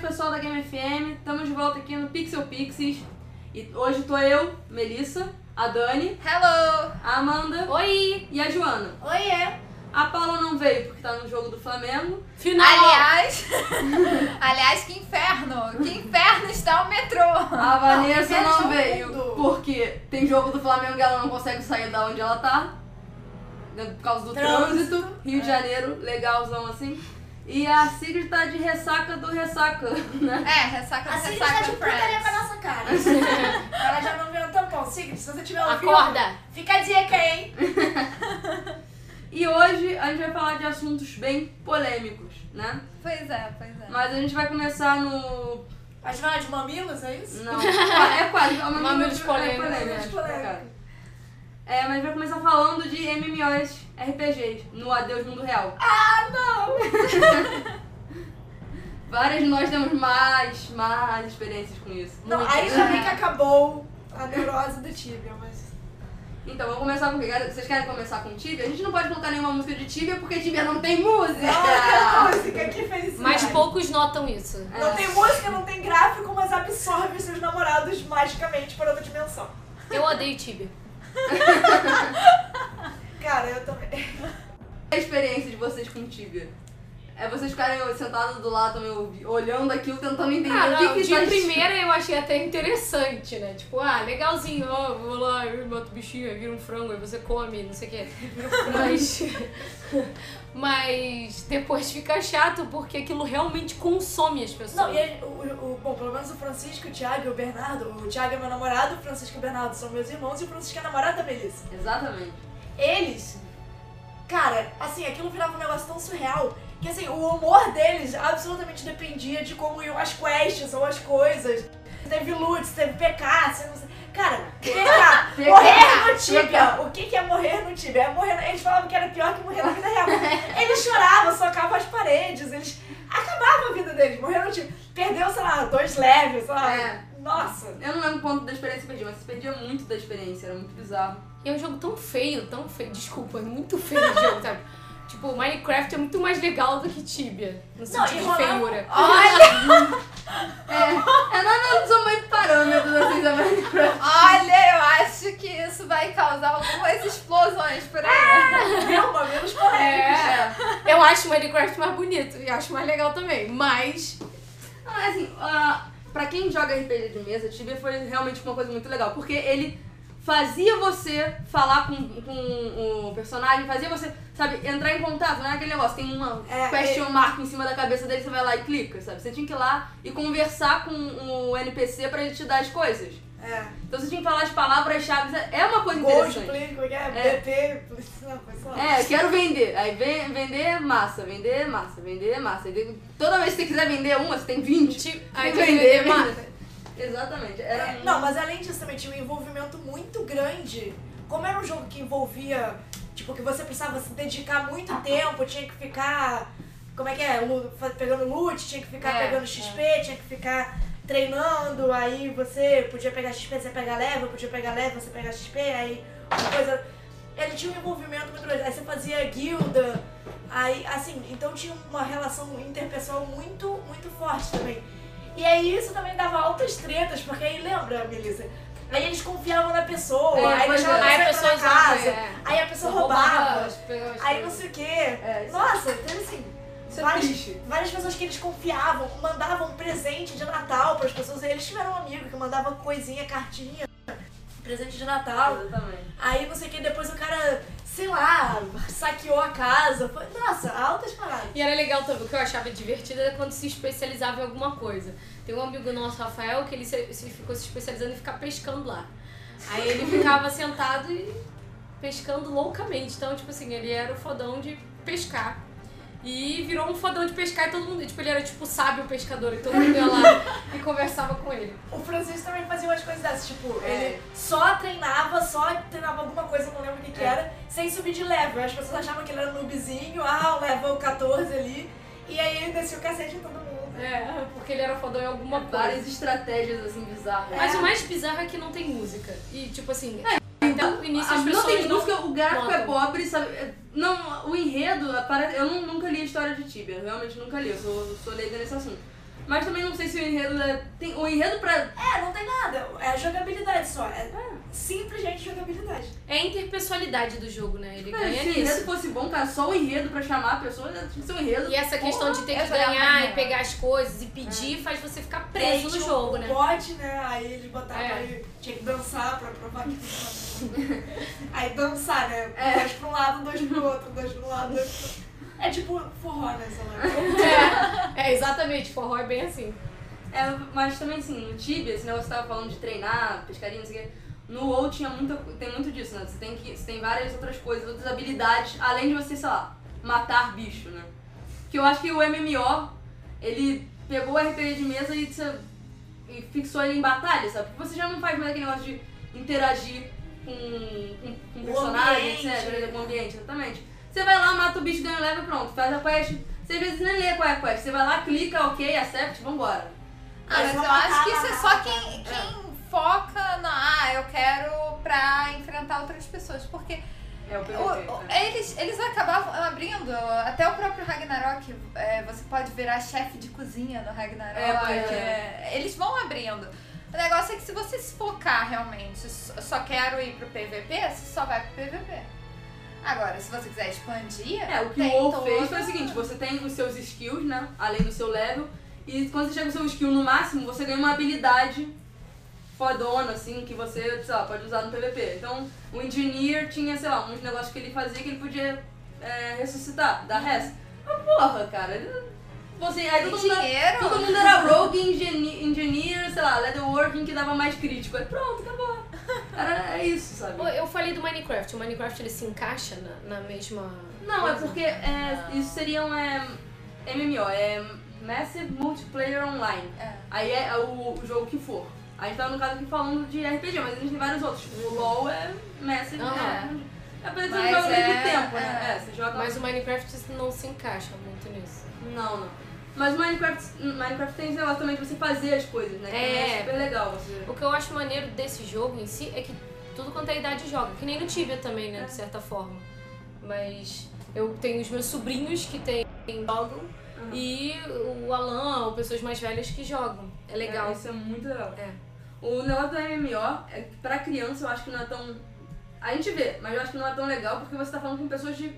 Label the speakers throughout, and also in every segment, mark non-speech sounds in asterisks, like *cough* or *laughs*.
Speaker 1: pessoal da Game FM, estamos de volta aqui no Pixel Pixies. E hoje tô eu, Melissa, a Dani,
Speaker 2: Hello!
Speaker 1: a Amanda
Speaker 3: Oi!
Speaker 1: e a Joana.
Speaker 2: Oiê!
Speaker 1: A Paula não veio porque tá no jogo do Flamengo.
Speaker 3: Final!
Speaker 2: Aliás, *laughs* aliás, que inferno! Que inferno está o metrô!
Speaker 1: A Vanessa
Speaker 4: quero
Speaker 1: não
Speaker 4: jogo
Speaker 1: veio
Speaker 4: do-
Speaker 1: porque tem jogo do Flamengo e ela não consegue sair da onde ela tá. né, Por causa do trânsito.
Speaker 4: Trânsito.
Speaker 1: Rio de Janeiro, legalzão assim. E a Sigrid tá de ressaca do ressaca, *laughs* né?
Speaker 2: É, ressaca,
Speaker 4: A Sigrid tá
Speaker 2: ressaca
Speaker 4: de putaria pra
Speaker 2: friends.
Speaker 4: nossa cara. Ela já não viu um tampão. Sigrid, se você tiver ouvindo,
Speaker 3: Acorda!
Speaker 4: fica a dica, hein?
Speaker 1: E hoje a gente vai falar de assuntos bem polêmicos, né?
Speaker 2: Pois é, pois é.
Speaker 1: Mas a gente vai começar no.
Speaker 4: As varas de mamilos, é isso?
Speaker 1: Não, é quase. É uma
Speaker 3: Mamilos
Speaker 1: é
Speaker 3: polêmicos,
Speaker 1: polêmico,
Speaker 4: né?
Speaker 1: cara. É, mas a gente vai começar falando de MMOs RPGs no Adeus Mundo Real.
Speaker 4: Ah, não!
Speaker 1: *laughs* Várias de nós temos mais, mais experiências com isso.
Speaker 4: Não,
Speaker 1: Muito.
Speaker 4: aí já meio que acabou a neurose do Tibia, mas...
Speaker 1: Então, vamos começar com o quê? Vocês querem começar com Tibia? A gente não pode colocar nenhuma música de Tibia porque Tibia não tem
Speaker 4: Não,
Speaker 1: música.
Speaker 4: tem música, que felicidade.
Speaker 3: Mas poucos notam isso.
Speaker 4: Não tem música, não tem gráfico, mas absorve os seus namorados magicamente para outra dimensão.
Speaker 3: Eu odeio Tibia.
Speaker 4: Cara, eu também.
Speaker 1: é A experiência de vocês com Tibia? É vocês ficarem sentados do lado, meio, ouvi- olhando aquilo, tentando entender
Speaker 3: Ah,
Speaker 1: o que
Speaker 3: não,
Speaker 1: que
Speaker 3: de
Speaker 1: tá
Speaker 3: primeira eu achei até interessante, né? Tipo, ah, legalzinho, ó, vou lá, eu boto bichinho, aí vira um frango, aí você come, não sei o quê. *laughs* Mas, mas depois fica chato porque aquilo realmente consome as pessoas.
Speaker 4: Não, e ele- o, o- bom, pelo menos o Francisco, o Thiago e o Bernardo. O Thiago é meu namorado, o Francisco e o Bernardo são meus irmãos e o Francisco é namorado da Melissa.
Speaker 1: Exatamente.
Speaker 4: Eles, cara, assim, aquilo virava um negócio tão surreal que assim, o humor deles absolutamente dependia de como iam as quests ou as coisas. Teve loot, teve PK, assim, não sei. Cara, PK, morrer no Tibia. O que, que é morrer no Tibia? É morrer. Eles falavam que era pior que morrer na vida real. Eles choravam, socavam as paredes, eles acabavam a vida deles, morrer no Tibia. Perdeu, sei lá, dois leves, sei lá.
Speaker 1: É.
Speaker 4: Nossa.
Speaker 1: Eu não lembro quanto da experiência eu perdi, mas eu perdia muito da experiência, era muito bizarro.
Speaker 3: E é um jogo tão feio, tão feio. Desculpa, é muito feio o jogo, *laughs* sabe? Tipo, Minecraft é muito mais legal do que Tibia. No sentido de
Speaker 4: enrolar-
Speaker 3: feiura.
Speaker 4: Olha, *laughs*
Speaker 1: É, é não, não são muito parâmetros assim da Minecraft.
Speaker 2: Olha, eu acho que isso vai causar algumas explosões por
Speaker 4: Ah!
Speaker 2: aí.
Speaker 4: meu, mamilos polêmicos.
Speaker 3: É. Eu acho Minecraft mais bonito e acho mais legal também. Mas
Speaker 1: *laughs* Não, é assim, ah, pra quem joga RPG de mesa, Tibia foi realmente uma coisa muito legal, porque ele fazia você falar com, com o personagem, fazia você, sabe, entrar em contato, não é aquele negócio, tem uma
Speaker 4: É,
Speaker 1: question mark em cima da cabeça dele, você vai lá e clica, sabe? Você tinha que ir lá e conversar com o NPC pra ele te dar as coisas.
Speaker 4: É.
Speaker 1: Então você tinha que falar as palavras-chave, é uma coisa
Speaker 4: Gold,
Speaker 1: interessante.
Speaker 4: Play, como é que
Speaker 1: É.
Speaker 4: é? BP, não, foi só.
Speaker 1: É, quero vender. Aí vem, vender é massa, vender massa, vender é massa. Vender- Toda vez que você quiser vender uma, você tem 20.
Speaker 3: Tipo, aí
Speaker 1: Vender,
Speaker 3: tem que vender
Speaker 1: mano.
Speaker 3: mais.
Speaker 1: Exatamente. Era
Speaker 4: É,
Speaker 1: muito-
Speaker 4: Não, mas além disso também tinha um envolvimento muito grande. Como era um jogo que envolvia, tipo, que você precisava se dedicar muito tempo, tinha que ficar, como é que é, Lu- fa- pegando loot, tinha que ficar
Speaker 3: É,
Speaker 4: pegando XP, tinha que ficar treinando, aí você podia pegar XP, você pega level, podia pegar level, você pega XP, aí uma coisa... Ele tinha um envolvimento muito grande, aí você fazia guilda, aí, assim, então tinha uma relação interpessoal muito, muito forte também. E aí isso também dava altas tretas, porque aí lembra, Melissa? Aí eles confiavam na pessoa,
Speaker 1: É,
Speaker 4: aí
Speaker 1: pois
Speaker 4: deixava
Speaker 1: é.
Speaker 4: você
Speaker 3: Aí a
Speaker 4: entrar
Speaker 3: pessoa
Speaker 4: na casa,
Speaker 3: é.
Speaker 4: aí a pessoa roubava,
Speaker 3: as pessoas.
Speaker 4: aí não sei o quê.
Speaker 1: É, isso-
Speaker 4: Nossa, teve assim.
Speaker 1: isso é
Speaker 4: Várias,
Speaker 1: triste.
Speaker 4: várias pessoas que eles confiavam, mandavam presente de Natal pras pessoas. Eles tiveram um amigo que mandava coisinha, cartinha, presente de Natal.
Speaker 1: Exatamente.
Speaker 4: Aí não sei o que, depois o cara, sei lá, saqueou a casa. Foi- Nossa, altas paradas.
Speaker 3: E era legal também, o que eu achava divertido era quando se especializava em alguma coisa. Tem um amigo nosso, Rafael, que ele se, se ficou se especializando em ficar pescando lá. Aí ele ficava sentado e pescando loucamente. Então, tipo assim, ele era o fodão de pescar. E virou um fodão de pescar e todo mundo. Tipo, ele era tipo sábio pescador, e todo mundo ia lá e conversava com ele.
Speaker 4: O Francisco também fazia umas coisas dessas, tipo,
Speaker 1: É.
Speaker 4: ele só treinava, só treinava alguma coisa, não lembro o que, que
Speaker 1: É.
Speaker 4: era, sem subir de level. As pessoas achavam que ele era noobzinho, ah, o level 14 ali. E aí ele descia o cacete em todo mundo.
Speaker 3: É, porque ele era fodão em
Speaker 4: É,
Speaker 3: alguma coisa.
Speaker 1: Várias estratégias assim bizarras.
Speaker 3: Mas o mais bizarro é que não tem música. E, tipo assim,
Speaker 1: É,
Speaker 3: até o início
Speaker 1: Ah,
Speaker 3: as
Speaker 1: não
Speaker 3: pessoas
Speaker 1: tem música, o gráfico é
Speaker 3: notam.
Speaker 1: pobre, sabe? É- Não, o enredo, apare- eu não- nunca li a história de Tibia, eu realmente nunca li, eu sou, eu sou leiga nesse assunto. Mas também não sei se o enredo é... Tem, o enredo pra...
Speaker 4: É, não tem nada. É jogabilidade só. É simplesmente jogabilidade.
Speaker 3: É a interpessoalidade do jogo, né? Ele
Speaker 1: Cara,
Speaker 3: ganha
Speaker 1: se o enredo
Speaker 3: nisso.
Speaker 1: fosse bom, cara, só o enredo pra chamar a pessoa, tinha que ser um enredo.
Speaker 3: E essa questão de ter que
Speaker 2: essa é a
Speaker 3: ganhar
Speaker 2: maior.
Speaker 3: e pegar as coisas e
Speaker 1: É.
Speaker 3: pedir faz você ficar preso
Speaker 4: Tem,
Speaker 3: no
Speaker 4: tipo,
Speaker 3: jogo, né?
Speaker 4: Pode, né? Aí eles botaram,
Speaker 3: É.
Speaker 4: aí tinha que dançar pra provar que *laughs* funcionava. Aí dançar, né? Dois pra um lado, dois pro outro, dois pra um lado, dois pro outro. É tipo forró, né? Sei lá.
Speaker 3: É, é, exatamente. Forró é bem assim.
Speaker 1: É, mas também assim, no Tibia, esse negócio que você tava falando de treinar, pescaria, não sei o quê. No WoW tinha muita, co- tem muito disso, né? Você tem, que, você tem várias outras coisas, outras habilidades, além de você, sei lá, matar bicho, né? Que eu acho que o MMO, ele pegou o RPG de mesa e, você- e fixou ele em batalha, sabe? Porque você já não faz mais aquele negócio de interagir com, com, com
Speaker 4: O
Speaker 1: personagem,
Speaker 4: ambiente.
Speaker 1: etc. Com o ambiente, exatamente. Você vai lá, mata o bicho, ganha um level, pronto, faz a quest. Você às vezes nem lê qual é a quest. Você vai lá, clica, ok, accept, vambora.
Speaker 2: Ah, mas
Speaker 4: Mas
Speaker 2: eu
Speaker 4: uma
Speaker 2: acho que isso é só
Speaker 4: cara-
Speaker 2: quem, quem foca na. Ah, eu quero pra enfrentar outras pessoas. Porque
Speaker 1: É o PVP.
Speaker 2: O- o-
Speaker 1: né?
Speaker 2: eles, eles acabavam abrindo, até o próprio Ragnarok, é, você pode virar chefe de cozinha no Ragnarok.
Speaker 1: É, pois
Speaker 2: é, eles vão abrindo. O negócio é que se você se focar realmente, só só quero ir pro PVP, você só vai pro PVP. Agora, se você quiser expandir,
Speaker 1: É, o que
Speaker 2: tem então,
Speaker 1: o WoW
Speaker 2: todo-
Speaker 1: fez foi o seguinte, você tem os seus skills, né? Além do seu level. E quando você chega no seu skill no máximo, você ganha uma habilidade fodona, assim, que você, sei lá, pode usar no PVP. Então, o Engineer tinha, sei lá, uns negócios que ele fazia que ele podia é, ressuscitar, dar res. Mas porra, cara, ele- você, aí todo mundo,
Speaker 2: Dinheiro?
Speaker 1: todo mundo era Rogue, engine, Engineer, sei lá, Leatherworking, que dava mais crítico. Aí pronto, acabou. Era, é isso, sabe?
Speaker 3: Pô, Eu falei do Minecraft. O Minecraft, ele se encaixa na, na mesma...
Speaker 1: Não, é
Speaker 3: coisa?
Speaker 1: porque é, isso seria um é, MMO, é Massive Multiplayer Online.
Speaker 2: É.
Speaker 1: Aí é o, o jogo que for. A gente tá no caso aqui falando de RPG, mas a gente tem vários outros. Tipo, o LoL é Massive.
Speaker 3: Aham.
Speaker 1: É, é pra você
Speaker 2: Mas
Speaker 1: jogar ao mesmo
Speaker 2: é-
Speaker 1: tempo, né?
Speaker 2: é.
Speaker 1: É, você joga.
Speaker 3: Mas o Minecraft não se encaixa muito nisso.
Speaker 1: Não, não. Mas o Minecraft, Minecraft tem esse negócio também de você fazer as coisas, né? Que
Speaker 3: É.
Speaker 1: super legal. Você...
Speaker 3: O que eu acho maneiro desse jogo em si é que tudo quanto é idade joga. Que nem no Tibia também, né? De certa forma. Mas eu tenho os meus sobrinhos que tem, jogam
Speaker 1: Aham.
Speaker 3: e o Alan, ou pessoas mais velhas que jogam. É legal.
Speaker 1: É, isso é muito legal.
Speaker 3: É.
Speaker 1: O negócio da MMO, é que pra criança eu acho que não é tão. A gente vê, mas eu acho que não é tão legal porque você tá falando com pessoas de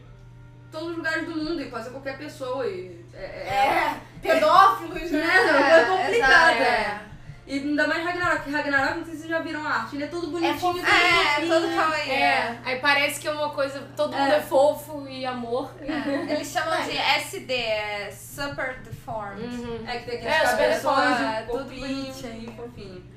Speaker 1: todos os lugares do mundo e quase qualquer pessoa. E é, é-
Speaker 4: É, pedófilos,
Speaker 1: Né?
Speaker 4: né?
Speaker 1: É,
Speaker 2: É,
Speaker 1: complicado,
Speaker 2: exato,
Speaker 1: é. E ainda mais Ragnarok. Ragnarok, não sei se vocês já viram a arte, ele é todo bonitinho, todo
Speaker 4: fofinho.
Speaker 2: É, é
Speaker 1: fofinho.
Speaker 2: todo kawaii. É.
Speaker 3: Aí parece que é uma coisa. Todo mundo é, fofo e amor.
Speaker 2: Eles chamam de SD, é Super Deformed.
Speaker 3: Uhum.
Speaker 1: É que tem
Speaker 3: É,
Speaker 1: aqueles
Speaker 3: os
Speaker 1: cabeções,
Speaker 2: pessoal, é,
Speaker 1: um
Speaker 2: tudo
Speaker 1: corpinho
Speaker 2: bonitinho.
Speaker 1: e fofinho.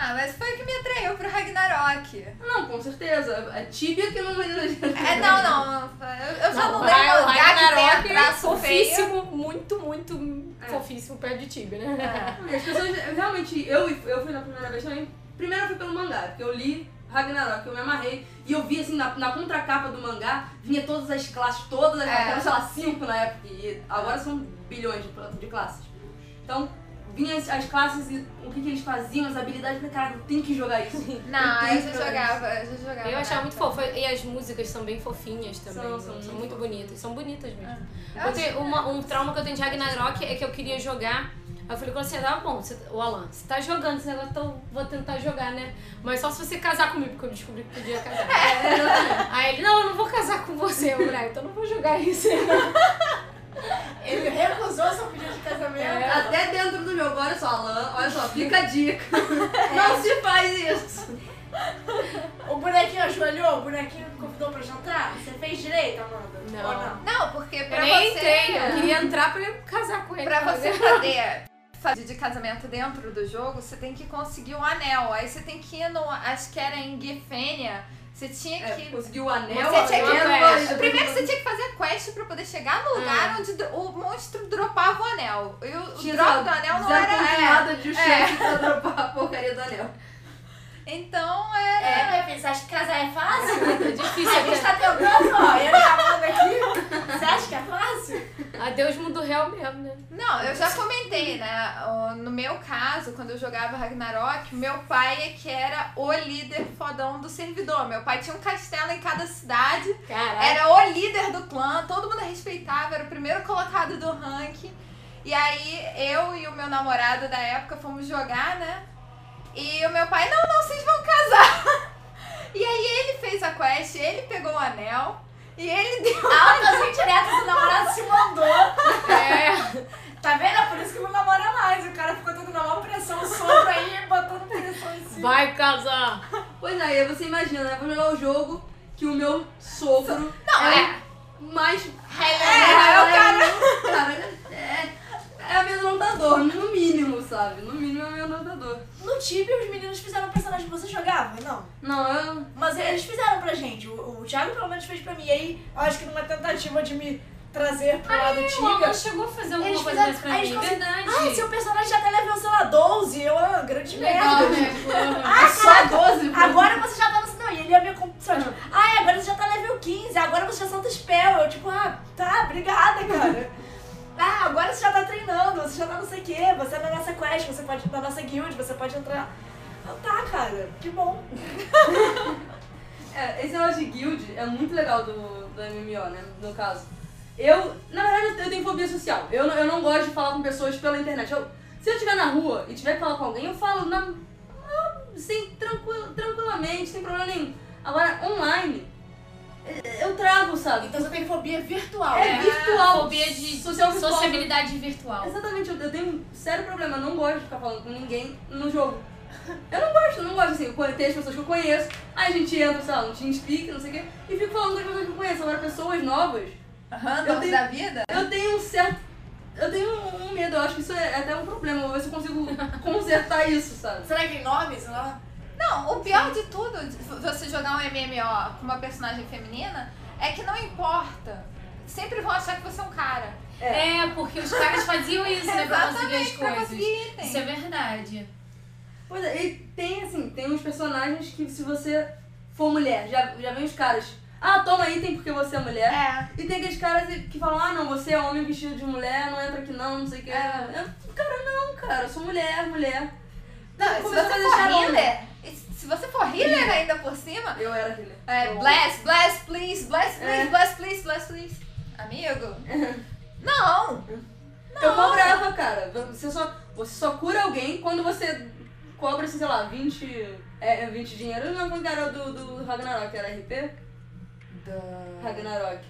Speaker 2: Ah, mas foi o que me atraiu pro Ragnarok.
Speaker 1: Não, com certeza. É tíbia que não vai
Speaker 2: É, não, não. Eu, eu já não,
Speaker 3: o
Speaker 2: lembro
Speaker 3: Ra-
Speaker 2: lugar
Speaker 3: o
Speaker 2: que tem
Speaker 3: Ragnarok é
Speaker 2: traço feio.
Speaker 3: fofíssimo, muito, muito
Speaker 1: É.
Speaker 3: fofíssimo perto de Tibia, né?
Speaker 2: É.
Speaker 1: As pessoas, realmente, eu, eu fui na primeira vez também. Primeiro eu fui pelo mangá, porque eu li Ragnarok, eu me amarrei. E eu vi, assim, na, na contracapa do mangá, vinha todas as classes, todas as
Speaker 2: É.
Speaker 1: classes, eram, sei lá, cinco na época. E agora são bilhões de, cla- de classes. Então, vinha as, as classes e o que, que eles faziam, as habilidades. Eu falei, caraca, eu tenho que jogar isso. *laughs*
Speaker 2: Não, eu
Speaker 1: tenho
Speaker 2: já
Speaker 1: que jogar isso.
Speaker 2: jogava, eu já jogava.
Speaker 3: Eu achava
Speaker 2: na
Speaker 3: muito
Speaker 2: época.
Speaker 3: fofo. E as músicas são bem fofinhas também.
Speaker 1: São,
Speaker 3: São,
Speaker 1: são
Speaker 3: são
Speaker 1: muito
Speaker 3: muito bonitas. São bonitas mesmo.
Speaker 2: Eu
Speaker 3: Eu
Speaker 2: acho-
Speaker 3: tenho uma- um trauma que eu tenho de Ragnarok é que eu queria jogar. Aí eu falei com você, tá bom, você, o Alan, você tá jogando esse negócio, então vou tentar jogar, né? Mas só se você casar comigo, porque eu descobri que podia casar.
Speaker 2: É.
Speaker 3: Aí ele, não, eu não vou casar com você, eu falei, "Ah, então eu não vou jogar isso.
Speaker 4: Ele recusou seu pedido de casamento.
Speaker 1: Até dentro do jogo, olha só, Alan, olha só, fica a
Speaker 2: *laughs*
Speaker 1: dica. Não se faz isso.
Speaker 4: O bonequinho ajoelhou, o bonequinho convidou pra jantar. Você fez direito, Amanda?
Speaker 3: Não.
Speaker 4: Ou não?
Speaker 2: Não, porque
Speaker 3: Eu
Speaker 2: pra
Speaker 3: nem
Speaker 2: você. né?
Speaker 3: entrei, eu queria entrar pra eu casar com ele. tá
Speaker 2: Pra
Speaker 3: mas
Speaker 2: você poder fazer de casamento dentro do jogo, você tem que conseguir um anel. Aí você tem que ir no. Acho que era em Gefênia. Você tinha
Speaker 1: É,
Speaker 2: que.
Speaker 1: conseguiu o anel,
Speaker 2: Você tinha
Speaker 1: ó,
Speaker 2: que-
Speaker 1: eu
Speaker 3: Primeiro
Speaker 1: gosto.
Speaker 2: Primeiro você tinha que fazer a quest pra poder chegar no lugar
Speaker 1: Ah.
Speaker 2: onde dro- o monstro dropava o anel. E o, o
Speaker 1: Tinha,
Speaker 2: drop
Speaker 1: sei
Speaker 2: do
Speaker 1: lá,
Speaker 2: anel não
Speaker 1: zero
Speaker 2: era.
Speaker 1: ponto
Speaker 2: é.
Speaker 1: nada de o chefe pra dropar a porcaria do anel.
Speaker 2: Então era.
Speaker 4: É, minha filha, você acha que casar é fácil?
Speaker 3: É difícil.
Speaker 4: A gente tá tentando, ó, eu e a Amanda aqui. Você acha que é fácil?
Speaker 3: Adeus mundo real mesmo, né?
Speaker 2: Não, eu já comentei, né? o- No meu caso, quando eu jogava Ragnarok, meu pai é que era o líder fodão do servidor. Meu pai tinha um castelo em cada cidade,
Speaker 3: Caraca.
Speaker 4: É.
Speaker 2: era o líder do clã, todo mundo respeitava, era o primeiro colocado do ranking. E aí eu e o meu namorado da época fomos jogar, né? E o meu pai, não, não, vocês vão casar. *laughs* E aí ele fez a quest, ele pegou o anel e ele deu.
Speaker 4: Altas indiretas, o namorado se mandou.
Speaker 3: É.
Speaker 4: *laughs* Tá vendo? É por isso que meu namoro é mais. O cara ficou tendo na maior pressão, sombra aí, botando pressão em
Speaker 2: É.
Speaker 4: cima.
Speaker 3: Vai casar.
Speaker 1: Pois aí, você imagina, né? Vou jogar o jogo que o meu sogro
Speaker 2: Não, é.
Speaker 1: o mais. né?
Speaker 2: é o cara.
Speaker 1: Cara, é, é amedrontador, no mínimo, sabe? No mínimo é amedrontador.
Speaker 4: No Tibia, os meninos fizeram personagem. Você jogava? Não.
Speaker 1: Não, eu.
Speaker 4: Mas
Speaker 3: É.
Speaker 4: eles fizeram pra gente. O, o Thiago pelo menos fez pra mim. E aí, eu acho que numa tentativa de me trazer pro lado
Speaker 3: O
Speaker 4: Tibia.
Speaker 3: Alan chegou a fazer alguma
Speaker 4: Eles
Speaker 3: coisa
Speaker 4: fizeram.
Speaker 3: dessa pra
Speaker 4: Aí
Speaker 3: mim,
Speaker 4: eles falaram assim,
Speaker 3: verdade.
Speaker 4: Ai, seu personagem já até level, sei lá, 12. Eu, ah, grande merda.
Speaker 3: Legal,
Speaker 1: tipo,
Speaker 3: né?
Speaker 4: Ah,
Speaker 1: Só
Speaker 4: caraca,
Speaker 1: 12, pô.
Speaker 4: Agora você já tá no. Não, e ele ia me comprar. Tipo, ai, agora você já tá level 15, agora você já solta spell. Eu, tipo, ah, tá, obrigada, *laughs* cara. ah, agora você já tá treinando, você já tá não sei o quê, você é da nossa quest, você pode da nossa guild, você pode entrar. Ah, tá, cara, que bom.
Speaker 1: É, esse negócio de guild é muito legal do, do MMO, né? No caso. Eu, na verdade, eu tenho fobia social. Eu, não- eu não gosto de falar com pessoas pela internet. Eu- se eu estiver na rua e tiver que falar com alguém, eu falo na, eu- sim, tranquil- tranquilamente, sem problema nenhum. Agora, online, eu- eu travo, sabe?
Speaker 4: Então você tem fobia virtual.
Speaker 1: É
Speaker 4: né?
Speaker 1: virtual.
Speaker 3: Fobia de
Speaker 1: social virtual.
Speaker 3: sociabilidade virtual.
Speaker 1: Exatamente, eu, eu tenho um sério problema, eu não gosto de ficar falando com ninguém no jogo. Eu não gosto, eu não gosto assim, eu conhe- tem as pessoas que eu conheço, aí a gente entra, sei lá, no TeamSpeak, não sei o quê, e fico falando com as pessoas que eu conheço. Agora, pessoas novas,
Speaker 2: Uhum. Randoms
Speaker 1: tenho-
Speaker 2: da vida?
Speaker 1: eu tenho um certo. Eu tenho um, um medo, eu acho que isso é até um problema, vou ver se eu consigo consertar isso, sabe?
Speaker 4: Será que tem nome? Sei lá.
Speaker 2: Não, o pior de tudo, de você jogar um MMO com uma personagem feminina, é que não importa. Sempre vão achar que você é um cara.
Speaker 3: É, porque os caras faziam isso, né? Pra conseguir as
Speaker 2: Pra
Speaker 3: coisas.
Speaker 2: conseguir item.
Speaker 3: Isso é verdade.
Speaker 1: Pois é, e tem assim, tem uns personagens que se você for mulher, já, já vem os caras, ah, toma item porque você é mulher.
Speaker 2: É.
Speaker 1: E tem aqueles caras que falam, ah não, você é homem vestido de mulher, não entra aqui não, não sei o que.
Speaker 2: É.
Speaker 1: Eu, cara, não, cara, eu sou mulher, mulher.
Speaker 2: Não, se
Speaker 1: Começou a me
Speaker 2: você for
Speaker 1: deixar longa.
Speaker 2: healer, e se você for healer ainda por cima,
Speaker 1: Eu era healer.
Speaker 2: É,
Speaker 1: Eu-
Speaker 2: bless, bless, please, bless, please,
Speaker 1: É.
Speaker 2: bless, please, bless, please. Amigo? Não!
Speaker 1: Eu cobrava, cara. Você só, você só cura alguém quando você cobra, sei lá, 20, é, é, 20 dinheiro. Eu não lembro que era do, do Ragnarok, era RP? Ragnarok.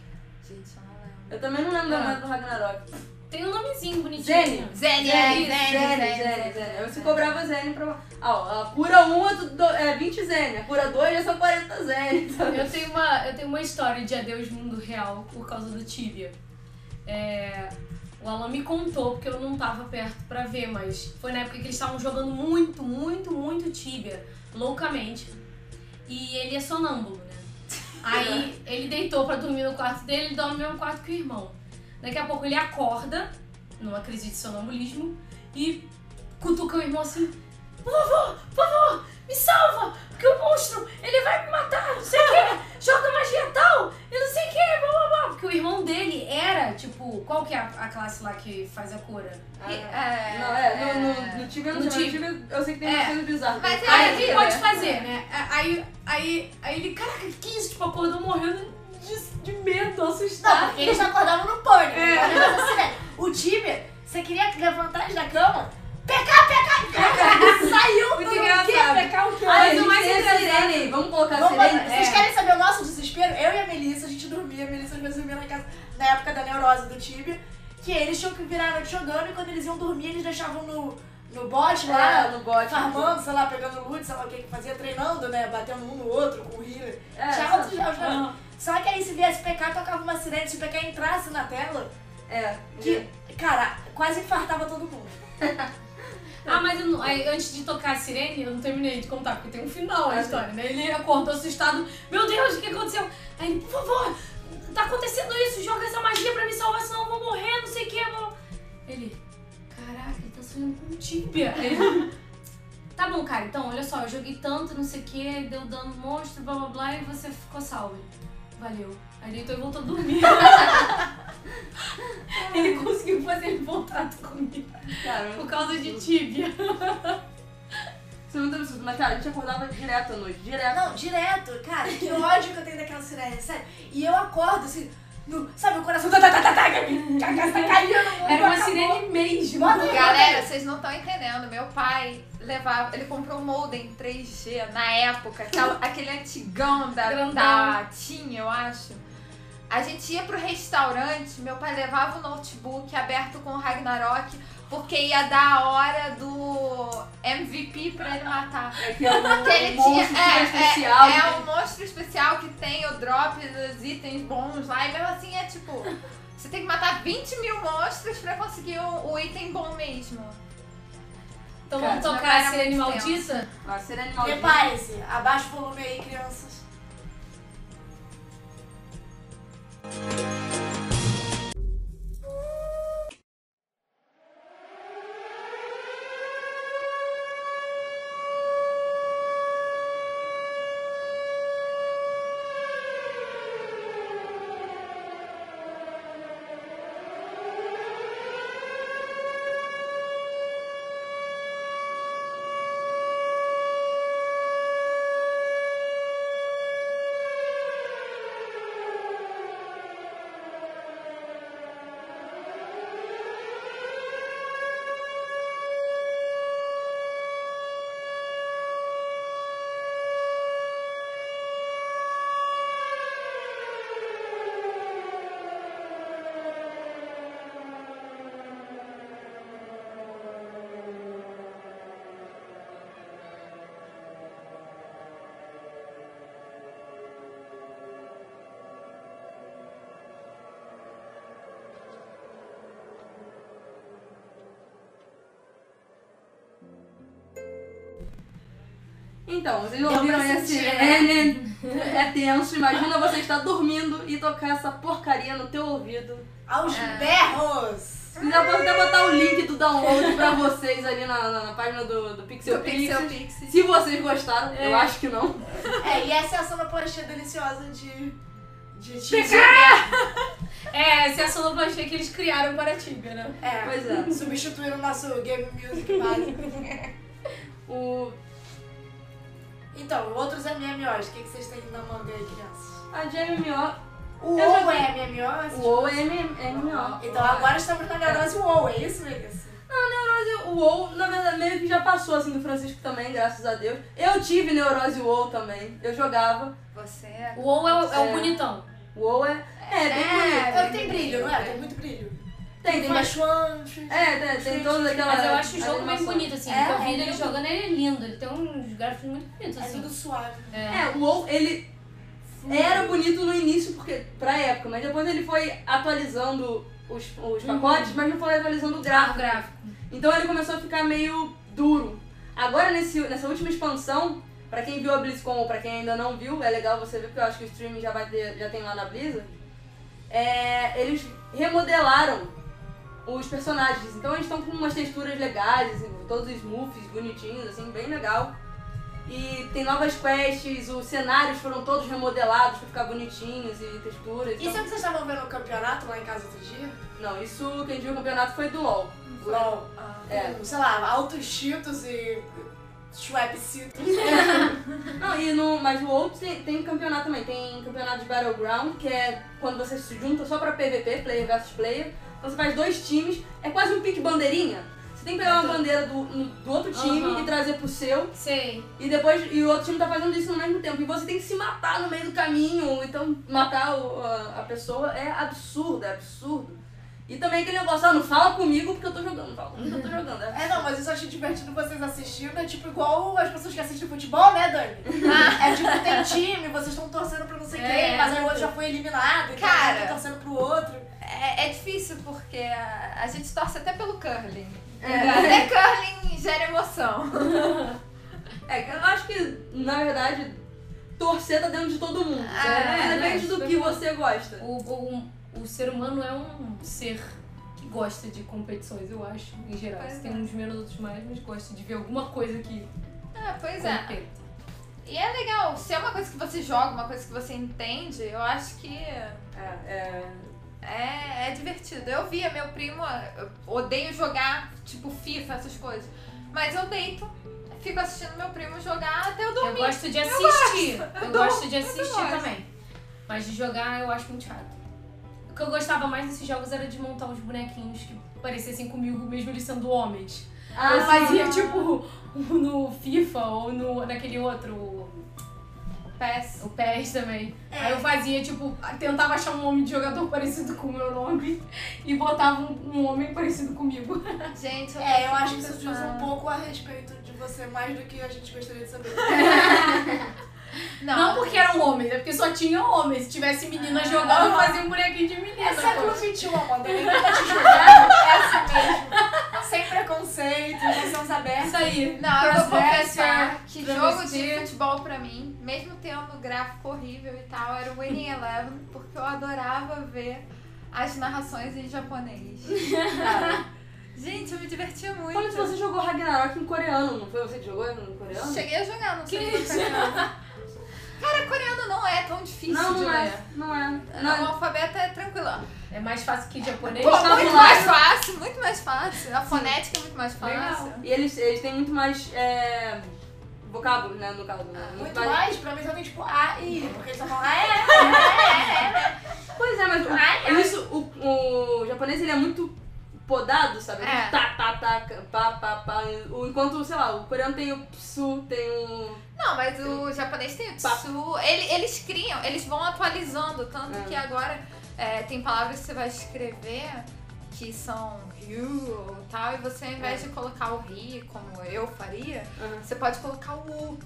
Speaker 2: Gente, eu não lembro.
Speaker 1: Eu também não é. lembro da
Speaker 3: Ah.
Speaker 1: moeda do Ragnarok.
Speaker 3: Tem um nomezinho bonitinho.
Speaker 1: Zene.
Speaker 2: Zene,
Speaker 3: Zene,
Speaker 2: Zene, Zene,
Speaker 1: Zene, Zene. Eu se cobrava Zene pra. Ah, ó, a cura 1 é, do- do- é 20 Zene, a cura 2 é só 40 Zene. sabe?
Speaker 3: Eu tenho, uma, eu tenho uma história de adeus mundo real por causa do Tibia. É, o Alan me contou, porque eu não tava perto pra ver, mas foi na época que eles estavam jogando muito, muito, muito Tibia, loucamente. E ele é sonâmbulo, né? Aí ele deitou pra dormir no quarto dele, ele dorme no mesmo quarto que o irmão. Daqui a pouco ele acorda, numa crise de sonambulismo, e cutuca o irmão assim: Vovô, vovô, me salva! Porque o monstro, ele vai me matar, não sei o que, joga magia tal, e não sei o que, blá blá blá. Porque o irmão dele era, tipo, qual que é a, a classe lá que faz a cura?
Speaker 1: Ah,
Speaker 2: E- é,
Speaker 1: Não, é, no, no, no time eu não
Speaker 3: No
Speaker 1: sei, mas
Speaker 3: time.
Speaker 1: no time eu sei que tem
Speaker 3: É.
Speaker 1: umas coisas bizarras.
Speaker 2: Mas é-
Speaker 3: Aí o que
Speaker 2: vida.
Speaker 3: pode fazer, né? A- Aí, aí, aí ele, caraca, que isso? Tipo, acordou morrendo de, de medo, assim.
Speaker 4: Não,
Speaker 3: assustado.
Speaker 4: porque eles acordavam no pânico. Então, o negócio assim, né? O time, você queria levantar eles da cama, pecar, pecar, pecar, *laughs* saiu
Speaker 1: Muito
Speaker 4: tudo.
Speaker 1: engraçado. é-
Speaker 4: Queria pecar o quê?
Speaker 1: Ai,
Speaker 3: Mas o
Speaker 1: o
Speaker 3: mais
Speaker 1: mais
Speaker 3: engraçado-
Speaker 1: Sirene, vamos colocar
Speaker 4: Vamos É.
Speaker 1: Sirene.
Speaker 4: fazer- Vocês querem saber o nosso desespero? Eu e a Melissa, a gente dormia, a Melissa às vezes dormia na casa, na época da neurose do time, que eles tinham que virar a noite jogando e quando eles iam dormir, eles deixavam no, no bot lá,
Speaker 1: lá no bot.
Speaker 4: farmando, sei lá, pegando loot, sei lá o que que fazia, treinando, né, batendo um no outro, com o healer.
Speaker 1: É,
Speaker 4: já
Speaker 1: sabe?
Speaker 4: outros já, já. Só que aí se viesse PK, tocava uma sirene, se o PK entrasse na tela,
Speaker 1: É.
Speaker 4: que, cara, quase infartava todo mundo.
Speaker 3: Ah, mas eu não- aí, antes de tocar a sirene, eu não terminei de contar, porque tem um final a
Speaker 1: Ah,
Speaker 3: história, né? Ele acordou assustado, meu Deus, o que aconteceu? Aí ele, por favor, tá acontecendo isso, joga essa magia pra me salvar, senão eu vou morrer, não sei o que. eu vou-" Ele, caraca, ele tá sonhando com tíbia. Aí ele, *laughs* tá bom, cara, então, olha só, eu joguei tanto, não sei o que, deu dano no monstro, blá blá blá, e você ficou salvo. Valeu. Aí deitou e voltou a dormir. ele conseguiu fazer um contrato comigo
Speaker 1: Cara,
Speaker 3: por causa de tíbia.
Speaker 1: Isso é muito absurdo, mas cara, a gente acordava direto à noite, direto.
Speaker 4: Não, direto, cara, que ódio que eu tenho daquela sirene, sério. E eu acordo assim, no- sabe, o coração tá, tá, tá, tá, tá, que a casa tá caindo.
Speaker 3: Era
Speaker 1: um
Speaker 3: uma
Speaker 4: acabou.
Speaker 3: sirene mesmo.
Speaker 4: Bota aí,
Speaker 2: Galera, vocês não estão entendendo. Meu pai levava. Ele comprou um modem 3G na época, aquela- aquele antigão da,
Speaker 3: Grandão.
Speaker 2: da Tim, eu acho. A gente ia pro restaurante, meu pai levava o notebook aberto com o Ragnarok, porque ia dar a hora do MVP pra ele matar.
Speaker 1: É que é um,
Speaker 2: Porque ele
Speaker 1: um
Speaker 2: tinha.
Speaker 1: monstro
Speaker 2: É,
Speaker 1: especial.
Speaker 2: é, é um monstro especial que tem o drop dos itens bons lá. E mesmo assim é tipo. Você tem que matar 20 mil monstros pra conseguir o, o item bom mesmo.
Speaker 3: Então
Speaker 1: Cara,
Speaker 3: vamos
Speaker 2: não era
Speaker 3: tocar a sirene
Speaker 2: muito
Speaker 3: maldita?
Speaker 1: Uma sirene maldita.
Speaker 4: Prepare-se, abaixa o volume aí, crianças.
Speaker 1: Então, vocês
Speaker 4: Deu
Speaker 1: ouviram
Speaker 4: pra
Speaker 1: aí a
Speaker 4: sentir, né?
Speaker 1: sirene? É tenso. Imagina você estar dormindo e tocar essa porcaria no teu ouvido.
Speaker 4: Aos
Speaker 1: É.
Speaker 4: berros.
Speaker 1: Se quiser, posso até botar o link do download pra vocês ali na, na- na página do, do Pixel
Speaker 2: Do Pixel
Speaker 1: Pixel.
Speaker 2: Pixie.
Speaker 1: Se vocês gostaram, eu acho que não.
Speaker 4: É, e essa é a sonoplastia deliciosa de... De... de
Speaker 3: É, essa é a sonoplastia que eles criaram para Tibia, né?
Speaker 4: é,
Speaker 1: Pois é.
Speaker 4: substituir o nosso game music básico.
Speaker 1: O,
Speaker 4: Então, outros MMOs, o que, que vocês têm na manga aí, crianças?
Speaker 1: a JMO.
Speaker 4: O
Speaker 1: Eu já
Speaker 4: WoW
Speaker 1: vi.
Speaker 4: é MMO? essas
Speaker 1: O WoW é
Speaker 4: coisas?
Speaker 1: MMO.
Speaker 4: Então agora estamos na neurose WoW, é isso, Melissa?
Speaker 1: Mas o WoW, na verdade, meio que já passou assim do Francisco também, graças a Deus. Eu tive neurose WoW também. Eu jogava.
Speaker 2: Você é.
Speaker 3: O WoW é, o- é
Speaker 1: É.
Speaker 3: o bonitão.
Speaker 1: O WoW é. É, bem bonito.
Speaker 4: Ela tem brilho, não é? Tem muito brilho.
Speaker 1: Tem, tem mais.
Speaker 4: bastante.
Speaker 1: É, tem, tem todas aquelas.
Speaker 3: Mas eu acho o jogo bem
Speaker 1: animações.
Speaker 3: bonito, assim.
Speaker 4: É,
Speaker 3: porque eu vi
Speaker 4: é
Speaker 3: ele
Speaker 4: lindo.
Speaker 3: jogando, ele é lindo. Ele tem uns gráficos muito bonitos,
Speaker 4: É
Speaker 3: assim.
Speaker 4: tudo suave.
Speaker 3: É.
Speaker 1: É, o WoW, ele
Speaker 2: assim.
Speaker 1: era bonito no início, porque, pra época, mas depois ele foi atualizando os, os pacotes, mas não foi atualizando o
Speaker 3: Ah, o
Speaker 1: gráfico.
Speaker 3: gráfico.
Speaker 1: Então ele começou a ficar meio duro. Agora, nesse, nessa última expansão, pra quem viu a BlizzCon ou pra quem ainda não viu, é legal você ver, porque eu acho que o streaming já, vai ter, já tem lá na Blizzard. É, eles remodelaram os personagens. Então eles estão com umas texturas legais, assim, todos smooths, bonitinhos, assim, bem legal. E tem novas quests, os cenários foram todos remodelados pra ficar bonitinhos e texturas.
Speaker 4: Isso é o que vocês estavam vendo no campeonato lá em casa outro dia?
Speaker 1: Não, isso quem viu o campeonato foi do LoL.
Speaker 4: LOL. Ah.
Speaker 1: É.
Speaker 4: Com, sei lá, altos cheetos e schwepsitos.
Speaker 1: Não, e no, mas no outro tem, tem campeonato também. Tem campeonato de Battleground, que é quando você se junta só pra PVP, player versus player. Então você faz dois times, é quase um pique bandeirinha. Você tem que pegar
Speaker 4: Uhum.
Speaker 1: uma bandeira do, do outro time
Speaker 3: Aham.
Speaker 1: e trazer pro seu.
Speaker 3: Sei.
Speaker 1: E depois, e o outro time tá fazendo isso no mesmo tempo. E você tem que se matar no meio do caminho. ou Então, matar o- a, a pessoa é absurdo, é absurdo. E também aquele negócio, ah, não fala comigo porque eu tô jogando. Não fala comigo
Speaker 4: *laughs*
Speaker 1: porque eu tô jogando. É
Speaker 4: É, não, mas isso eu achei divertido vocês assistindo. É tipo igual as pessoas que assistem futebol, né, Dani?
Speaker 2: Ah,
Speaker 4: *laughs* É tipo, tem time, vocês estão torcendo pra não sei
Speaker 3: É,
Speaker 4: quem, mas aí o
Speaker 3: muito.
Speaker 4: outro já foi eliminado. então
Speaker 2: Cara.
Speaker 4: vocês estão torcendo pro outro.
Speaker 2: É, é difícil porque a, a gente torce até pelo curling.
Speaker 4: É
Speaker 2: Até curling gera emoção.
Speaker 1: É, que eu acho que, na verdade, torcer tá dentro de todo mundo.
Speaker 2: Ah,
Speaker 1: né? Depende
Speaker 3: né?
Speaker 1: do que você gosta.
Speaker 3: O, o, um, o ser humano é um ser que gosta de competições, eu acho, em geral.
Speaker 2: Pois
Speaker 3: Tem
Speaker 2: é.
Speaker 3: uns menos, outros mais, mas gosta de ver alguma coisa que
Speaker 2: Ah, pois é.
Speaker 3: compete.
Speaker 2: E é legal, se é uma coisa que você joga, uma coisa que você entende, eu acho que é, é divertido. Eu via meu primo, eu odeio jogar, tipo, FIFA, essas coisas. Mas eu deito, fico assistindo meu primo jogar até eu
Speaker 3: Eu
Speaker 2: dormir.
Speaker 3: gosto de assistir. Eu,
Speaker 2: Eu
Speaker 3: gosto de
Speaker 2: gosto.
Speaker 3: assistir também. Mas de jogar eu acho muito chato. que eu gostava mais desses jogos era de montar uns bonequinhos que parecessem comigo, mesmo eles sendo homens. eu fazia, tipo, *laughs* no FIFA ou no, naquele outro. PES. O PES também. Aí eu fazia, tipo, tentava achar um nome de jogador parecido com o meu nome *laughs* e botava um, um homem parecido comigo.
Speaker 2: Gente, eu
Speaker 4: É, eu acho que isso diz um pouco a respeito de você, mais do que a gente gostaria de saber.
Speaker 2: Não,
Speaker 3: Não, Ah. porque
Speaker 4: um
Speaker 3: eram homens, é porque só tinha homens. Se tivesse menina jogando, eu fazia um bonequinho de menina.
Speaker 4: É século
Speaker 3: pô.
Speaker 4: XXI, Amanda. Ninguém tá te julgando, é assim mesmo. Sem preconceitos, noções abertos.
Speaker 3: Isso aí.
Speaker 2: Não, eu vou
Speaker 3: Transversar,
Speaker 2: confessar que jogo
Speaker 3: travesti.
Speaker 2: de futebol pra mim, mesmo tendo gráfico horrível e tal, era o Winning Eleven, porque eu adorava ver as narrações em japonês. Gente, eu me divertia muito.
Speaker 1: Quando você jogou Ragnarok em coreano, não foi você que jogou no coreano?
Speaker 2: Cheguei a jogar, não sei
Speaker 3: Que
Speaker 2: se foi coreano. Cara, coreano não é tão difícil
Speaker 1: não,
Speaker 2: de
Speaker 1: não
Speaker 2: ler.
Speaker 1: é. Não é.
Speaker 2: O
Speaker 1: Não,
Speaker 2: alfabeto é tranquilo.
Speaker 3: É mais fácil que japonês.
Speaker 2: Pô,
Speaker 1: estavam
Speaker 2: muito
Speaker 1: lá.
Speaker 2: mais fácil, muito mais fácil. A fonética é muito mais fácil.
Speaker 3: Legal.
Speaker 1: E eles, eles têm muito mais é, vocábulo, né, no caso. né?
Speaker 4: Muito mais, pra mim só tem tipo A e I, porque eles só falam ah, é.
Speaker 1: Pois é, mas o, isso, o, o japonês ele é muito podado, sabe?
Speaker 2: É.
Speaker 1: Tá, tá, tá, pá, pá, pá. O- Enquanto, sei lá, o coreano tem o psu, tem o...
Speaker 2: Não, mas o japonês tem o tsu. Ele, eles criam, eles vão atualizando. Tanto
Speaker 1: É.
Speaker 2: que agora é, tem palavras que você vai escrever que são you ou tal. E você, ao invés de colocar o ri, como eu faria,
Speaker 1: É. Aham.
Speaker 2: você pode colocar o u.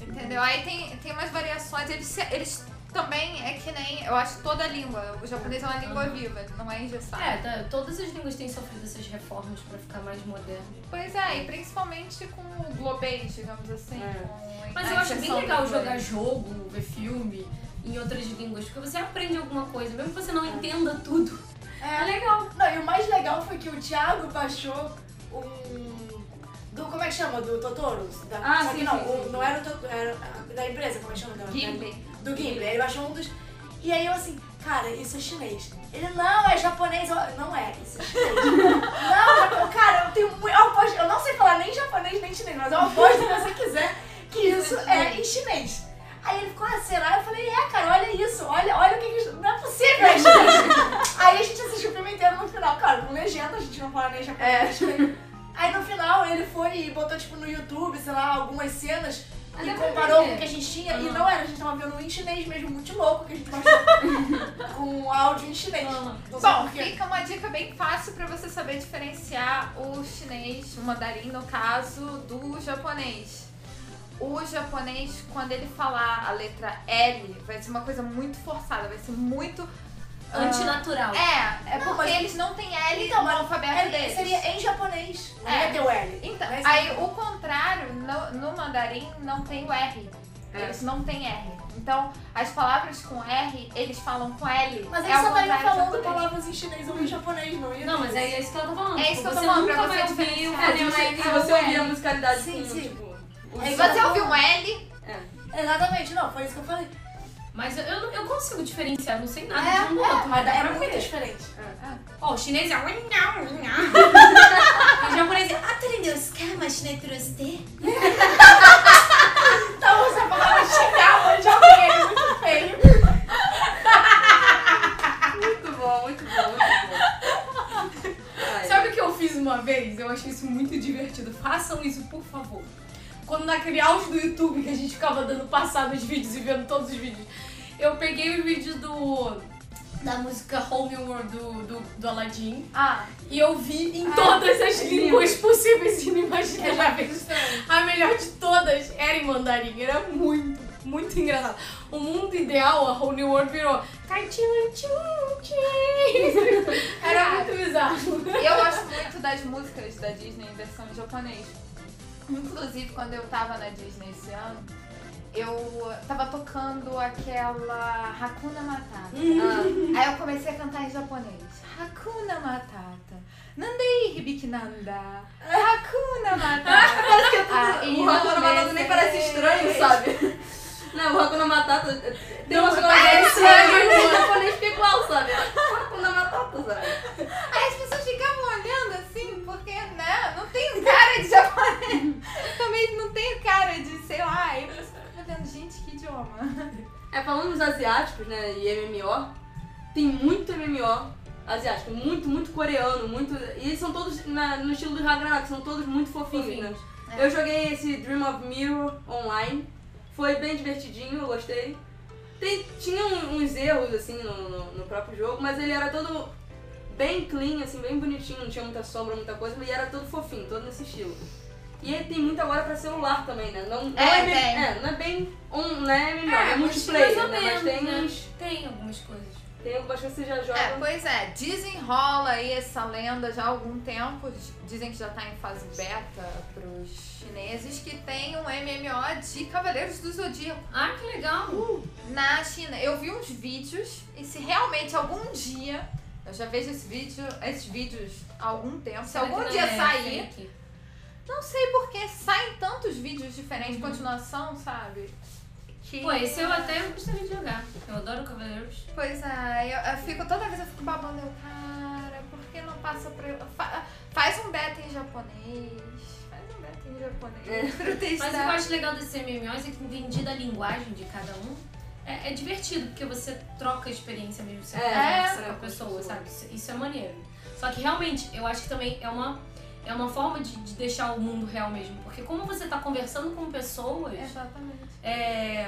Speaker 2: Entendeu? Aí tem, tem umas variações. Eles, se- eles também é que nem. Eu acho toda língua. O japonês é uma língua viva, ele não é engessado.
Speaker 3: É, tá, todas as línguas têm sofrido essas reformas pra ficar mais moderno.
Speaker 2: Pois é, e principalmente com o globês, digamos assim.
Speaker 1: É.
Speaker 2: com
Speaker 3: Mas
Speaker 2: a
Speaker 3: eu acho bem
Speaker 2: inserção do
Speaker 3: legal
Speaker 2: globês.
Speaker 3: jogar jogo, ver filme em outras línguas, porque você aprende alguma coisa, mesmo que você não entenda tudo. É legal.
Speaker 4: Não, e o mais legal foi que o Thiago baixou um. Do, como é que chama? Do Totoro? Da,
Speaker 1: Ah,
Speaker 4: só
Speaker 1: sim,
Speaker 4: que não,
Speaker 1: sim,
Speaker 4: o-
Speaker 1: sim.
Speaker 4: não era o Totoro, era a- da empresa, como é que chama? Da-
Speaker 2: Ghibli.
Speaker 4: Do Ghibli. Ele baixou um dos. E aí eu assim, cara, isso é chinês. Ele não é japonês, eu, não é, isso é chinês. não, eu- cara, eu tenho muito. Eu, aposto- eu não sei falar nem japonês nem chinês, mas é eu aposto que você quiser que isso é em chinês. Aí ele ficou, ah, será? Eu falei, é, cara, olha isso, olha, olha o que que. Não é possível, é chinês. Aí a gente assistiu o filme inteiro no final, cara, com legenda, a gente não fala nem
Speaker 3: É.
Speaker 4: japonês. né? Aí no final ele foi e botou, tipo, no YouTube, sei lá, algumas cenas
Speaker 3: Ah,
Speaker 4: e
Speaker 3: dá pra
Speaker 4: comparou
Speaker 3: ver. Ah.
Speaker 4: com o que a gente tinha. E
Speaker 3: Aham.
Speaker 4: não era, a gente tava vendo um em chinês mesmo, muito louco, que a gente baixou *laughs* com um áudio em chinês.
Speaker 3: Aham.
Speaker 4: Não sei
Speaker 2: Bom,
Speaker 4: por quê.
Speaker 2: fica uma dica bem fácil pra você saber diferenciar o chinês, o mandarim no caso, do japonês. O japonês, quando ele falar a letra L, vai ser uma coisa muito forçada, vai ser muito.
Speaker 3: Antinatural.
Speaker 2: Ah. É, é
Speaker 4: Não,
Speaker 2: porque
Speaker 4: mas-
Speaker 2: eles não têm L
Speaker 4: Então,
Speaker 2: no
Speaker 4: mas
Speaker 2: alfabeto
Speaker 4: Ele
Speaker 2: deles.
Speaker 4: seria em japonês, não
Speaker 2: É.
Speaker 4: é teu L.
Speaker 2: Então,
Speaker 4: Mas-
Speaker 2: aí o contrário, no, no mandarim não tem o R.
Speaker 4: É.
Speaker 2: Eles não têm R. Então, as palavras com R, eles falam com L.
Speaker 4: Mas
Speaker 2: é
Speaker 4: eles
Speaker 2: ao
Speaker 4: só um
Speaker 2: contrário do
Speaker 4: estariam falando
Speaker 2: japonês.
Speaker 4: palavras em chinês ou em japonês, não ia?
Speaker 3: Não, mas é isso que ela tá falando.
Speaker 2: É
Speaker 3: tipo,
Speaker 2: isso que eu tô
Speaker 3: você
Speaker 2: falando,
Speaker 3: nunca
Speaker 2: pra
Speaker 3: vai
Speaker 2: você
Speaker 3: ouvir o
Speaker 2: diferenciar.
Speaker 1: É,
Speaker 3: Fred
Speaker 1: se,
Speaker 3: Mercury
Speaker 1: se você
Speaker 3: ou
Speaker 1: ouvir a
Speaker 3: Ellen.
Speaker 1: musicalidade
Speaker 4: Sim,
Speaker 1: com,
Speaker 4: sim.
Speaker 1: tipo... o
Speaker 4: É
Speaker 2: E
Speaker 1: som-
Speaker 2: você ouviu um L?
Speaker 1: É.
Speaker 4: Exatamente, não, foi isso que eu falei.
Speaker 3: Mas eu, eu, não- eu consigo diferenciar, não sei nada
Speaker 4: É,
Speaker 3: de um do outro.
Speaker 4: Mas
Speaker 3: dá
Speaker 4: é
Speaker 3: pra
Speaker 4: muito
Speaker 3: ver.
Speaker 4: diferente.
Speaker 3: Ó, o chinês é. *laughs* O japonês é.
Speaker 4: Então você falava chinal ou japonês, muito feio.
Speaker 1: Muito bom, muito bom, muito *laughs* bom. Ai.
Speaker 3: Sabe o que eu fiz uma vez? Eu achei isso muito divertido. Façam isso, por favor. Quando naquele áudio do YouTube que a gente ficava dando passada os vídeos e vendo todos os vídeos, eu peguei o vídeo do. Da música Whole New World do, do, do Aladdin.
Speaker 2: Ah,
Speaker 3: E eu vi em todas as línguas possíveis e inimagináveis. A melhor de todas era em mandarim. Era muito, muito engraçado. O mundo ideal, a Whole New World *laughs* virou. "Kai tchum, tchum, tchum." Era muito bizarro.
Speaker 2: eu gosto muito das músicas da Disney em versão em japonês. Inclusive, quando eu tava na Disney esse ano, eu tava tocando aquela Hakuna Matata. Aí eu comecei a cantar em japonês. Hakuna Matata. Nandei Hibikinanda. Hakuna Matata. Parece que eu
Speaker 1: O Hakuna Matata nem parece estranho, sabe? Não, o Hakuna Matata eh, tem uma sonoridade estranha, mas o japonês fica igual, sabe? Hakuna Matata, sabe?
Speaker 2: Aí as pessoas ficavam olhando assim, porque, né, não tem cara de japonês. Também não tem cara de, sei lá, aí você fica olhando, gente, que idioma.
Speaker 1: É, falando dos asiáticos, né, e MMO, tem muito MMO asiático, muito, muito coreano, muito. E são todos na- no estilo do Ragnarok, são todos muito fofinhos, né?
Speaker 2: É.
Speaker 1: Eu joguei esse Dream of Mirror online, foi bem divertidinho, eu gostei. Tem, tinha um- uns erros assim no, no- no próprio jogo, mas ele era todo bem clean, assim, bem bonitinho, não tinha muita sombra, muita coisa, mas era todo fofinho, todo nesse estilo. E ele tem muito agora pra celular também, né? Não, não
Speaker 2: É,
Speaker 1: bem-
Speaker 2: tem.
Speaker 1: é, não é bem on, né, MMO, é,
Speaker 3: É,
Speaker 1: multiplayer,
Speaker 3: mais ou
Speaker 1: né? mas tem
Speaker 3: menos,
Speaker 1: uns.
Speaker 3: Tem algumas coisas.
Speaker 1: Tem algumas coisas que você já joga.
Speaker 2: É, pois é, desenrola aí essa lenda já há algum tempo. Dizem que já tá em fase beta pros chineses que tem um MMO de Cavaleiros do Zodíaco
Speaker 3: Ah, que legal.
Speaker 2: Hum, na China. Eu vi uns vídeos e se realmente algum dia. Eu já vejo esse vídeo, esses vídeos há algum tempo. Se
Speaker 3: Será que
Speaker 2: algum
Speaker 3: não
Speaker 2: tá dia
Speaker 3: é
Speaker 2: sair,
Speaker 3: fake?
Speaker 2: Não sei porque saem tantos vídeos diferentes de continuação, sabe? Que...
Speaker 3: Pô, esse eu até gostaria de jogar. Eu adoro Cavaleiros.
Speaker 2: Pois é, eu, eu fico, toda vez eu fico babando, eu, cara, por que não passa pra... Fa faz um beta em japonês, faz um beta em japonês *laughs* pra eu testar.
Speaker 3: Mas o que eu acho legal desses MMOs é que entendida a linguagem de cada um, é, é divertido, porque você troca a experiência mesmo você
Speaker 1: É, troca
Speaker 3: conversa com a
Speaker 1: com as
Speaker 3: pessoa,
Speaker 1: pessoas.
Speaker 3: sabe? Isso, isso é maneiro. Só que realmente, eu acho que também é uma, é uma forma de, de deixar o mundo real mesmo. Porque como você tá conversando com pessoas,
Speaker 2: Exatamente.
Speaker 3: é,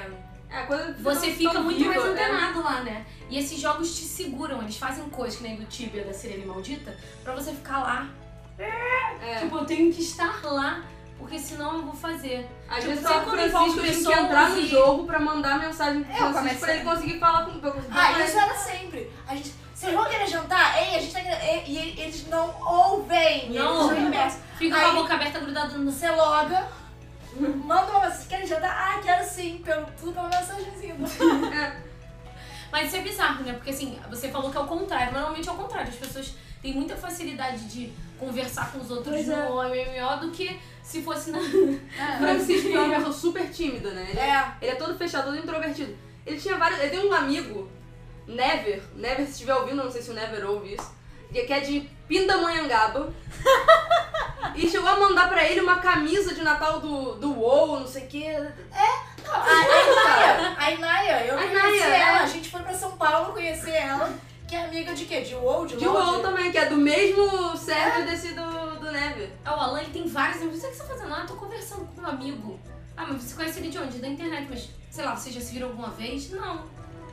Speaker 1: É, quando
Speaker 3: você
Speaker 1: tão-
Speaker 3: fica
Speaker 1: tão
Speaker 3: muito
Speaker 1: vivo,
Speaker 3: mais
Speaker 1: é.
Speaker 3: antenado lá, né? E esses jogos te seguram, eles fazem coisas que nem do Tibia da Sirene Maldita, pra você ficar lá.
Speaker 1: É.
Speaker 3: Tipo, eu tenho que estar lá, porque senão eu vou fazer.
Speaker 1: Às
Speaker 3: Tipo,
Speaker 1: vezes
Speaker 3: você
Speaker 1: o
Speaker 3: quando envolve
Speaker 1: Francisco tinha que
Speaker 3: pessoas
Speaker 1: entrar no
Speaker 3: e- É,
Speaker 1: jogo pra mandar mensagem pro
Speaker 2: Eu
Speaker 1: Francisco
Speaker 2: comecei.
Speaker 1: pra ele conseguir falar com pra conseguir falar.
Speaker 4: Ah, isso era sempre. A gente, vocês vão querer jantar? Ei, a gente tá querendo... E, e eles não ouvem.
Speaker 3: Não
Speaker 4: eles
Speaker 3: ouvem.
Speaker 4: são imersos.
Speaker 3: Fica
Speaker 4: Aí-
Speaker 3: com a boca aberta grudada no
Speaker 4: Você loga, manda uma mensagem, querem jantar? Ah, quero sim. Pelo, tudo
Speaker 1: *laughs*
Speaker 4: pela mensagenzinha.
Speaker 3: Mas isso é bizarro, né? Porque assim, você falou que é o contrário. Normalmente é o contrário. As pessoas têm muita facilidade de conversar com os outros
Speaker 4: Pois é.
Speaker 3: no MMO do que se
Speaker 4: *laughs*
Speaker 3: fosse na. *laughs*
Speaker 1: O Francisco é uma pessoa super tímida, né? Ele é,
Speaker 4: É.
Speaker 1: ele é todo fechado, todo introvertido. Ele tinha vários. Ele tem um amigo, Never. Never, se estiver ouvindo, não sei se o Never ouve isso. Que que é de Pindamonhangaba. *laughs* e chegou a mandar pra ele uma camisa de Natal do, do WoW, não sei o quê.
Speaker 4: Não, a, a Inaya, a Inaya, eu
Speaker 1: A
Speaker 4: conheci
Speaker 1: Inaya,
Speaker 4: ela.
Speaker 1: é.
Speaker 4: A gente foi pra São Paulo conhecer ela, que é amiga de quê? De WoW? De,
Speaker 1: De É.
Speaker 4: LOL?
Speaker 1: WoW também, que é do mesmo server desse do, do Never.
Speaker 3: Ah, o Alan ele tem vários amigos. Não sei o que você tá fazendo lá, eu tô conversando com um amigo. Ah, mas você conhece ele de onde? Da internet, mas sei lá, vocês já se viram alguma vez? Não.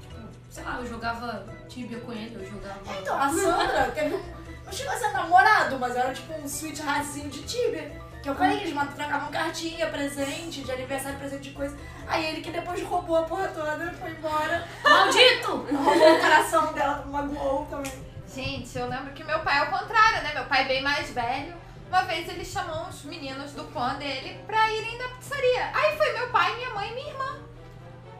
Speaker 3: Tipo, sei lá, eu jogava Tibia com ele, eu jogava.
Speaker 4: É, Então, a Sandra teve um. Não chegou a ser namorado, mas era tipo um sweetheartzinho de Tibia. Que eu falei que eles mat- trocavam cartinha, presente, de aniversário, presente de coisa. Aí ele que depois roubou a porra toda, foi embora.
Speaker 3: Maldito!
Speaker 4: Roubou o coração dela, magoou também.
Speaker 2: Gente, eu lembro que meu pai é o contrário, né? Meu pai bem mais velho. Uma vez ele chamou os meninos do clã dele pra irem na pizzaria. Aí foi meu pai, minha mãe e minha irmã.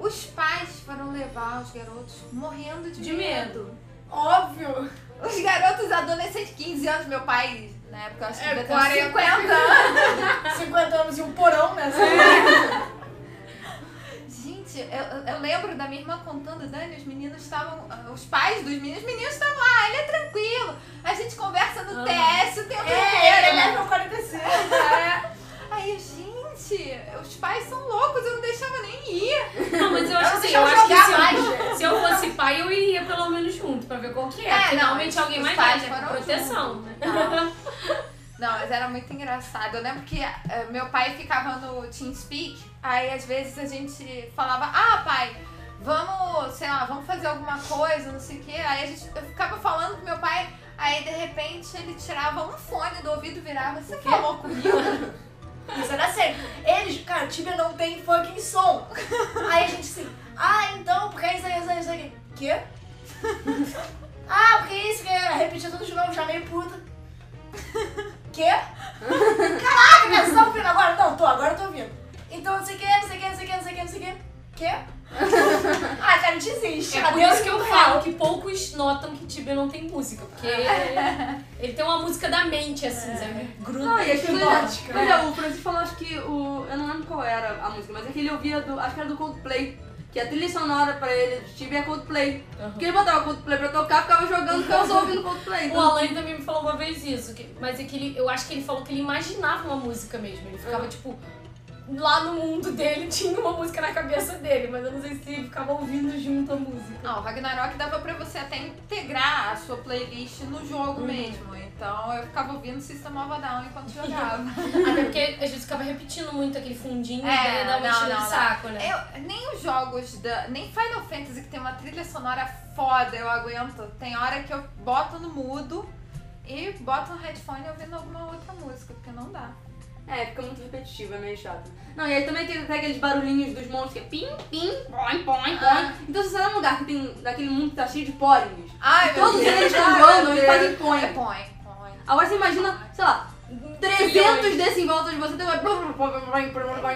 Speaker 2: Os pais foram levar os garotos morrendo de,
Speaker 3: De medo.
Speaker 4: Óbvio!
Speaker 2: Os garotos adolescentes, 15 anos, meu pai, na época, eu acho que
Speaker 4: É,
Speaker 2: devia ter uns 50
Speaker 4: 40.
Speaker 2: anos.
Speaker 4: 50 anos e um porão, né?
Speaker 2: Gente, eu, eu lembro da minha irmã contando, Dani, os meninos estavam. ah, Os pais dos meninos, os meninos estavam lá, ele é tranquilo. A gente conversa no
Speaker 3: Ah.
Speaker 2: TS o tempo inteiro.
Speaker 4: É, ele é meu 45.
Speaker 2: É. Aí, eu, gente, os pais são loucos, eu não deixava nem ir.
Speaker 3: Não, mas eu acho
Speaker 4: não
Speaker 3: assim,
Speaker 4: deixava
Speaker 3: eu acho que
Speaker 4: jogar
Speaker 3: se
Speaker 4: mais,
Speaker 3: eu,
Speaker 4: gente.
Speaker 3: *laughs* se eu fosse pai, eu iria pelo menos junto pra ver qual que é.
Speaker 2: É,
Speaker 3: Porque
Speaker 2: não,
Speaker 3: normalmente
Speaker 2: os-
Speaker 3: alguém
Speaker 2: os
Speaker 3: mais
Speaker 2: pais
Speaker 3: velho, né?
Speaker 2: foram
Speaker 3: Proteção,
Speaker 2: junto,
Speaker 3: né?
Speaker 2: tá. *laughs* Não, mas era muito engraçado. Eu lembro que eh, meu pai ficava no TeamSpeak, aí às vezes a gente falava, ah, pai, vamos, sei lá, vamos fazer alguma coisa, não sei o quê. Aí a gente, eu ficava falando com meu pai, aí de repente ele tirava um fone do ouvido e virava, você falou comigo?
Speaker 4: Isso era sério. Eles, cara, Tibia não tem fucking som. Aí a gente assim, ah, então, porque é isso aí, isso aí, isso aí. Quê? ah, porque é isso, que é repetir tudo de novo, já meio puta. Quê? Caraca, né? Você tá ouvindo agora? Não, tô, agora eu tô ouvindo. Então, não sei o que, não sei o que, não sei o que, não sei o que, não sei o que.
Speaker 3: *laughs*
Speaker 4: Quê? ah, cara, desiste.
Speaker 3: É por
Speaker 4: Adeus
Speaker 3: isso que eu
Speaker 4: mundo
Speaker 3: falo que poucos notam que Tibia não tem música, porque ele tem uma música da mente, assim, sabe? Gruda.
Speaker 1: Não, e é né? as
Speaker 3: tipo,
Speaker 1: coisas.
Speaker 4: Hipnótica.
Speaker 1: Olha, o Francisco falou, acho que o. Eu não lembro qual era a música, mas é que ele ouvia do. Acho que era do Coldplay. Que a trilha sonora pra ele de Tibia é Coldplay.
Speaker 3: Aham.
Speaker 1: Porque ele botava Coldplay pra tocar, ficava jogando canção ouvindo Coldplay.
Speaker 3: O
Speaker 1: Então,
Speaker 3: Alan também me falou uma vez isso, que- mas é que ele, eu acho que ele falou que ele imaginava uma música mesmo. Ele ficava,
Speaker 1: Uhum.
Speaker 3: tipo, lá no mundo dele *laughs* tinha uma música na cabeça dele, mas eu não sei se ele ficava ouvindo junto a música.
Speaker 2: Não, o Ragnarok dava pra você até integrar a sua playlist no jogo mesmo. Então eu ficava ouvindo System of a Down enquanto jogava.
Speaker 3: Até porque às vezes ficava repetindo muito aquele fundinho
Speaker 2: É,
Speaker 3: que ele dava
Speaker 2: não,
Speaker 3: um tiro
Speaker 2: não, É não.
Speaker 3: de saco, né?
Speaker 2: Eu- nem os jogos da. Nem Final Fantasy que tem uma trilha sonora foda, eu aguento. Tem hora que eu boto no mudo e boto no headphone ouvindo alguma outra música, porque não dá.
Speaker 1: É, fica muito repetitivo, é meio chato. Não, e aí também tem até aqueles barulhinhos dos monstros que é pim, pim, boing, boing, boing.
Speaker 2: Ah.
Speaker 1: Então se você tá num lugar que tem daquele mundo que tá cheio de póringos,
Speaker 2: Ai, meu
Speaker 1: todos
Speaker 2: Deus.
Speaker 1: eles
Speaker 2: Ai,
Speaker 1: quando andam,
Speaker 2: meu
Speaker 1: eles fazem
Speaker 2: Deus. É
Speaker 1: põe.
Speaker 2: põe, põe.
Speaker 1: Agora você imagina, sei lá, 300
Speaker 3: Um Trilhões.
Speaker 1: desses em volta de você, então tem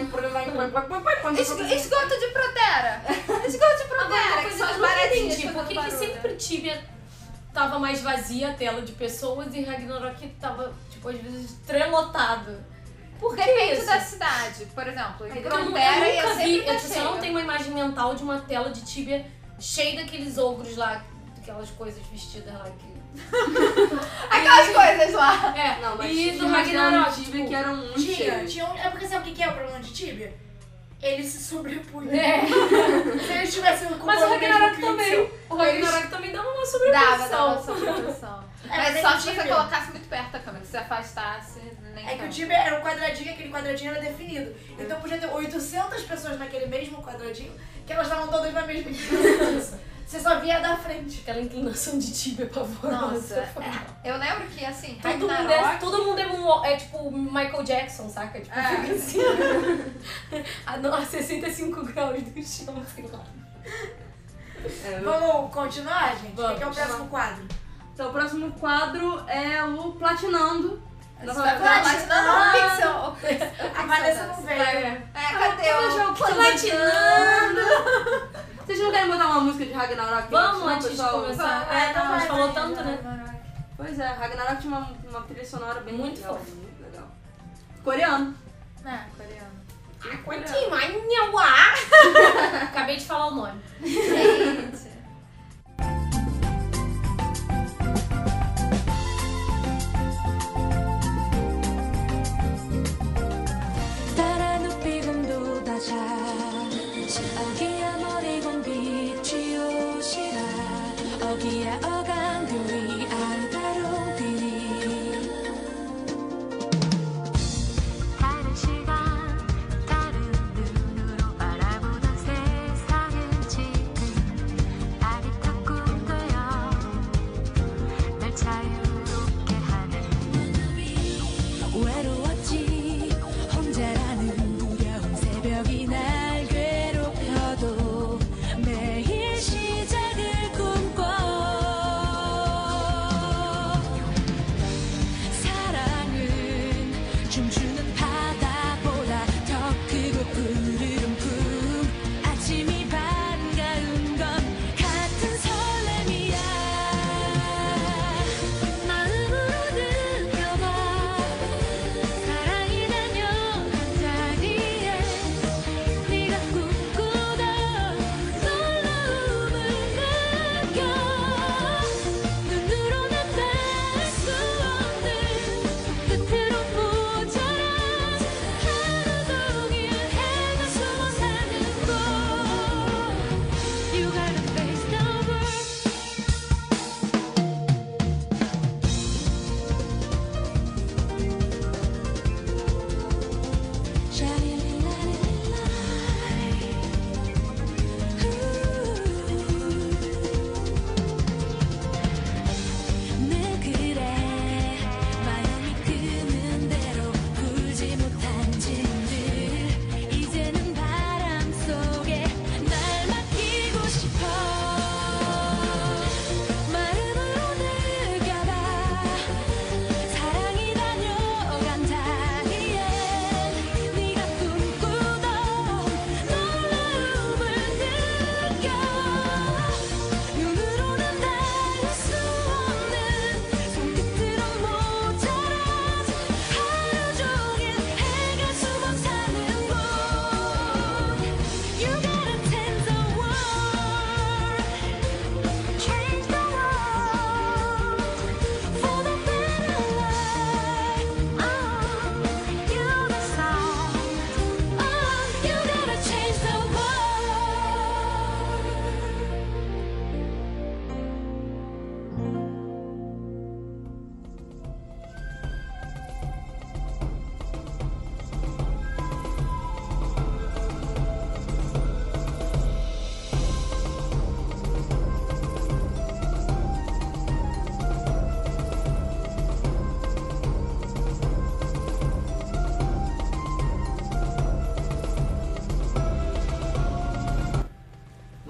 Speaker 1: uma...
Speaker 2: Es- Esgoto de Protera! *laughs* Esgoto de Protera,
Speaker 3: Agora,
Speaker 2: que
Speaker 3: uma
Speaker 2: são as
Speaker 3: coisa que eu nunca
Speaker 2: baratinhas.
Speaker 3: entendi, por que, que
Speaker 2: fazendo
Speaker 3: sempre
Speaker 2: barulho.
Speaker 3: Tibia tava mais vazia a tela de pessoas e Ragnarok tava, tipo, às vezes trelotado? Por que
Speaker 2: Depende
Speaker 3: isso?
Speaker 2: da cidade. Por exemplo, em
Speaker 1: Eu
Speaker 3: Eu, nu-
Speaker 2: Protera
Speaker 3: eu
Speaker 2: ia
Speaker 3: nunca vi,
Speaker 2: sempre
Speaker 3: eu
Speaker 2: tá
Speaker 3: tipo, eu não
Speaker 2: cheio.
Speaker 3: tenho uma imagem mental de uma tela de Tibia cheia daqueles ogros lá, aquelas coisas vestidas lá que...
Speaker 2: *laughs* Aquelas coisas lá.
Speaker 3: É,
Speaker 1: Não, mas
Speaker 3: e do
Speaker 1: tinha umas lá no
Speaker 3: Ragnarok,
Speaker 1: Tibia
Speaker 3: tipo,
Speaker 1: que eram muito
Speaker 4: Tinha,
Speaker 1: cheios.
Speaker 4: tinha um... É porque sabe o que que é o problema de Tibia? Ele se sobrepunha.
Speaker 3: É.
Speaker 4: *laughs* Se eles tivessem ocupado
Speaker 3: Mas o
Speaker 4: mesmo
Speaker 3: Ragnarok
Speaker 4: pixel,
Speaker 3: também. O Ragnarok também dava uma
Speaker 2: Dava, dava
Speaker 3: sobreposição.
Speaker 2: sobreposição.
Speaker 4: É,
Speaker 2: Mas
Speaker 4: mas
Speaker 2: só
Speaker 4: é
Speaker 2: se você
Speaker 4: incrível.
Speaker 2: colocasse muito perto da câmera, se afastasse, nem
Speaker 4: É que o
Speaker 2: tanto.
Speaker 4: Tibia era um quadradinho, aquele quadradinho era definido.
Speaker 2: Hum.
Speaker 4: Então podia ter 800 pessoas naquele mesmo quadradinho, que elas estavam todas na mesma
Speaker 2: *laughs*
Speaker 4: inclinação. Você só via da frente.
Speaker 3: Aquela inclinação de Tibia
Speaker 2: Nossa,
Speaker 3: pavorosa.
Speaker 2: é. eu lembro que assim,
Speaker 3: Todo mundo, é,
Speaker 2: Ragnarok...
Speaker 3: todo mundo é, um, é tipo Michael Jackson, saca? Tipo,
Speaker 2: É.
Speaker 3: fica assim. *laughs* a, não, a 65 graus do chão, sei lá.
Speaker 1: É, eu-
Speaker 4: Vamos continuar, gente? O que que é o
Speaker 3: Vamos.
Speaker 4: próximo quadro?
Speaker 1: Então o próximo quadro é o Platinando.
Speaker 2: Você vai falar
Speaker 4: Platinando.
Speaker 2: platinando o pixel.
Speaker 4: A Vanessa não veio.
Speaker 2: É, cadê o...
Speaker 1: Platinando. *laughs* Vocês não querem botar uma música de Ragnarok?
Speaker 3: Vamos
Speaker 1: não,
Speaker 3: antes de
Speaker 1: pessoal?
Speaker 3: começar.
Speaker 4: vai,
Speaker 3: É, não,
Speaker 4: vai,
Speaker 3: a gente falou
Speaker 4: vai,
Speaker 3: tanto, né?
Speaker 1: Pois é, Ragnarok tinha uma, uma trilha sonora bem
Speaker 3: Muito
Speaker 1: legal,
Speaker 3: fofa.
Speaker 1: Muito legal. Coreano.
Speaker 2: Ah, coreano.
Speaker 3: Sim, mas não há. *laughs* Acabei de falar o nome.
Speaker 2: Gente.
Speaker 5: 따라 눈빛은 돋아자 어기야 머리 공빛 지오시라 어기야 어간 그위 안타로 비니 다른 시간 다른 눈으로 바라보던 세상은 지금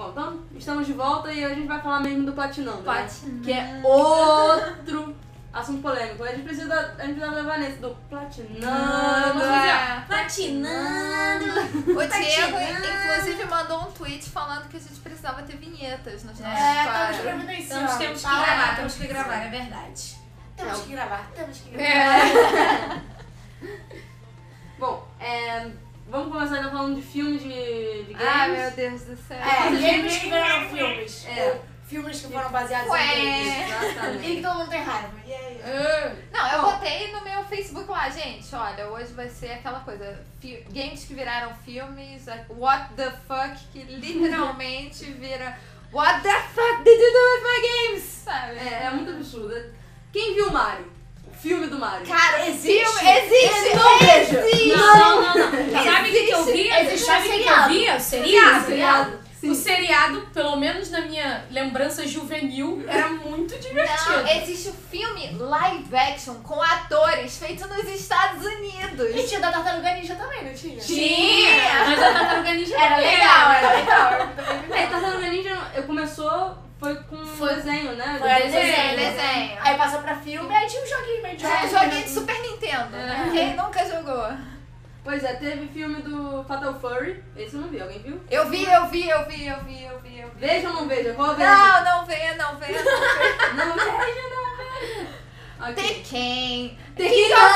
Speaker 5: Oh,
Speaker 1: então, estamos de volta e a gente vai falar mesmo do Platinando. né?
Speaker 3: Platinando.
Speaker 1: Que é outro assunto polêmico. A gente precisa, da- a gente precisa da Vanessa, do Platinando.
Speaker 2: Não é.
Speaker 3: Platinando!
Speaker 2: O Diego,
Speaker 3: tirando.
Speaker 2: inclusive, mandou um tweet falando que a gente precisava ter vinhetas nos nossos
Speaker 4: É, tava
Speaker 2: quadros.
Speaker 4: escrevendo isso.
Speaker 3: Então, nós
Speaker 4: ó.
Speaker 3: temos que
Speaker 4: Tá.
Speaker 3: gravar, temos que gravar, é verdade.
Speaker 4: Temos que gravar, temos que gravar.
Speaker 2: É.
Speaker 1: Bom, é, vamos começar então falando de filme de, de games.
Speaker 2: Ah, meu Deus do céu.
Speaker 4: É, games que viraram filmes.
Speaker 1: É.
Speaker 4: Ou filmes que foram baseados
Speaker 2: Ué.
Speaker 4: em games. E que
Speaker 1: Exatamente.
Speaker 4: todo mundo tem raiva. É. E aí?
Speaker 2: Não, eu
Speaker 1: Bom.
Speaker 2: botei no meu Facebook lá, gente, olha, hoje vai ser aquela coisa, fi- games que viraram filmes, a- what the fuck, que
Speaker 4: *laughs*
Speaker 2: literalmente vira what the fuck did you do with my games, sabe?
Speaker 1: É, é muito absurdo. Quem viu o Mario? O filme do Mario.
Speaker 4: Cara, existe.
Speaker 2: Filme- existe,
Speaker 4: Não vejo.
Speaker 3: Não, não, não, não. Sabe o que, que eu via?
Speaker 4: existe
Speaker 3: Sabe o
Speaker 4: um
Speaker 3: que, que eu
Speaker 4: seriado.
Speaker 3: via? O seriado?
Speaker 4: né?
Speaker 1: Seriado.
Speaker 3: O seriado, pelo menos na minha lembrança juvenil, era muito divertido.
Speaker 2: Não, existe o filme live action com atores feito nos Estados
Speaker 4: E
Speaker 2: Unidos.
Speaker 4: tinha da Tartaruga Ninja também, não tinha?
Speaker 3: Tinha! Mas a Tartaruga Ninja
Speaker 4: Era
Speaker 3: também
Speaker 4: legal, era legal. Eu também me
Speaker 1: É,
Speaker 4: lembro.
Speaker 1: Tartaruga Ninja eu começou, foi com
Speaker 3: Foi-
Speaker 1: desenho, né?
Speaker 4: Foi
Speaker 2: Desenho,
Speaker 4: desenho.
Speaker 2: desenho.
Speaker 4: Aí passa pra filme, aí tinha um joguinho meio de
Speaker 2: É, joguinho de Super Nintendo. né?
Speaker 3: É.
Speaker 2: Quem nunca jogou?
Speaker 1: Pois é, teve filme do Fatal Fury. Esse eu não vi, alguém viu?
Speaker 2: Eu vi, eu vi, eu vi, eu vi, eu vi, eu vi.
Speaker 1: Veja ou não veja? Qual veja?
Speaker 2: Não, não venha, não venha, *laughs* não venha.
Speaker 1: Não veja, não veja. Ok.
Speaker 2: Tekken,
Speaker 1: Tekken
Speaker 2: King of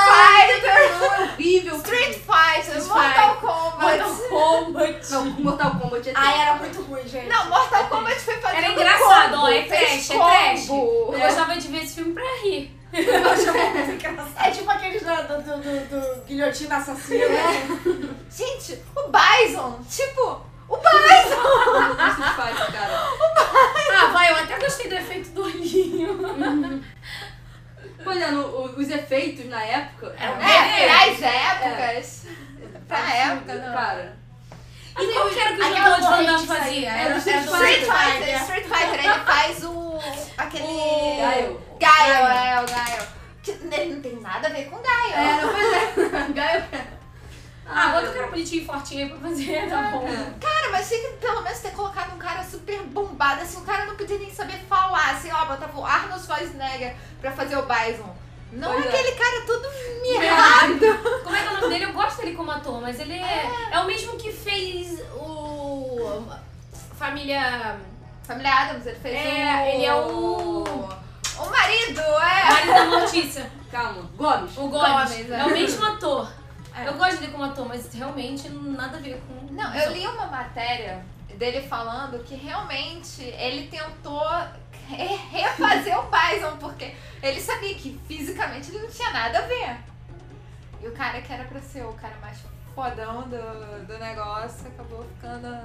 Speaker 2: Fighters,
Speaker 1: Horrível.
Speaker 2: Street Fighter,
Speaker 3: Street
Speaker 2: Mortal
Speaker 3: Fighter,
Speaker 2: Kombat.
Speaker 3: Mortal Kombat.
Speaker 1: Não, Mortal Kombat é
Speaker 4: Aí
Speaker 2: Ah,
Speaker 1: triste.
Speaker 4: era muito ruim, gente.
Speaker 2: Não, Mortal Kombat foi fazer
Speaker 3: Era
Speaker 2: um
Speaker 3: engraçado,
Speaker 2: combo,
Speaker 3: ó, é
Speaker 2: fez
Speaker 3: trash, é trash.
Speaker 2: combo.
Speaker 3: Eu gostava de ver esse filme pra rir.
Speaker 4: eu achava muito engraçado. É tipo aqueles do, do, do, do- do guilhotina assassino. *laughs*
Speaker 2: Gente, o Bison, tipo, o Bison.
Speaker 1: Street Fighter, cara.
Speaker 3: Ah, vai, eu até gostei do efeito do olhinho.
Speaker 1: Pois é, no- o- os efeitos na época...
Speaker 3: Era
Speaker 1: eram
Speaker 2: É, Tá pras épocas. Pra
Speaker 1: absurdos,
Speaker 2: época, né? não.
Speaker 1: Cara.
Speaker 3: E qual que era que o
Speaker 4: Aquela
Speaker 3: jogador de Van Damme
Speaker 4: corrente que
Speaker 3: fazia?
Speaker 4: saía.
Speaker 3: Era o
Speaker 1: Street
Speaker 3: Street
Speaker 2: É Street
Speaker 3: Fighter.
Speaker 2: Fighter, Street Fighter, ele faz o... aquele...
Speaker 1: O Gaio.
Speaker 2: Gaio, é, o Gaio. Que Ele não tem nada a ver com Gaio.
Speaker 1: É, não, pois é. Gaio...
Speaker 3: Ah, bota o cara bonitinho e fortinho aí pra fazer, tá bom.
Speaker 2: Cara, É, mas tinha que pelo menos ter colocado um cara super bombado, assim, o cara não podia nem saber falar, sei lá, botava o Arnold Schwarzenegger pra fazer o Bison. Não
Speaker 1: Pois é.
Speaker 2: aquele cara todo mirrado.
Speaker 3: Como é que é o nome dele? Eu gosto dele como ator, mas ele é, é o mesmo que fez o. Família.
Speaker 4: hum,
Speaker 2: Família Adams, ele fez
Speaker 3: É,
Speaker 2: o...
Speaker 3: ele é o-
Speaker 2: O marido, é.
Speaker 3: Marido da Mortícia.
Speaker 1: Calma. Gomes.
Speaker 3: O Gomes.
Speaker 2: Gomes, é.
Speaker 3: é. o mesmo ator.
Speaker 2: É.
Speaker 3: Eu gosto dele como ator, mas realmente nada a ver com.
Speaker 2: Não, eu li uma matéria dele falando que realmente ele tentou re- refazer o Bison, porque ele sabia que fisicamente ele não tinha nada a ver. E o cara que era pra ser o cara mais fodão do, do negócio acabou ficando.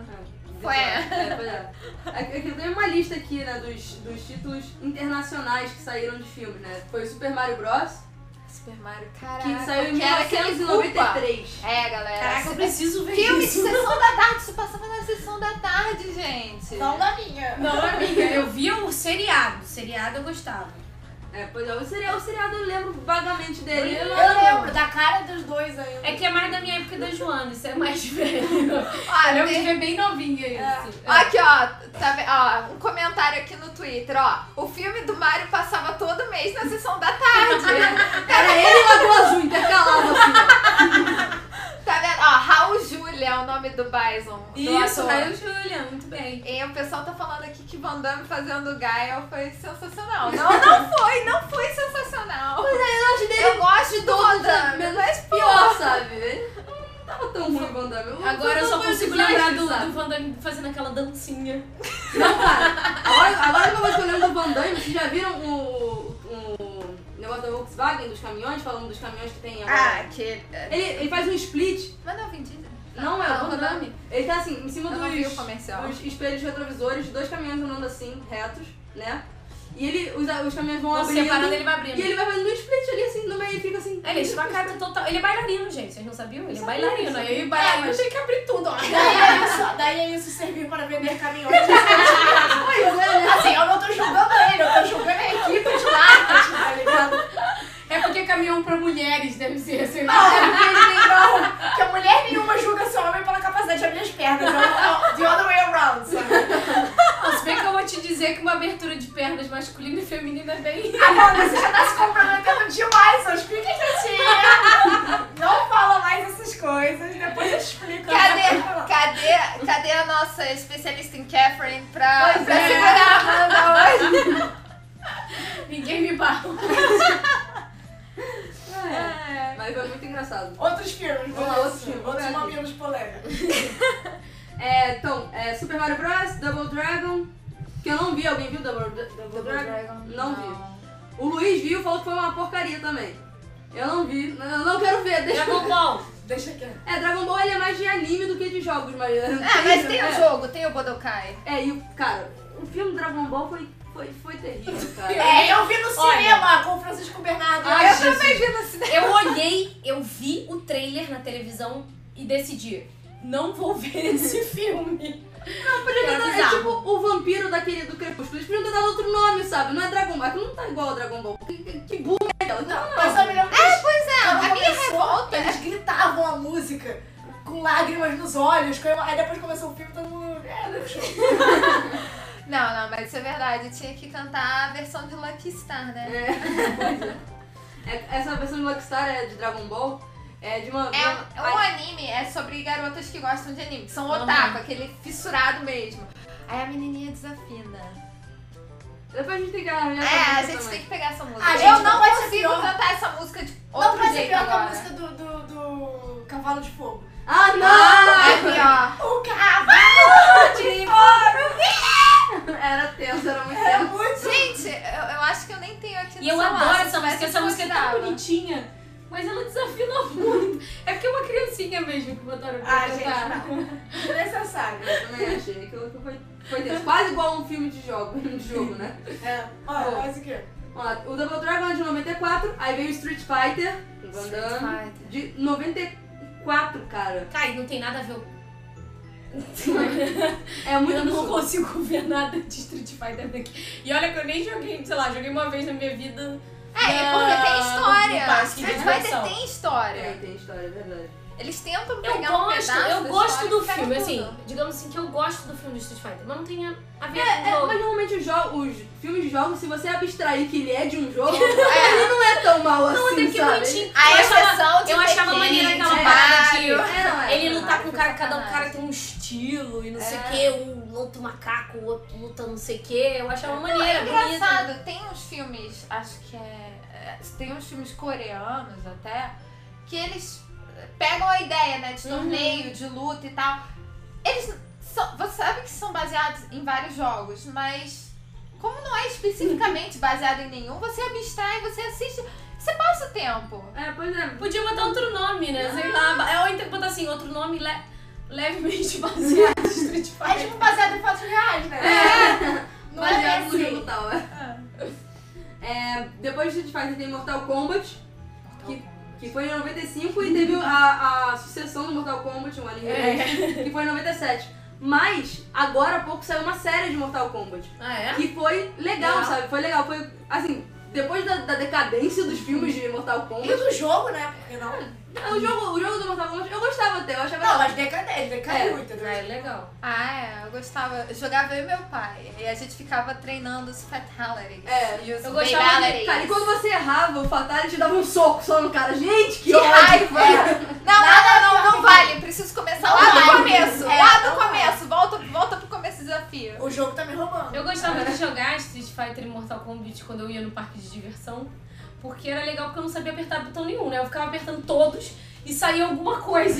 Speaker 2: Foi.
Speaker 1: É, pois é. Aqui aqui tem uma lista aqui, né, dos, dos títulos internacionais que saíram de filmes, né? Foi o Super Mario Bros,
Speaker 2: Super Mario, caraca.
Speaker 1: que saiu em
Speaker 2: que era aquele Koopa.
Speaker 1: 1993.
Speaker 2: É, galera.
Speaker 3: Caraca, eu preciso ver
Speaker 2: Filme de
Speaker 3: isso.
Speaker 2: sessão da tarde, isso passava na sessão da tarde, gente.
Speaker 4: Não da minha.
Speaker 3: Não, amiga, eu via o seriado. O seriado eu gostava.
Speaker 1: É, pois é. O seriado, o seriado eu lembro vagamente dele.
Speaker 3: Eu
Speaker 4: Eu lembro da cara dos dois ainda.
Speaker 3: É que é mais da minha época da Joana, isso é mais *laughs* velho.
Speaker 2: Olha,
Speaker 3: Eu me ver bem novinha isso. É.
Speaker 2: Ó, É. Aqui, ó, tá, ve- ó, um comentário aqui no Twitter, ó. O filme do Mario passava todo mês na sessão da tarde.
Speaker 1: Era ele e o Lagoa Azul, intercalado assim.
Speaker 2: tá vendo? Ó, Raul Júlia é o nome do Bison. do
Speaker 3: Isso, né?
Speaker 2: ator.
Speaker 3: Raio Júlia, muito bem.
Speaker 2: E o pessoal tá falando aqui que Van Damme fazendo o Gael foi sensacional. Não, não foi, não foi sensacional.
Speaker 1: Eu acho dele
Speaker 2: Eu gosto do Van Damme,
Speaker 1: menos
Speaker 2: mas pior.
Speaker 1: pior, sabe? Ele Não tava tão ruim, Van Damme. O
Speaker 3: Agora eu
Speaker 1: Van
Speaker 3: só
Speaker 1: Damme
Speaker 3: consigo
Speaker 1: foi um
Speaker 3: lembrar do,
Speaker 1: desastre, sabe?
Speaker 3: do Van Damme fazendo aquela dancinha.
Speaker 1: Não, cara. Agora, agora que eu vou escolher do Van Damme, vocês já viram o, o negócio da Volkswagen, dos caminhões, falando dos caminhões que tem
Speaker 2: Ah.
Speaker 1: agora?
Speaker 2: que...
Speaker 1: Ele, ele faz um split,
Speaker 2: Mas não é o Vin Diesel?
Speaker 1: não é o Van
Speaker 2: não.
Speaker 1: Damme. Ele tá assim, em cima
Speaker 2: Eu
Speaker 1: dos,
Speaker 2: não vi o comercial.
Speaker 1: dos espelhos retrovisores, dois caminhões andando assim, retos, né? E ele, os, os caminhões vão
Speaker 3: Vão
Speaker 1: abrindo.
Speaker 3: separando, ele vai abrindo.
Speaker 1: E ele vai fazendo um split ali assim, no meio e fica assim.
Speaker 3: É, ele é espacata total. Ele é bailarino, gente. Vocês não sabiam? Ele é bailarino.
Speaker 1: sabia.
Speaker 3: Aí bailarino tem que abrir
Speaker 4: *laughs*
Speaker 3: tudo, ó.
Speaker 4: Daí é isso, daí é isso servir para vender *laughs* caminhões. assim, eu não tô julgando ele, eu tô julgando a equipe de marketing, tá ligado?
Speaker 3: É porque caminhão pra mulheres deve ser assim.
Speaker 4: Não, não, não, porque mulher nenhuma julga seu homem pela capacidade das minhas pernas. Eu, eu, the other way around, sabe?
Speaker 3: Não, se masculino e feminino é bem.
Speaker 4: Amanda, você já tá se comprometendo demais hoje. Fica quietinha. Não fala mais essas coisas. Depois eu explico.
Speaker 2: Cadê, cadê, cadê a nossa especialista em Catherine pra,
Speaker 4: Pois
Speaker 2: pra
Speaker 4: é.
Speaker 2: segurar a Amanda hoje?
Speaker 3: Ninguém me barra.
Speaker 2: É.
Speaker 1: Mas foi muito engraçado.
Speaker 4: Outros filmes,
Speaker 1: Vamos lá,
Speaker 4: beleza.
Speaker 1: outros filmes,
Speaker 4: Outros
Speaker 1: peraí.
Speaker 4: mamilos polêmicos.
Speaker 1: É, então, é Super Mario Bros, Double Dragon, que eu não vi, alguém viu Double, Dra- Double, Dragon? Não, vi. O Luiz viu, falou que foi uma porcaria também. Eu não vi, eu não quero ver, deixa
Speaker 3: Dragon Ball.
Speaker 4: Deixa quieto.
Speaker 1: É, Dragon Ball ele é mais de anime do que de jogos, *laughs* Mariana.
Speaker 2: Ah, mas tem
Speaker 4: né?
Speaker 2: o
Speaker 1: é.
Speaker 2: jogo, tem o Bodokai.
Speaker 1: É, e o, cara, o filme Dragon Ball foi, foi, foi *laughs* terrível, cara.
Speaker 4: É, eu vi no cinema com o Francisco Bernardo.
Speaker 3: Ai,
Speaker 4: Ah, eu também vi.
Speaker 3: Eu olhei, eu vi o trailer na televisão e decidi, não vou ver *laughs* esse filme.
Speaker 1: Não, podia ter
Speaker 3: Era
Speaker 1: dado- é
Speaker 3: bizarro.
Speaker 1: tipo o vampiro daquele do Crepúsculo. Eles podiam ter dado outro nome, sabe? Não é Dragon Ball. Aquilo não tá igual ao Dragon Ball. Que, que, que burra é aquela? Não, não.
Speaker 4: Mas eu me lembro que eles-
Speaker 2: Pois é,
Speaker 4: quando
Speaker 2: a minha
Speaker 4: começou,
Speaker 2: revolta é
Speaker 4: Eles gritavam a música com lágrimas nos olhos. com emo- Aí depois começou o filme, todo mundo... É, deixa eu-
Speaker 2: Não, não, mas isso é verdade. Eu tinha que cantar a versão de Lucky Star, né?
Speaker 1: É, pois é. É, Essa versão de Rockstar é de Dragon Ball. É de uma.
Speaker 2: É,
Speaker 1: uma-
Speaker 2: um anime é sobre garotas que gostam de anime, que são otaku, aquele fissurado mesmo. Aí a menininha desafina.
Speaker 1: Depois a gente tem que arranjar essa
Speaker 2: É, a
Speaker 1: música
Speaker 2: gente
Speaker 1: também.
Speaker 2: tem que pegar essa música.
Speaker 4: A gente
Speaker 2: eu
Speaker 4: não
Speaker 2: não
Speaker 4: pode ser
Speaker 2: consigo
Speaker 4: pior.
Speaker 2: cantar essa música de
Speaker 4: Não
Speaker 2: outro
Speaker 4: pode ser
Speaker 2: jeito
Speaker 4: pior que a
Speaker 2: agora.
Speaker 4: música do, do, do Cavalo de Fogo.
Speaker 1: Ah,
Speaker 2: Ah,
Speaker 1: não!
Speaker 2: é pior.
Speaker 4: O cavalo de fogo!
Speaker 1: Tipo, *laughs* Era tenso, era muito
Speaker 4: É
Speaker 1: tenso.
Speaker 4: muito...
Speaker 2: Gente, eu, eu acho que eu nem tenho aqui no
Speaker 3: E eu
Speaker 2: celular,
Speaker 3: adoro
Speaker 2: se
Speaker 3: essa
Speaker 2: tivesse,
Speaker 3: música,
Speaker 2: eu
Speaker 3: essa música é tão
Speaker 2: procurava.
Speaker 3: bonitinha. Mas ela desafina muito. É porque é uma criancinha mesmo que botaram pra
Speaker 4: Ah, gente,
Speaker 3: cantar.
Speaker 4: não. Desnecessário.
Speaker 1: Eu também achei. Aquilo que foi, foi tenso. Quase igual a um filme de jogo, *laughs* de jogo, né?
Speaker 4: É, olha, faz o quê?
Speaker 1: Ó, o Double Dragon é de 94, aí veio o Street Fighter, do Van
Speaker 2: Street
Speaker 1: Damme,
Speaker 2: Fighter.
Speaker 1: de 94, cara.
Speaker 3: Cai, Tá, não tem nada a ver. com-
Speaker 1: É muito
Speaker 3: Eu não
Speaker 1: absurdo.
Speaker 3: consigo ver nada de Street Fighter daqui. E olha que eu nem joguei, sei lá, joguei uma vez na minha vida.
Speaker 2: É, é porque tem
Speaker 3: do
Speaker 2: história.
Speaker 3: parque
Speaker 2: Street
Speaker 3: de
Speaker 2: Fighter
Speaker 3: diversão.
Speaker 2: tem história.
Speaker 1: É, tem história, é verdade.
Speaker 2: Eles tentam
Speaker 3: Eu
Speaker 2: pegar um
Speaker 3: gosto,
Speaker 2: pedaço
Speaker 3: eu
Speaker 2: da
Speaker 3: gosto
Speaker 2: história
Speaker 3: do
Speaker 2: e pegam
Speaker 3: filme,
Speaker 2: tudo.
Speaker 3: assim, digamos assim que eu gosto do filme do Street Fighter, mas não tem a a ver
Speaker 1: É,
Speaker 3: com o
Speaker 1: mas
Speaker 3: jogo.
Speaker 1: normalmente os, jo- os filmes de jogos, se você abstrair que ele é de um jogo, ele não *laughs* é tão mal assim,
Speaker 3: Não, até porque é
Speaker 1: sabe?
Speaker 3: bonitinho.
Speaker 2: A
Speaker 3: eu
Speaker 2: exceção
Speaker 3: achava,
Speaker 2: de
Speaker 3: eu
Speaker 2: ter
Speaker 3: achava
Speaker 2: que-
Speaker 3: maneira aquela
Speaker 2: de-
Speaker 3: parada
Speaker 2: É,
Speaker 3: de
Speaker 1: É, não é.
Speaker 3: ele lutar com o cara,
Speaker 2: Mario foi
Speaker 3: cada um cara
Speaker 2: sacanagem.
Speaker 3: tem um estilo e não sei o
Speaker 1: É.
Speaker 3: que, um outro macaco, o outro luta não sei o que, eu achava
Speaker 2: Não, é
Speaker 3: maneira, bonita.
Speaker 2: engraçado, tem uns filmes, acho que é. é, Tem uns filmes coreanos até, que eles pegam a ideia, né, de
Speaker 3: Uhum.
Speaker 2: torneio, de luta e tal. Eles são. Você sabe que são baseados em vários jogos, mas como não é especificamente baseado em nenhum, você abstrai, você assiste, você passa o tempo.
Speaker 1: É, pois é.
Speaker 3: Podia botar outro nome, né? Sei lá, é, ou então botar assim, outro nome le- levemente *laughs* baseado em Street
Speaker 4: É
Speaker 3: Fighter.
Speaker 4: tipo baseado em fatos reais, né? Não é
Speaker 1: Baseado no
Speaker 4: assim.
Speaker 1: jogo tal, é. É, Depois de Street Fighter tem Mortal Kombat, que, que foi em 95, e teve a, a sucessão do Mortal Kombat, um anime, que foi em 97. Mas, agora há pouco saiu uma série de Mortal Kombat.
Speaker 3: Ah, é?
Speaker 1: que foi legal,
Speaker 3: Legal.
Speaker 1: sabe? Foi legal. Foi, assim, depois da, da decadência dos filmes de Mortal
Speaker 4: E
Speaker 1: Kombat.
Speaker 4: do jogo, né? Porque não...
Speaker 1: O jogo, o jogo do Mortal Kombat eu gostava até, eu achava
Speaker 4: Não,
Speaker 1: legal.
Speaker 4: mas decadente, decaiu, entendeu?
Speaker 3: Ah, é legal.
Speaker 2: Ah, é, eu gostava. Eu jogava eu e meu pai. E a gente ficava treinando os fatalities.
Speaker 1: É,
Speaker 2: e os
Speaker 3: eu gostava de-
Speaker 2: fatalities.
Speaker 1: Cara, e quando você errava, o Fatality dava um soco só no cara. Gente, que,
Speaker 2: Que
Speaker 1: ódio!
Speaker 2: raiva!
Speaker 1: *laughs*
Speaker 2: Não, nada não, não,
Speaker 4: não
Speaker 2: vale. Preciso começar
Speaker 4: Não
Speaker 2: lá do
Speaker 4: vale.
Speaker 2: começo.
Speaker 4: É,
Speaker 2: lá do
Speaker 4: não vale.
Speaker 2: começo. Volta, volta pro começo do desafio.
Speaker 4: O jogo tá me roubando.
Speaker 3: Eu gostava de jogar Street Fighter e Mortal Kombat quando eu ia no parque de diversão, porque era legal porque eu não sabia apertar botão nenhum, né? Eu ficava apertando todos e saía alguma coisa.